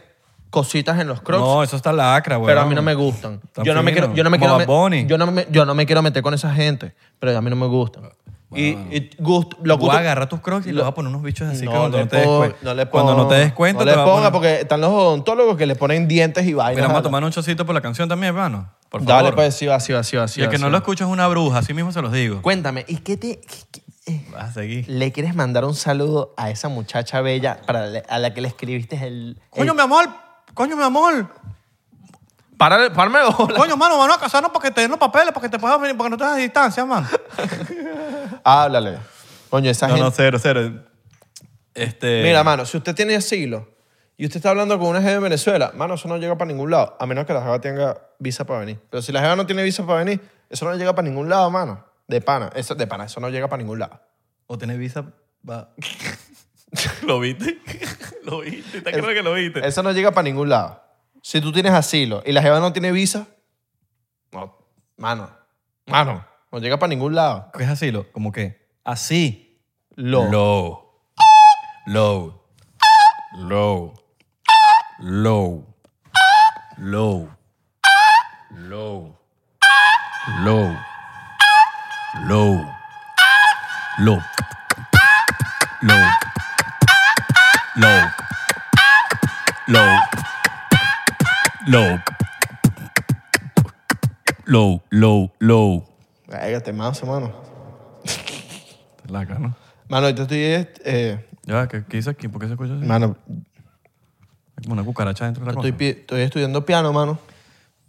[SPEAKER 2] cositas en los crocs.
[SPEAKER 1] No, eso está lacra, güey.
[SPEAKER 2] Pero a mí no me gustan.
[SPEAKER 1] Tan
[SPEAKER 2] Yo no me
[SPEAKER 1] fino.
[SPEAKER 2] quiero, yo no me
[SPEAKER 1] Como
[SPEAKER 2] quiero,
[SPEAKER 1] Bad Bunny.
[SPEAKER 2] me- yo no me, yo no me quiero meter con esa gente, pero a mí no me gustan. Y, y gust- lo
[SPEAKER 1] Voy
[SPEAKER 2] gusto-
[SPEAKER 1] a agarrar tus crocs y los voy a poner unos bichos así que cuando
[SPEAKER 2] le
[SPEAKER 1] no te des
[SPEAKER 2] pon-
[SPEAKER 1] cuenta.
[SPEAKER 2] no le
[SPEAKER 1] cuando no te des
[SPEAKER 2] pon-
[SPEAKER 1] cuenta,
[SPEAKER 2] No
[SPEAKER 1] te
[SPEAKER 2] le
[SPEAKER 1] va a
[SPEAKER 2] ponga
[SPEAKER 1] poner-
[SPEAKER 2] porque están los odontólogos que le ponen dientes y vainas.
[SPEAKER 1] Mira, vamos a
[SPEAKER 2] la-
[SPEAKER 1] tomar un chocito por la canción también, hermano. Por favor.
[SPEAKER 2] Dale, pues sí, va, sí, va, sí, va. sí
[SPEAKER 1] y el
[SPEAKER 2] va,
[SPEAKER 1] que
[SPEAKER 2] sí
[SPEAKER 1] no
[SPEAKER 2] va.
[SPEAKER 1] lo escucha es una bruja, así mismo se los digo.
[SPEAKER 2] Cuéntame, ¿y qué te... qué- qué- eh,
[SPEAKER 1] Vas a seguir.
[SPEAKER 2] ¿Le quieres mandar un saludo a esa muchacha bella para la- a la que le escribiste el...
[SPEAKER 1] Coño, mi amor. Coño, mi amor.
[SPEAKER 2] para, parme bola.
[SPEAKER 1] Coño, mano, vamos a casarnos para que te den los papeles, para que te puedas venir, para que no te hagas distancia, mano.
[SPEAKER 2] Háblale. Coño, esa
[SPEAKER 1] No,
[SPEAKER 2] gente...
[SPEAKER 1] no, cero, cero. Este.
[SPEAKER 2] Mira, mano, si usted tiene asilo y usted está hablando con una jefa de Venezuela, mano, eso no llega para ningún lado, a menos que la jefa tenga visa para venir. Pero si la jefa no tiene visa para venir, eso no llega para ningún lado, mano. De pana, eso, de pana, eso no llega para ningún lado.
[SPEAKER 1] O tenés visa. Va. ¿Lo viste? ¿Lo viste? ¿Te acuerdas que lo viste?
[SPEAKER 2] Eso no llega para ningún lado. Si tú tienes asilo y la jefa no tiene visa, no, mano, mano, no llega para ningún lado.
[SPEAKER 1] ¿Qué es asilo? ¿Cómo qué? Así.
[SPEAKER 2] Lo.
[SPEAKER 1] Low. Low. Low. Low. Low. Low. Low. Low. Low. Low. Low. Low. Low. Low. Low. Low.
[SPEAKER 2] Cállate, más, mano.
[SPEAKER 1] Laca, ¿no?
[SPEAKER 2] Mano, yo estoy... eh,
[SPEAKER 1] Ya, ¿qué, qué dice aquí? ¿Por qué se escucha así?
[SPEAKER 2] mano,
[SPEAKER 1] Hay como una cucaracha dentro de la
[SPEAKER 2] estoy,
[SPEAKER 1] cosa.
[SPEAKER 2] pi- estoy estudiando piano, mano.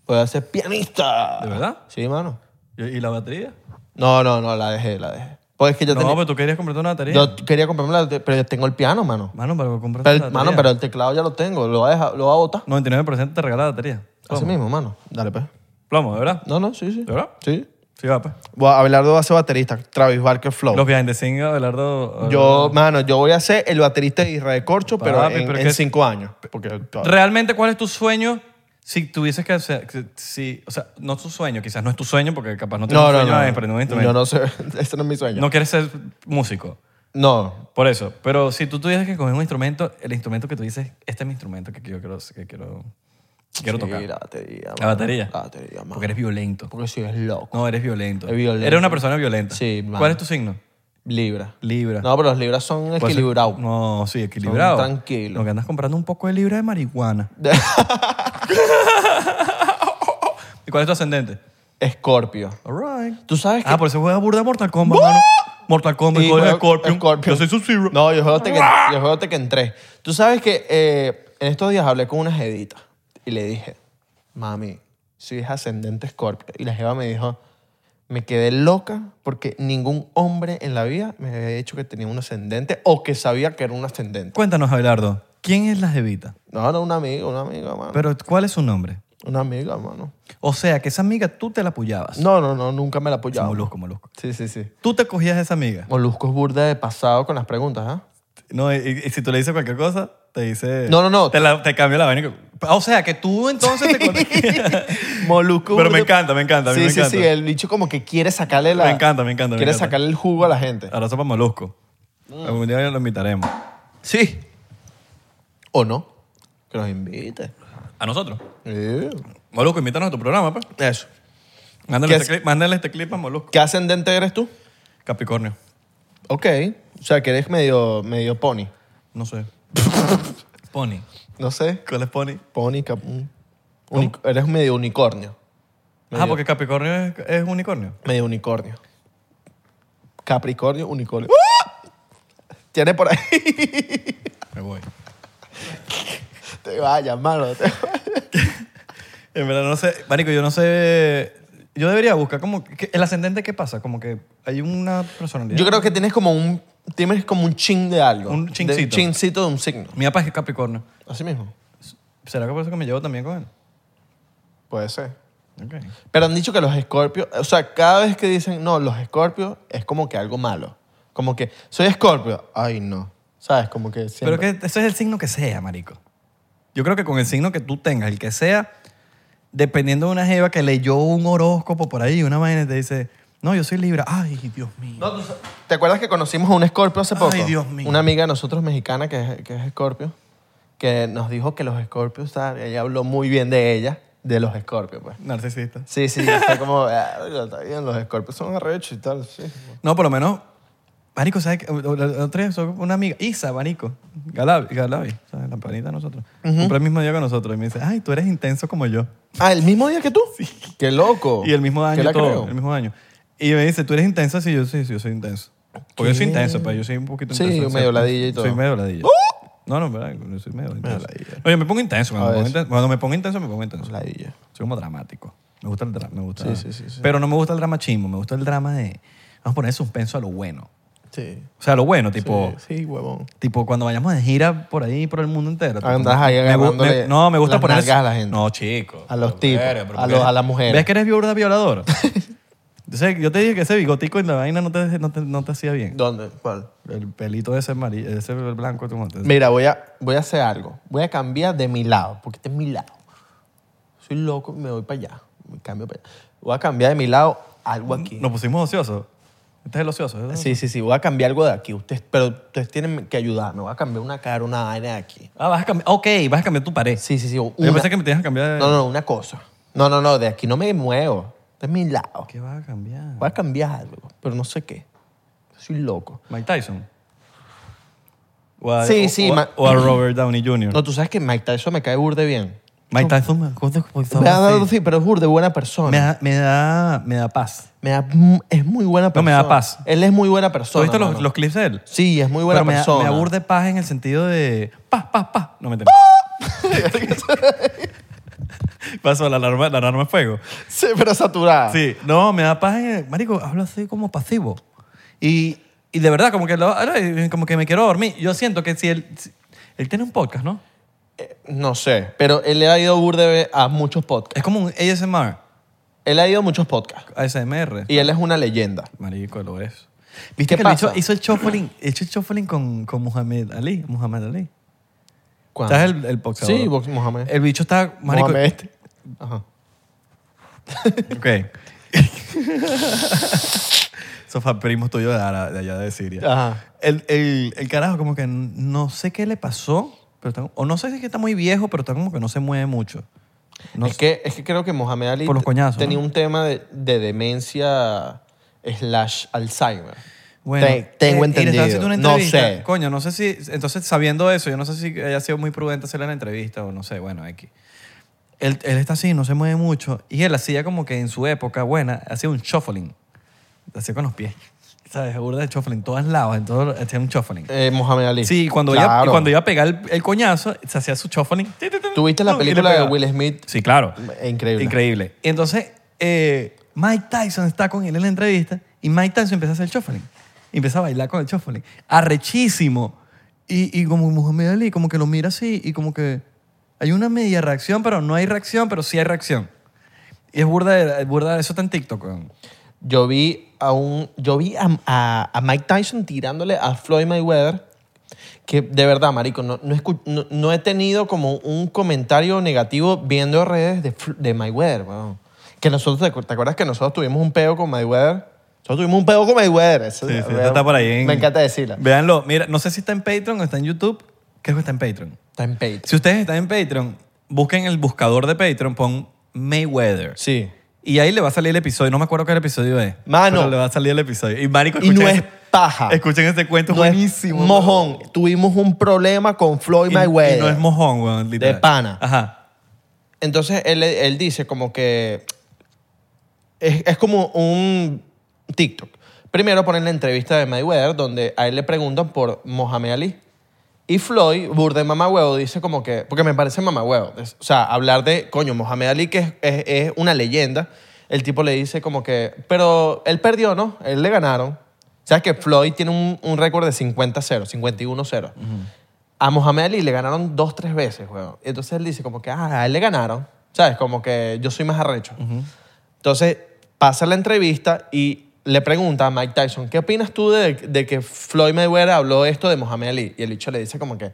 [SPEAKER 2] Voy a ser pianista.
[SPEAKER 1] ¿De verdad?
[SPEAKER 2] Sí, mano.
[SPEAKER 1] ¿Y, y la batería?
[SPEAKER 2] No, no, no, la dejé, la dejé. Pues es que yo,
[SPEAKER 1] no, pues,
[SPEAKER 2] tenía-
[SPEAKER 1] pero tú querías comprarte una batería.
[SPEAKER 2] yo quería comprarme la pero yo tengo el piano, mano.
[SPEAKER 1] Mano, pero compraste
[SPEAKER 2] Pero,
[SPEAKER 1] la
[SPEAKER 2] el-
[SPEAKER 1] batería.
[SPEAKER 2] mano, pero el teclado ya lo tengo, lo voy a, dejar- lo voy a botar.
[SPEAKER 1] 99% te regala la batería.
[SPEAKER 2] Así mismo, mano. Dale, pues.
[SPEAKER 1] Plomo, ¿de verdad?
[SPEAKER 2] No, no, sí, sí.
[SPEAKER 1] ¿De verdad?
[SPEAKER 2] Sí.
[SPEAKER 1] Sí, va, pues.
[SPEAKER 2] Voy a- Abelardo va a ser baterista, Travis Barker Flow.
[SPEAKER 1] Los behind the scenes, Abelardo.
[SPEAKER 2] Oh.
[SPEAKER 1] uh,
[SPEAKER 2] Yo, mano, yo voy a ser el baterista de Israel Corcho, pero
[SPEAKER 1] Papi,
[SPEAKER 2] en,
[SPEAKER 1] pero
[SPEAKER 2] en
[SPEAKER 1] que-
[SPEAKER 2] cinco años. Porque,
[SPEAKER 1] ¿Realmente cuál es tu sueño si tuvieses que hacer. que- Si, o sea, no es tu sueño, quizás no es tu sueño, porque capaz no tienes
[SPEAKER 2] no,
[SPEAKER 1] un
[SPEAKER 2] no,
[SPEAKER 1] sueño
[SPEAKER 2] no.
[SPEAKER 1] de aprender un instrumento.
[SPEAKER 2] Yo no sé, [LAUGHS] ese no es mi sueño.
[SPEAKER 1] No quieres ser músico.
[SPEAKER 2] No.
[SPEAKER 1] Por eso. Pero si tú tuvieses que coger un instrumento, el instrumento que tú dices, este es mi instrumento que yo quiero, que quiero, quiero
[SPEAKER 2] Sí,
[SPEAKER 1] tocar.
[SPEAKER 2] la batería.
[SPEAKER 1] La
[SPEAKER 2] mano.
[SPEAKER 1] batería.
[SPEAKER 2] La batería, mano.
[SPEAKER 1] Porque eres violento.
[SPEAKER 2] Porque sí, es loco.
[SPEAKER 1] No, eres violento.
[SPEAKER 2] Es violento.
[SPEAKER 1] Eres una persona violenta.
[SPEAKER 2] Sí, mano.
[SPEAKER 1] ¿Cuál es tu signo?
[SPEAKER 2] Libra.
[SPEAKER 1] Libra.
[SPEAKER 2] No, pero los libras son
[SPEAKER 1] Puede ser-
[SPEAKER 2] equilibrados.
[SPEAKER 1] Pues No, sí, equilibrado.
[SPEAKER 2] Son tranquilos.
[SPEAKER 1] Lo que andas comprando un poco de libra de
[SPEAKER 2] [LAUGHS]
[SPEAKER 1] marihuana. ¿Y cuál es tu ascendente?
[SPEAKER 2] Escorpio.
[SPEAKER 1] All right.
[SPEAKER 2] Tú sabes que.
[SPEAKER 1] Ah, por eso juega burda Mortal Kombat, mano. Mortal Kombat,
[SPEAKER 2] Sí,
[SPEAKER 1] yo soy
[SPEAKER 2] juego-
[SPEAKER 1] Scorpion.
[SPEAKER 2] Scorpion.
[SPEAKER 1] Yo soy ¡Ah! Sub-Zero.
[SPEAKER 2] No, yo juego Tekken, yo juego Tekken 3. Tú sabes que eh, en estos días hablé con una jedita y le dije, mami, soy es ascendente Scorpio. Y la jeva me dijo, me quedé loca porque ningún hombre en la vida me había dicho que tenía un ascendente o que sabía que era un ascendente.
[SPEAKER 1] Cuéntanos, Abelardo, ¿quién es la jevita?
[SPEAKER 2] No, no, una amiga, una amiga, mano.
[SPEAKER 1] Pero, ¿cuál es su nombre?
[SPEAKER 2] Una amiga, mano.
[SPEAKER 1] O sea, que esa amiga tú te la apoyabas.
[SPEAKER 2] No, no, no, nunca me la apoyaba.
[SPEAKER 1] Molusco, molusco.
[SPEAKER 2] Sí, sí, sí.
[SPEAKER 1] Tú te cogías a esa amiga.
[SPEAKER 2] Molusco es burda de pasado con las preguntas, ¿ah?
[SPEAKER 1] No, y, y- y si tú le dices cualquier cosa, te dice...
[SPEAKER 2] No, no, no.
[SPEAKER 1] Te, la- te cambia la vaina. O sea, que tú entonces te...
[SPEAKER 2] [LAUGHS]
[SPEAKER 1] con-
[SPEAKER 2] Molusco.
[SPEAKER 1] Pero me
[SPEAKER 2] burda-
[SPEAKER 1] encanta, me encanta, a mí
[SPEAKER 2] Sí,
[SPEAKER 1] me
[SPEAKER 2] sí,
[SPEAKER 1] encanta.
[SPEAKER 2] sí. El bicho como que quiere sacarle la.
[SPEAKER 1] Me encanta, me encanta, me
[SPEAKER 2] Quiere
[SPEAKER 1] encanta.
[SPEAKER 2] sacarle el jugo a la gente.
[SPEAKER 1] Abrazo para Molusco.
[SPEAKER 2] Mm.
[SPEAKER 1] Algún día lo invitaremos.
[SPEAKER 2] Sí. O no. Que nos invite.
[SPEAKER 1] ¿A nosotros?
[SPEAKER 2] Sí.
[SPEAKER 1] Molusco, invítanos a tu programa, pues.
[SPEAKER 2] Eso.
[SPEAKER 1] Mándale,
[SPEAKER 2] ¿Qué
[SPEAKER 1] este clip, mándale este clip a Molusco.
[SPEAKER 2] ¿Qué ascendente eres tú?
[SPEAKER 1] Capricornio.
[SPEAKER 2] Ok. O sea, que eres medio, medio pony.
[SPEAKER 1] No
[SPEAKER 2] [LAUGHS]
[SPEAKER 1] sé. Pony.
[SPEAKER 2] No sé.
[SPEAKER 1] ¿Cuál es Pony?
[SPEAKER 2] Pony, cap- un- uni- Eres medio unicornio.
[SPEAKER 1] Ah, porque Capricornio es, es unicornio.
[SPEAKER 2] Medio unicornio. Capricornio, unicornio. ¡Ah! Tiene por ahí.
[SPEAKER 1] [LAUGHS] Me voy.
[SPEAKER 2] te vayas, mano. te vayas.
[SPEAKER 1] En verdad no sé. Marico, yo no sé... Yo debería buscar como... que- ¿El ascendente qué pasa? Como que hay una personalidad.
[SPEAKER 2] Yo creo que tienes como un. Tienes como un chin de algo.
[SPEAKER 1] Un chincito.
[SPEAKER 2] De, un chincito de un signo.
[SPEAKER 1] Mi papá es Capricornio.
[SPEAKER 2] Así mismo.
[SPEAKER 1] ¿Será que por eso que me llevo también con él?
[SPEAKER 2] Puede ser.
[SPEAKER 1] Ok.
[SPEAKER 2] Pero han dicho que los escorpios, o sea, cada vez que dicen no, los escorpios es como que algo malo. Como que soy escorpio, ay no. ¿Sabes? Como que siempre.
[SPEAKER 1] Pero que ese es el signo que sea, marico. Yo creo que con el signo que tú tengas, el que sea, dependiendo de una jeva que leyó un horóscopo por ahí, una vaina te dice, no, yo soy Libra. Ay, Dios mío.
[SPEAKER 2] No, tú sa- ¿Te acuerdas que conocimos a un escorpio hace
[SPEAKER 1] Ay,
[SPEAKER 2] poco?
[SPEAKER 1] Dios mío.
[SPEAKER 2] Una amiga de nosotros mexicana que es, que es escorpio, que nos dijo que los escorpios, ¿sabes? ella habló muy bien de ella. de los escorpios, pues.
[SPEAKER 3] Narcisista.
[SPEAKER 2] Sí, sí, está como, [LAUGHS] "Ah, está bien, los escorpios son arrechos y tal, sí.
[SPEAKER 1] No, por lo menos. Marico, ¿sabes? qué? La- la Otra vez, una amiga, Isa, Marico, Galavi, Galavi, o sea, la panita de nosotros. Compré el mismo día que nosotros y me dice, ay, tú eres intenso como yo.
[SPEAKER 2] Ah, ¿el mismo día que tú? Sí. ¡Qué loco!
[SPEAKER 1] Y el mismo
[SPEAKER 2] ¿Qué
[SPEAKER 1] año
[SPEAKER 2] la
[SPEAKER 1] todo,
[SPEAKER 2] creo?
[SPEAKER 1] el mismo año. Y me dice, tú eres intenso, sí, yo sí, sí, yo soy intenso. Porque yo soy
[SPEAKER 2] ¿Qué?
[SPEAKER 1] intenso, pero yo soy un poquito
[SPEAKER 2] Sí,
[SPEAKER 1] intenso.
[SPEAKER 2] yo
[SPEAKER 1] o
[SPEAKER 2] medio
[SPEAKER 1] sea,
[SPEAKER 2] ladilla y todo. ¡Oh!
[SPEAKER 1] Soy medio ladilla.
[SPEAKER 2] ¡Uh!
[SPEAKER 1] No, no, verdad, yo soy medio intenso.
[SPEAKER 2] ladilla.
[SPEAKER 1] Oye, me pongo intenso. Cuando
[SPEAKER 2] A
[SPEAKER 1] me pongo
[SPEAKER 2] veces.
[SPEAKER 1] intenso, cuando me pongo intenso, me pongo intenso.
[SPEAKER 2] Ladilla.
[SPEAKER 1] Soy como dramático. Me gusta el drama, me gusta.
[SPEAKER 2] Sí, sí, sí, sí.
[SPEAKER 1] Ah. Pero no me gusta el drama chismo, me gusta el drama de, vamos a poner suspenso a lo
[SPEAKER 2] [LAUGHS]
[SPEAKER 1] bueno.
[SPEAKER 2] Sí.
[SPEAKER 1] O sea, lo bueno, tipo,
[SPEAKER 2] Sí, huevón.
[SPEAKER 1] tipo cuando vayamos de gira por ahí, por el mundo entero. tipo,
[SPEAKER 2] Andas ahí
[SPEAKER 1] me gu-
[SPEAKER 2] agarrándole
[SPEAKER 1] me- No, me gusta
[SPEAKER 2] las
[SPEAKER 1] poner...
[SPEAKER 2] nalgas a la gente.
[SPEAKER 1] No, chico.
[SPEAKER 2] A los
[SPEAKER 1] Pero,
[SPEAKER 2] tipos,
[SPEAKER 1] verga, pero
[SPEAKER 2] a
[SPEAKER 1] ¿por
[SPEAKER 2] los-
[SPEAKER 1] qué?
[SPEAKER 2] a las mujeres.
[SPEAKER 1] ¿Ves que eres viuda
[SPEAKER 2] [LAUGHS]
[SPEAKER 1] violador? Entonces, yo te dije que ese bigotico en la vaina no te, no te, no te hacía bien.
[SPEAKER 2] ¿Dónde? ¿Cuál?
[SPEAKER 1] El pelito de ese, mari- ese blanco. como te-
[SPEAKER 2] Mira, voy a, voy a hacer algo. Voy a cambiar de mi lado, porque este es mi lado. Soy loco, me voy para allá. Me cambio para allá. Voy a cambiar de mi lado algo aquí.
[SPEAKER 1] Nos pusimos ociosos. Este es el ocioso, ¿verdad?
[SPEAKER 2] Sí, sí, sí, voy a cambiar algo de aquí. Ustedes, pero ustedes tienen que ayudarme. Voy a cambiar una cara, una vaina de aquí.
[SPEAKER 1] Ah, vas a cambiar... Ok, vas a cambiar tu pared.
[SPEAKER 2] Sí, sí, sí.
[SPEAKER 1] Yo
[SPEAKER 2] una-
[SPEAKER 1] pensé que me tenías que cambiar... de-
[SPEAKER 2] No, no, una cosa. No, no, no, de aquí no me muevo. Este es mi lado.
[SPEAKER 1] ¿Qué vas a cambiar?
[SPEAKER 2] Voy a cambiar algo, pero no sé qué. Soy loco.
[SPEAKER 1] Mike Tyson. O a,
[SPEAKER 2] Sí,
[SPEAKER 1] o-
[SPEAKER 2] sí,
[SPEAKER 1] o,
[SPEAKER 2] Ma-
[SPEAKER 1] o a Robert Downey Jr.
[SPEAKER 2] No, tú sabes que Mike Tyson me cae burde bien.
[SPEAKER 1] Mike Tyson me acuerdo que estaba
[SPEAKER 2] Me ha dado,
[SPEAKER 1] así.
[SPEAKER 2] sí, pero es burde buena persona.
[SPEAKER 1] me da, me da, me da paz.
[SPEAKER 2] Me da- mm, es muy buena
[SPEAKER 1] No,
[SPEAKER 2] persona.
[SPEAKER 1] me da paz.
[SPEAKER 2] Él es muy buena
[SPEAKER 1] ¿Tú
[SPEAKER 2] persona.
[SPEAKER 1] has visto los,
[SPEAKER 2] mano.
[SPEAKER 1] los clips de él?
[SPEAKER 2] Sí, es muy buena
[SPEAKER 1] Pero me, da-
[SPEAKER 2] persona.
[SPEAKER 1] me aburde paz en el sentido de paz, paz, paz. No me [LAUGHS] entiendo. Pasó la alarma, la alarma de fuego.
[SPEAKER 2] [LAUGHS] Sí, pero saturada.
[SPEAKER 1] Sí, no, me da paz en el- Marico, hablo así como pasivo. Y, y de verdad, como que, lo- como que me quiero dormir. Yo siento que si él... si- él tiene un podcast, ¿no?
[SPEAKER 2] Eh, no sé, pero él le ha ido burde a muchos podcasts.
[SPEAKER 1] Es como un ASMR,
[SPEAKER 2] Él ha ido a muchos podcasts.
[SPEAKER 1] ASMR.
[SPEAKER 2] Y él es una leyenda.
[SPEAKER 1] Marico, lo es. ¿Viste
[SPEAKER 2] ¿Qué
[SPEAKER 1] que el
[SPEAKER 2] pasa?
[SPEAKER 1] bicho hizo el shuffling, hizo el shuffling con, con Muhammad Ali? Muhammad Ali.
[SPEAKER 2] ¿Cuándo?
[SPEAKER 1] ¿Sabes el, el boxeador?
[SPEAKER 2] Sí, box- Mohamed.
[SPEAKER 1] ¿Eh? El bicho está... Marico, [LAUGHS]
[SPEAKER 2] Mohamed este. Ajá.
[SPEAKER 1] Ok. Sofá, primo tuyo de, ara- de allá de Siria.
[SPEAKER 2] Ajá.
[SPEAKER 1] El, el- el carajo como que n- no sé qué le pasó, pero está- o no sé si es que está muy viejo, pero está como que no se mueve mucho. No
[SPEAKER 2] es,
[SPEAKER 1] sé.
[SPEAKER 2] que, es que creo que Mohamed Ali
[SPEAKER 1] Por los coñazos,
[SPEAKER 2] tenía
[SPEAKER 1] ¿no?
[SPEAKER 2] un tema de, de demencia slash Alzheimer.
[SPEAKER 1] Bueno,
[SPEAKER 2] Te- tengo
[SPEAKER 1] eh, y le estaba
[SPEAKER 2] entendido.
[SPEAKER 1] haciendo una
[SPEAKER 2] no
[SPEAKER 1] entrevista.
[SPEAKER 2] sé.
[SPEAKER 1] Coño, no sé si... Entonces, sabiendo eso, yo no sé si haya sido muy prudente hacerle la entrevista o no sé, bueno, X. Él, él está así, no se mueve mucho. Y él hacía como que en su época buena, hacía un shuffling. Hacía con los pies. [LAUGHS] ¿Sabes? Burda de shuffling. En todos lados, en todo, hacía un shuffling.
[SPEAKER 2] Eh, Mohamed Ali.
[SPEAKER 1] Sí, cuando,
[SPEAKER 2] claro.
[SPEAKER 1] iba, cuando iba a pegar el, el coñazo, se hacía su shuffling.
[SPEAKER 2] ¿Tuviste la
[SPEAKER 1] No, y le
[SPEAKER 2] película de
[SPEAKER 1] pegaba.
[SPEAKER 2] Will Smith?
[SPEAKER 1] Sí, claro.
[SPEAKER 2] Increíble.
[SPEAKER 1] Increíble. Y entonces, eh, Mike Tyson está con él en la entrevista y Mike Tyson empieza a hacer el shuffling. Y empieza a bailar con el shuffling. Arrechísimo. Y, y como Muhammad Ali, como que lo mira así y como que hay una media reacción, pero no hay reacción, pero sí hay reacción. Y es burda, de- es burda de- eso está en TikTok. weón.
[SPEAKER 2] Yo vi a un, yo vi a, a- a Mike Tyson tirándole a Floyd Mayweather, que de verdad, marico, no, no, escu- no- no he tenido como un comentario negativo viendo redes de, Fl- de Mayweather, weón. Que nosotros, ¿te acu- ¿te acuerdas que nosotros tuvimos un peo con Mayweather? Nosotros tuvimos un peo con Mayweather. eso-
[SPEAKER 1] Sí, sí,
[SPEAKER 2] weón,
[SPEAKER 1] está por ahí. en-
[SPEAKER 2] Me encanta decirla.
[SPEAKER 1] Véanlo. Mira, no sé si está en Patreon o está en YouTube. Creo que está en Patreon.
[SPEAKER 2] Está en Patreon.
[SPEAKER 1] Si ustedes están en Patreon, busquen el buscador de Patreon, pon Mayweather.
[SPEAKER 2] Sí.
[SPEAKER 1] Y ahí le va a salir el episodio. No me acuerdo qué episodio es.
[SPEAKER 2] Mano.
[SPEAKER 1] Pero le va a salir el episodio. Y marico,
[SPEAKER 2] Y no
[SPEAKER 1] escuchen
[SPEAKER 2] es
[SPEAKER 1] ese-
[SPEAKER 2] paja.
[SPEAKER 1] Escuchen este cuento.
[SPEAKER 2] No es
[SPEAKER 1] buenísimo.
[SPEAKER 2] Mojón. Tuvimos un problema con Floyd
[SPEAKER 1] Y,
[SPEAKER 2] Mayweather.
[SPEAKER 1] y no es mojón, weón. literal.
[SPEAKER 2] De pana.
[SPEAKER 1] Ajá.
[SPEAKER 2] Entonces él, él dice como que es, es como un TikTok. Primero ponen la entrevista de Mayweather donde a él le preguntan por Mohamed Ali. Y Floyd, burde mamahuevo, dice como que... Porque me parece mamahuevo. Es- O sea, hablar de, coño, Mohamed Ali, que es, es- es una leyenda. El tipo le dice como que... Pero él perdió, ¿no? Él le ganaron. ¿Sabes que Floyd tiene un, un récord de 50-0, 51-0? A Mohamed Ali le ganaron dos, tres veces, weón. Entonces él dice como que, ah, a él le ganaron. ¿Sabes? Como que yo soy más arrecho. Entonces pasa la entrevista y le pregunta a Mike Tyson, ¿qué opinas tú de, de que Floyd Mayweather habló esto de Mohamed Ali? Y el bicho le dice como que,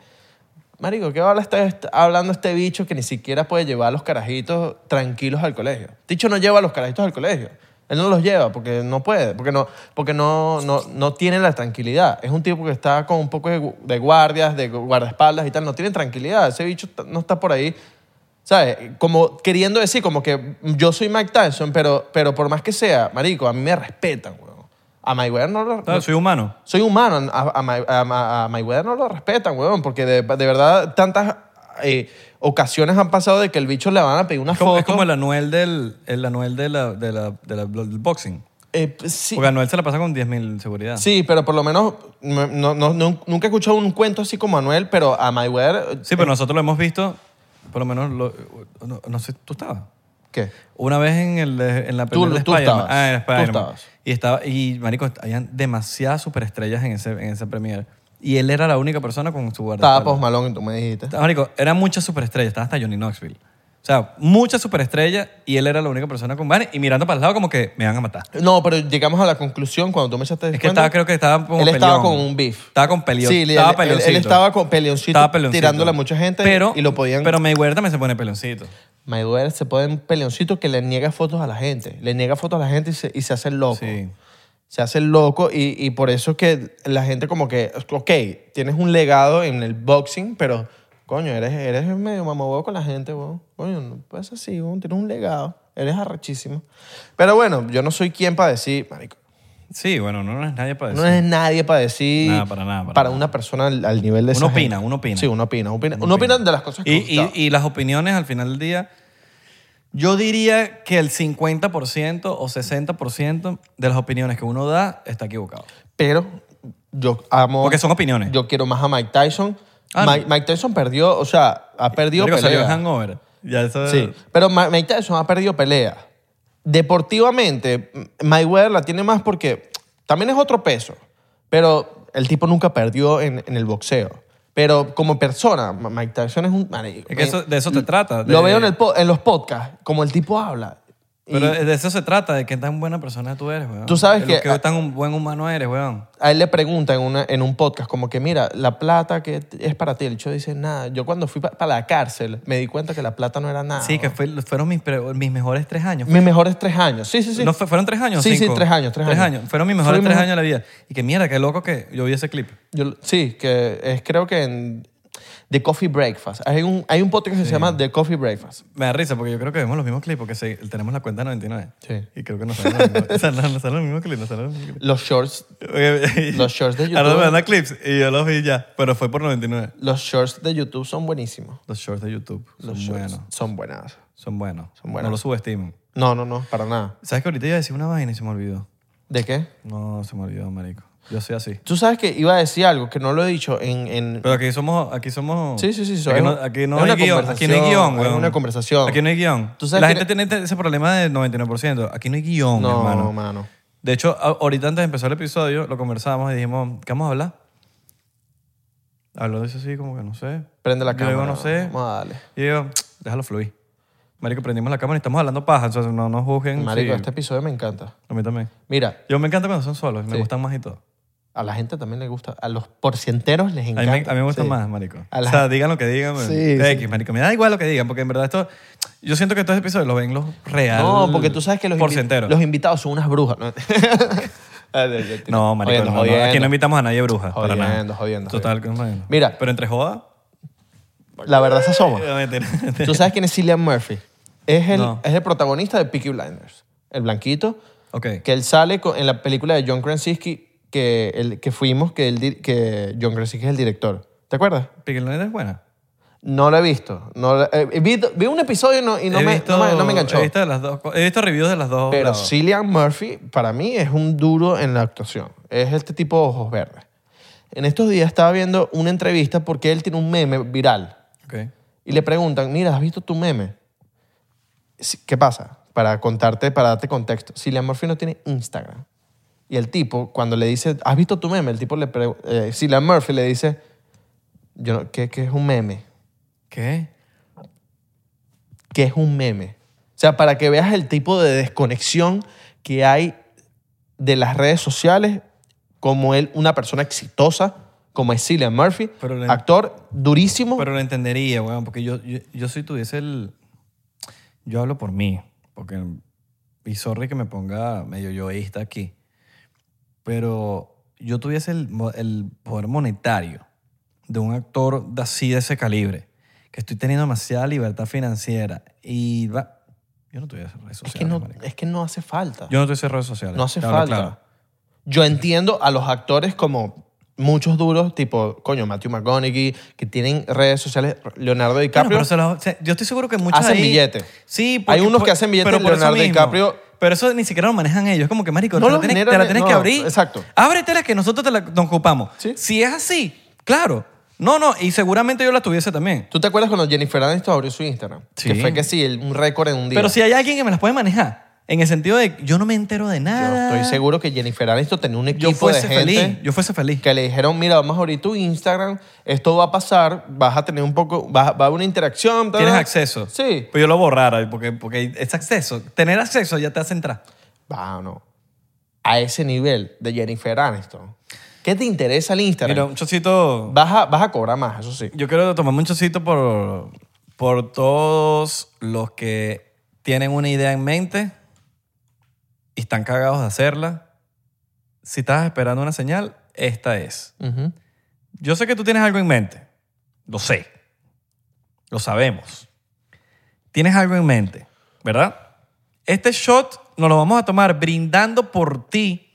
[SPEAKER 2] marico, ¿qué habla está está hablando este bicho que ni siquiera puede llevar a los carajitos tranquilos al colegio? Este bicho no lleva a los carajitos al colegio. Él no los lleva porque no puede, porque no, porque no, no, no tiene la tranquilidad. Es un tipo que está con un poco de, gu- de guardias, de guardaespaldas y tal. No tiene tranquilidad. Ese bicho t- no está por ahí ¿Sabes? Como queriendo decir, como que yo soy Mike Tyson, pero, pero por más que sea, marico, a mí me respetan, weón. A Mayweather no lo...
[SPEAKER 1] ¿Sabes? Soy humano.
[SPEAKER 2] soy humano, a, a, My- a Ma- a Mayweather no lo respetan, weón, porque de, de verdad tantas eh, ocasiones han pasado de que el bicho le van a pedir una
[SPEAKER 1] Es como,
[SPEAKER 2] foto.
[SPEAKER 1] es como el Anuel del, el Anuel de la, de la- de la- del boxing.
[SPEAKER 2] Eh, sí,
[SPEAKER 1] Porque Anuel se la pasa con 10.000 seguridad.
[SPEAKER 2] sí, pero por lo menos no- no- no- no- nunca he escuchado un cuento así como Manuel, pero a Mayweather... eh,
[SPEAKER 1] Sí, pero nosotros lo hemos visto, por lo menos, lo- no, no sé, tú estabas.
[SPEAKER 2] ¿Qué?
[SPEAKER 1] Una vez en, el, de- en la película
[SPEAKER 2] Tú-
[SPEAKER 1] de
[SPEAKER 2] tú
[SPEAKER 1] Spider-Man.
[SPEAKER 2] estabas.
[SPEAKER 1] Ah, en
[SPEAKER 2] Tú
[SPEAKER 1] Spider-Man.
[SPEAKER 2] estabas.
[SPEAKER 1] Y, estaba, y, marico, habían demasiadas superestrellas en, ese, en esa premiere. Y él era la única persona con su
[SPEAKER 2] Estaba
[SPEAKER 1] guardaespaldas.
[SPEAKER 2] Post Malone y tú me dijiste.
[SPEAKER 1] Marico, eran muchas superestrellas. Estaba hasta Johnny Knoxville. O sea, muchas superestrellas y él era la única persona con vaina y mirando para el lado como que me van a matar.
[SPEAKER 2] No, pero llegamos a la conclusión cuando tú me echaste
[SPEAKER 1] Es que
[SPEAKER 2] cuenta,
[SPEAKER 1] estaba, creo que estaba con
[SPEAKER 2] Él estaba
[SPEAKER 1] peleón.
[SPEAKER 2] con un beef.
[SPEAKER 1] Estaba con peleón.
[SPEAKER 2] Sí, él-
[SPEAKER 1] estaba
[SPEAKER 2] él- él, él,
[SPEAKER 1] peleoncito.
[SPEAKER 2] estaba con peleoncito,
[SPEAKER 1] Estaba peleoncito.
[SPEAKER 2] tirándole a mucha gente
[SPEAKER 1] pero,
[SPEAKER 2] y lo podían...
[SPEAKER 1] Pero Mayweather también se pone peleoncito.
[SPEAKER 2] Mayweather se pone un peleoncito que le niega fotos a la gente. Le niega fotos a la gente y se, y se hace el loco.
[SPEAKER 1] Sí.
[SPEAKER 2] Se hace el loco y, y por eso es que la gente como que, ok, tienes un legado en el boxing, pero coño, eres, eres medio mamahuevo con la gente, weón. Coño, no puedes así, weón. Tienes un legado. Eres arrechísimo. Pero bueno, yo no soy quien para decir, marico,
[SPEAKER 1] Sí, bueno, no, no es nadie para
[SPEAKER 2] no
[SPEAKER 1] decir.
[SPEAKER 2] es nadie para decir.
[SPEAKER 1] Nada, para nada, para nada.
[SPEAKER 2] una persona al, al nivel de esa
[SPEAKER 1] Uno opina,
[SPEAKER 2] gente.
[SPEAKER 1] uno opina.
[SPEAKER 2] Sí, uno opina. opina- uno opina de las cosas que
[SPEAKER 1] y,
[SPEAKER 2] gusta.
[SPEAKER 1] y, y las opiniones al final del día, yo diría que el 50% o 60% de las opiniones que uno da está equivocado.
[SPEAKER 2] Pero yo amo.
[SPEAKER 1] Porque son opiniones.
[SPEAKER 2] Yo quiero más a Mike Tyson.
[SPEAKER 1] Ah,
[SPEAKER 2] Mike, Mike Tyson perdió, o sea, ha perdido
[SPEAKER 1] Marico, salió en
[SPEAKER 2] pelea.
[SPEAKER 1] Hangover. Ya eso
[SPEAKER 2] Sí, pero Ma- Mike Tyson ha perdido pelea. Deportivamente, M- Mayweather la tiene más porque también es otro peso, pero el tipo nunca perdió en, en el boxeo. Pero como persona, Ma- Mike Tyson es un marico.
[SPEAKER 1] Es que eso- de eso te trata.
[SPEAKER 2] Mm, Lo
[SPEAKER 1] de-
[SPEAKER 2] veo en, el po- en los podcasts, como el tipo habla. Y
[SPEAKER 1] Pero de eso se trata, de qué tan buena persona tú eres, weón.
[SPEAKER 2] Tú
[SPEAKER 1] De
[SPEAKER 2] sabes que-
[SPEAKER 1] Lo que tan un buen humano eres, weón.
[SPEAKER 2] a él le preguntan en, una- en un podcast como que, mira, la plata que es para ti. El chico dice, nada, yo cuando fui para la cárcel me di cuenta que la plata no era nada.
[SPEAKER 1] Sí, que fue- fueron mis, pre- mis mejores tres años.
[SPEAKER 2] Mis mejores tres años. Sí, sí, sí.
[SPEAKER 1] No, fue- ¿Fueron tres años? o
[SPEAKER 2] Sí, sí,
[SPEAKER 1] cinco?
[SPEAKER 2] tres años, tres años.
[SPEAKER 1] Fueron mis mejores
[SPEAKER 2] Fueron
[SPEAKER 1] tres
[SPEAKER 2] mis-
[SPEAKER 1] años de la vida. Y que mierda, qué loco que yo vi ese clip.
[SPEAKER 2] Yo- sí, que es creo que en The Coffee Breakfast. Hay un, hay un podcast que se llama The Coffee Breakfast.
[SPEAKER 1] Me da risa porque yo creo que vemos los mismos clips porque se- tenemos la cuenta 99.
[SPEAKER 2] Sí.
[SPEAKER 1] Y creo que nos salen los mismos, [LAUGHS] salen- nos salen los mismos clips. nos salen los mismos clips.
[SPEAKER 2] Los shorts,
[SPEAKER 1] Oye,
[SPEAKER 2] Los shorts de
[SPEAKER 1] [LAUGHS] Ahora
[SPEAKER 2] YouTube.
[SPEAKER 1] me mandan clips y yo los vi ya, pero fue por 99.
[SPEAKER 2] los shorts de YouTube son buenísimos.
[SPEAKER 1] Los shorts de YouTube son
[SPEAKER 2] Los shorts
[SPEAKER 1] buenos.
[SPEAKER 2] son buenas.
[SPEAKER 1] Son buenos.
[SPEAKER 2] Son buenos.
[SPEAKER 1] No los subestimen.
[SPEAKER 2] No, no, no, para nada.
[SPEAKER 1] ¿Sabes que ahorita iba a decir una vaina y se me olvidó?
[SPEAKER 2] ¿De qué?
[SPEAKER 1] No, se me olvidó, marico. Yo soy así.
[SPEAKER 2] Tú sabes que iba a decir algo que no lo he dicho en... en-
[SPEAKER 1] Pero aquí somos... Aquí somos
[SPEAKER 2] Sí, sí, sí,
[SPEAKER 1] Aquí
[SPEAKER 2] soy-
[SPEAKER 1] no, aquí no
[SPEAKER 2] es
[SPEAKER 1] hay
[SPEAKER 2] una
[SPEAKER 1] guión. Aquí no hay
[SPEAKER 2] conversación,
[SPEAKER 1] guión,
[SPEAKER 2] es
[SPEAKER 1] weón.
[SPEAKER 2] una conversación.
[SPEAKER 1] Aquí no hay guión.
[SPEAKER 2] Tú sabes
[SPEAKER 1] La
[SPEAKER 2] que-
[SPEAKER 1] gente tiene ese problema del 99%. Aquí no hay guión,
[SPEAKER 2] no,
[SPEAKER 1] hermano.
[SPEAKER 2] mano.
[SPEAKER 1] De hecho, a- ahorita antes de empezar el episodio, lo conversábamos y dijimos, ¿qué vamos a hablar? Habló de eso así, como que no sé.
[SPEAKER 2] Prende la
[SPEAKER 1] Yo
[SPEAKER 2] cámara.
[SPEAKER 1] digo, no sé.
[SPEAKER 2] Vamos a darle.
[SPEAKER 1] Y yo, déjalo fluir. Marico, prendimos la cámara y estamos hablando paja, entonces no nos juzguen.
[SPEAKER 2] Marico,
[SPEAKER 1] sí.
[SPEAKER 2] este episodio me encanta.
[SPEAKER 1] A mí también.
[SPEAKER 2] Mira,
[SPEAKER 1] Yo me encanta cuando son solos, me
[SPEAKER 2] Sí.
[SPEAKER 1] gustan más y todo.
[SPEAKER 2] a la gente también le gusta. A los porcienteros les
[SPEAKER 1] A mí,
[SPEAKER 2] encanta.
[SPEAKER 1] me- a mí me gustan
[SPEAKER 2] Sí.
[SPEAKER 1] más, marico.
[SPEAKER 2] A la-
[SPEAKER 1] O sea, digan lo que digan.
[SPEAKER 2] Sí,
[SPEAKER 1] X, marico. Me da igual lo que digan, porque en verdad esto... Yo siento que estos episodios los ven los real
[SPEAKER 2] No, porque tú sabes que los, invi-
[SPEAKER 1] porcenteros.
[SPEAKER 2] los invitados son unas brujas.
[SPEAKER 1] [LAUGHS]
[SPEAKER 2] No, Ah,
[SPEAKER 1] No, marico, no,
[SPEAKER 2] Jodiendo,
[SPEAKER 1] no.
[SPEAKER 2] jodiendo.
[SPEAKER 1] Aquí no invitamos a nadie bruja, para nada.
[SPEAKER 2] Jodiendo, jodiendo,
[SPEAKER 1] Total, compañero.
[SPEAKER 2] Mira.
[SPEAKER 1] Pero entre jodas...
[SPEAKER 2] La verdad
[SPEAKER 1] [LAUGHS]
[SPEAKER 2] se asoma.
[SPEAKER 1] eh, [LAUGHS] mentira, mentira.
[SPEAKER 2] ¿Tú sabes quién es Cillian Murphy? Es el,
[SPEAKER 1] No.
[SPEAKER 2] es el protagonista de Peaky Blinders. El blanquito.
[SPEAKER 1] Ok.
[SPEAKER 2] Que él sale con- en la película de John Krasinski que, el, que fuimos, que, él di- que John Krasinski es el director. ¿Te acuerdas?
[SPEAKER 1] Peaky Blinders es buena.
[SPEAKER 2] No lo he visto. No la- eh, vi, vi un episodio y no, y no
[SPEAKER 1] He
[SPEAKER 2] me,
[SPEAKER 1] visto-
[SPEAKER 2] no me- no me enganchó.
[SPEAKER 1] He visto, de las dos, co- he visto reviews de las dos.
[SPEAKER 2] Pero
[SPEAKER 1] lados.
[SPEAKER 2] Cillian Murphy, para mí, es un duro en la actuación. Es este tipo de ojos verdes. En estos días estaba viendo una entrevista porque él tiene un meme viral.
[SPEAKER 1] Ok.
[SPEAKER 2] Y le preguntan, mira, ¿has visto tu meme? Sí, ¿Qué pasa? Para contarte, para darte contexto. Cillian Murphy no tiene Instagram. Y el tipo, cuando le dice, ¿has visto tu meme? El tipo le pre- eh, Cillian Murphy le dice, yo no- ¿qué, ¿qué es un meme?
[SPEAKER 1] ¿Qué?
[SPEAKER 2] que es un meme. O sea, para que veas el tipo de desconexión que hay de las redes sociales, como él, una persona exitosa, como es Cillian Murphy,
[SPEAKER 1] Pero le-
[SPEAKER 2] actor durísimo.
[SPEAKER 1] Pero lo entendería, weón, porque yo, yo, yo si tuviese el... Yo hablo por mí, porque... Y sorry que me ponga medio yoísta aquí, pero yo tuviese el, mo- el poder monetario de un actor de así de ese calibre, que estoy teniendo demasiada libertad financiera y va... Yo no tuviese redes
[SPEAKER 2] Es
[SPEAKER 1] sociales,
[SPEAKER 2] que, no,
[SPEAKER 1] marico.
[SPEAKER 2] es que no hace falta.
[SPEAKER 1] Yo no tuviese redes sociales.
[SPEAKER 2] No hace
[SPEAKER 1] te hablo
[SPEAKER 2] falta.
[SPEAKER 1] claro.
[SPEAKER 2] Yo entiendo a los actores como muchos duros, tipo, coño, Matthew McConaughey, que tienen redes sociales, Leonardo
[SPEAKER 1] Bueno,
[SPEAKER 2] DiCaprio.
[SPEAKER 1] pero se los- se- yo estoy seguro que muchos
[SPEAKER 2] Hacen
[SPEAKER 1] ahí-
[SPEAKER 2] billete.
[SPEAKER 1] Sí,
[SPEAKER 2] Hay unos
[SPEAKER 1] por-
[SPEAKER 2] que hacen billete,
[SPEAKER 1] pero por eso
[SPEAKER 2] Leonardo
[SPEAKER 1] mismo.
[SPEAKER 2] DiCaprio-
[SPEAKER 1] Pero eso ni siquiera lo manejan ellos. Es como que, marico,
[SPEAKER 2] No
[SPEAKER 1] te, la
[SPEAKER 2] lo
[SPEAKER 1] tienes,
[SPEAKER 2] generan,
[SPEAKER 1] te la tienes
[SPEAKER 2] no,
[SPEAKER 1] que abrir.
[SPEAKER 2] exacto.
[SPEAKER 1] Ábretela que nosotros te la nos ocupamos.
[SPEAKER 2] Sí.
[SPEAKER 1] Si es así, claro. No, no, y seguramente yo la tuviese también.
[SPEAKER 2] ¿Tú te acuerdas cuando Jennifer Aniston abrió su Instagram?
[SPEAKER 1] Sí.
[SPEAKER 2] Que fue que sí, el- un récord en un día.
[SPEAKER 1] Pero si hay alguien que me las puede manejar, en el sentido de yo no me entero de
[SPEAKER 2] Yo
[SPEAKER 1] nada.
[SPEAKER 2] estoy seguro que Jennifer Aniston tenía un equipo
[SPEAKER 1] Yo fuese
[SPEAKER 2] de gente
[SPEAKER 1] feliz. Yo fuese feliz.
[SPEAKER 2] que le dijeron, mira, vamos a abrir tu Instagram, esto va a pasar, vas a tener un poco, vas, a- va a haber una interacción. tal,
[SPEAKER 1] Tienes
[SPEAKER 2] tal".
[SPEAKER 1] acceso.
[SPEAKER 2] Sí.
[SPEAKER 1] Pero yo lo borrara porque, porque es acceso. Tener acceso ya te hace entrar.
[SPEAKER 2] Bueno, a ese nivel de Jennifer Aniston, ¿qué te interesa el Instagram?
[SPEAKER 1] Mira, un chocito.
[SPEAKER 2] vas, a, vas a cobrar más, eso sí.
[SPEAKER 1] Yo quiero tomarme un chocito por, por todos los que tienen una idea en mente y están cagados de hacerla. Si estás esperando una señal, esta es.
[SPEAKER 2] Ujú.
[SPEAKER 1] Yo sé que tú tienes algo en mente. Lo sé. Lo sabemos. Tienes algo en mente, ¿verdad? Este shot nos lo vamos a tomar brindando por ti,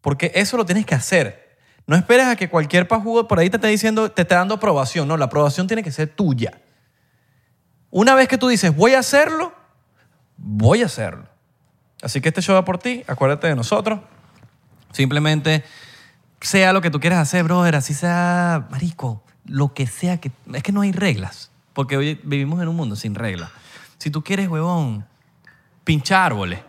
[SPEAKER 1] porque eso lo tienes que hacer. No esperes a que cualquier pajugo por ahí te esté diciendo, te esté dando aprobación. No, la aprobación tiene que ser tuya. Una vez que tú dices, voy a hacerlo, voy a hacerlo. Así que este show va por ti, acuérdate de nosotros. Simplemente sea lo que tú quieras hacer, brother, así sea, marico, lo que sea. que Es que no hay reglas, porque hoy vivimos en un mundo sin reglas. Si tú quieres, huevón, pinchar árboles,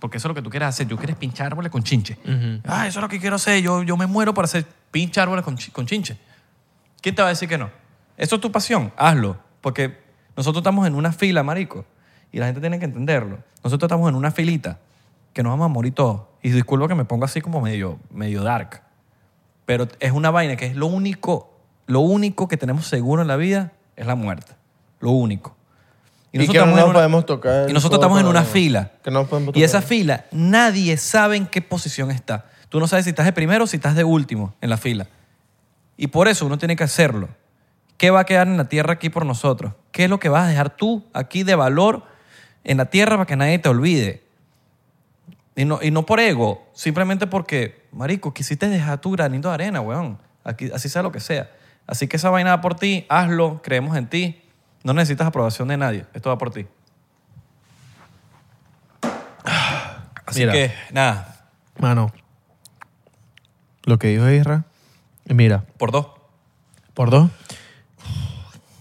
[SPEAKER 1] porque eso es lo que tú quieres hacer. Yo quieres pinchar árboles con chinche. Ah, eso es lo que quiero hacer. Yo, yo me muero para hacer pinchar árboles con, chi- con chinche. ¿Quién te va a decir que no? Eso es tu pasión, hazlo. Porque nosotros estamos en una fila, marico. Y la gente tiene que entenderlo. Nosotros estamos en una filita que nos vamos a morir todos. Y disculpa que me ponga así como medio, medio dark. Pero es una vaina que es lo único, lo único que tenemos seguro en la vida es la muerte. Lo único.
[SPEAKER 2] Y que no
[SPEAKER 1] estamos en
[SPEAKER 2] nos podemos tocar
[SPEAKER 1] Y nosotros
[SPEAKER 2] todo
[SPEAKER 1] estamos en
[SPEAKER 2] con
[SPEAKER 1] una
[SPEAKER 2] la-
[SPEAKER 1] fila.
[SPEAKER 2] que no nos podemos
[SPEAKER 1] y
[SPEAKER 2] tocar.
[SPEAKER 1] esa fila, nadie sabe en qué posición está. Tú no sabes si estás de primero o si estás de último en la fila. Y por eso uno tiene que hacerlo. ¿Qué va a quedar en la tierra aquí por nosotros? ¿Qué es lo que vas a dejar tú aquí de valor en la tierra para que nadie te olvide? Y no, y no por ego, simplemente porque, marico, quisiste dejar tu granito de arena, weón. Aquí, así sea lo que sea. Así que esa vaina va por ti, hazlo, creemos en ti. No necesitas aprobación de nadie, esto va por ti. Así
[SPEAKER 2] Mira.
[SPEAKER 1] que, nada,
[SPEAKER 2] Mano, lo que dijo Isra, mira,
[SPEAKER 1] por dos.
[SPEAKER 2] por dos.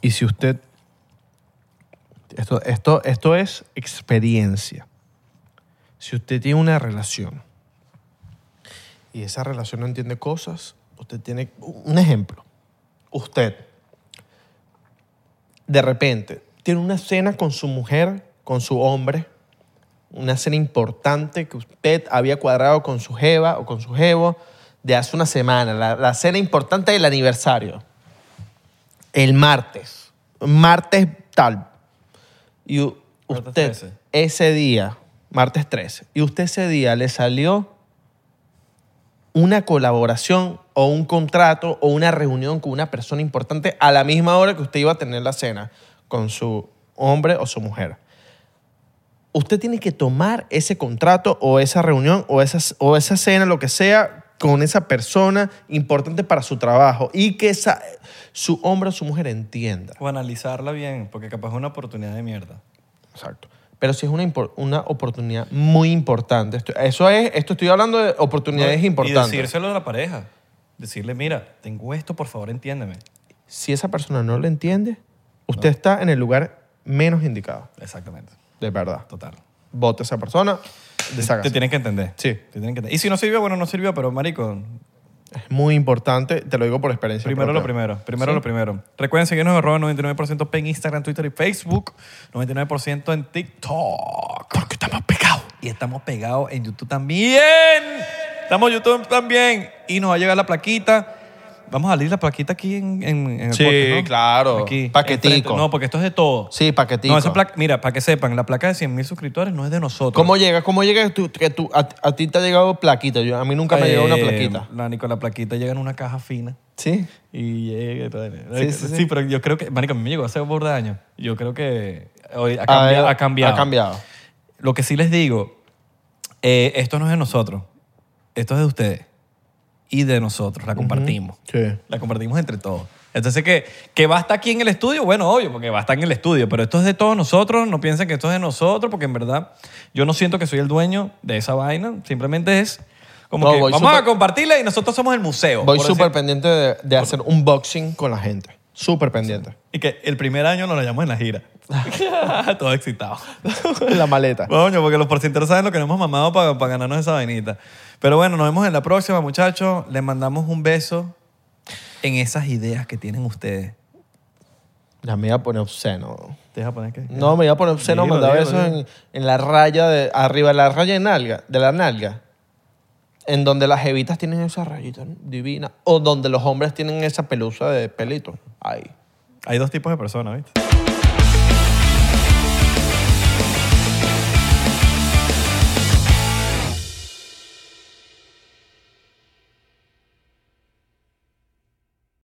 [SPEAKER 2] Y si usted... Esto, esto, esto es experiencia. Si usted tiene una relación y esa relación no entiende cosas, usted tiene... Un ejemplo. Usted, de repente, tiene una cena con su mujer, con su hombre, una cena importante que usted había cuadrado con su jeva o con su jevo de hace una semana, la, la cena importante del aniversario. El martes, martes tal. Y u-
[SPEAKER 1] Martes
[SPEAKER 2] usted
[SPEAKER 1] 13.
[SPEAKER 2] ese día, martes 13, y usted ese día le salió una colaboración o un contrato o una reunión con una persona importante a la misma hora que usted iba a tener la cena con su hombre o su mujer usted tiene que tomar ese contrato o esa reunión o esa, o esa cena, lo que sea, con esa persona importante para su trabajo y que esa, su hombre o su mujer entienda.
[SPEAKER 1] O analizarla bien, porque capaz es una oportunidad de mierda.
[SPEAKER 2] Exacto. Pero si es una, impor- una oportunidad muy importante. Esto, eso es, esto estoy hablando de oportunidades importantes.
[SPEAKER 1] Y decírselo a la pareja. Decirle, mira, tengo esto, por favor, entiéndeme.
[SPEAKER 2] Si esa persona no lo entiende, usted está en el lugar menos indicado.
[SPEAKER 1] Exactamente.
[SPEAKER 2] De verdad.
[SPEAKER 1] Total.
[SPEAKER 2] Vote a esa persona,
[SPEAKER 1] Te
[SPEAKER 2] deshágase.
[SPEAKER 1] tienen que entender.
[SPEAKER 2] Sí.
[SPEAKER 1] Te tienen que entender. Y si no sirvió, bueno, no sirvió, pero marico,
[SPEAKER 2] Es muy importante, te lo digo por experiencia.
[SPEAKER 1] primero lo
[SPEAKER 2] propia.
[SPEAKER 1] primero. Primero
[SPEAKER 2] Sí.
[SPEAKER 1] lo primero. Recuerden seguirnos en arroba 99% en Instagram, Twitter y Facebook. 99% en TikTok. Porque estamos pegados. Y estamos pegados en YouTube también. Estamos en YouTube también. Y nos va a llegar la plaquita. vamos a abrir la plaquita aquí en, en, en el
[SPEAKER 2] Sí,
[SPEAKER 1] podcast, ¿no?
[SPEAKER 2] claro.
[SPEAKER 1] Aquí,
[SPEAKER 2] Paquetico.
[SPEAKER 1] enfrente. No, porque esto es de todo.
[SPEAKER 2] Sí, paquetico.
[SPEAKER 1] No, esa placa, mira, para que sepan, la placa de 100.000 suscriptores no es de nosotros.
[SPEAKER 2] ¿Cómo llega? ¿Cómo llega que tú, que tú- a, a ti te ha llegado plaquita? Yo, a mí nunca me ha llegado una
[SPEAKER 1] Eh,
[SPEAKER 2] plaquita.
[SPEAKER 1] Marico, la plaquita llega en una caja fina.
[SPEAKER 2] ¿Sí?
[SPEAKER 1] Y llega y tal.
[SPEAKER 2] Sí,
[SPEAKER 1] Sí,
[SPEAKER 2] sí, sí.
[SPEAKER 1] pero yo creo que, marico, a mí me llegó hace un borda de años. Yo creo que hoy ha,
[SPEAKER 2] A
[SPEAKER 1] cambiado,
[SPEAKER 2] ver,
[SPEAKER 1] ha cambiado.
[SPEAKER 2] Ha cambiado.
[SPEAKER 1] Lo que sí les digo, eh, esto no es de nosotros, esto es de ustedes y de nosotros, la compartimos.
[SPEAKER 2] Sí.
[SPEAKER 1] La compartimos entre todos. Entonces, que, que va a estar aquí en el estudio, bueno, obvio, porque va a estar en el estudio, pero esto es de todos nosotros, no piensen que esto es de nosotros, porque en verdad yo no siento que soy el dueño de esa vaina, simplemente es como
[SPEAKER 2] No,
[SPEAKER 1] que
[SPEAKER 2] voy
[SPEAKER 1] vamos
[SPEAKER 2] súper-
[SPEAKER 1] a compartirla y nosotros somos el museo.
[SPEAKER 2] Voy
[SPEAKER 1] por
[SPEAKER 2] súper
[SPEAKER 1] decir.
[SPEAKER 2] pendiente de, de hacer un boxing con la gente.
[SPEAKER 1] [LAUGHS]
[SPEAKER 2] Súper pendiente.
[SPEAKER 1] Y que el primer año nos lo llamamos en la gira. [LAUGHS] Todo excitado.
[SPEAKER 2] la maleta.
[SPEAKER 1] Coño, porque los porcenteros saben lo que nos hemos mamado para, ganarnos esa vainita. Pero bueno, nos vemos en la próxima, muchachos. Les mandamos un beso en esas ideas que tienen ustedes.
[SPEAKER 2] Ya me iba a poner obsceno.
[SPEAKER 1] ¿Te deja poner qué?
[SPEAKER 2] No, me iba a poner obsceno,
[SPEAKER 1] Dilo,
[SPEAKER 2] mandaba
[SPEAKER 1] dilo,
[SPEAKER 2] eso
[SPEAKER 1] dilo.
[SPEAKER 2] en, en la raya de arriba, de la raya de nalga, de la nalga. En donde las jevitas tienen esa rayita divina. O donde los hombres tienen esa pelusa de pelito. Ahí.
[SPEAKER 1] Hay dos tipos de personas, ¿viste?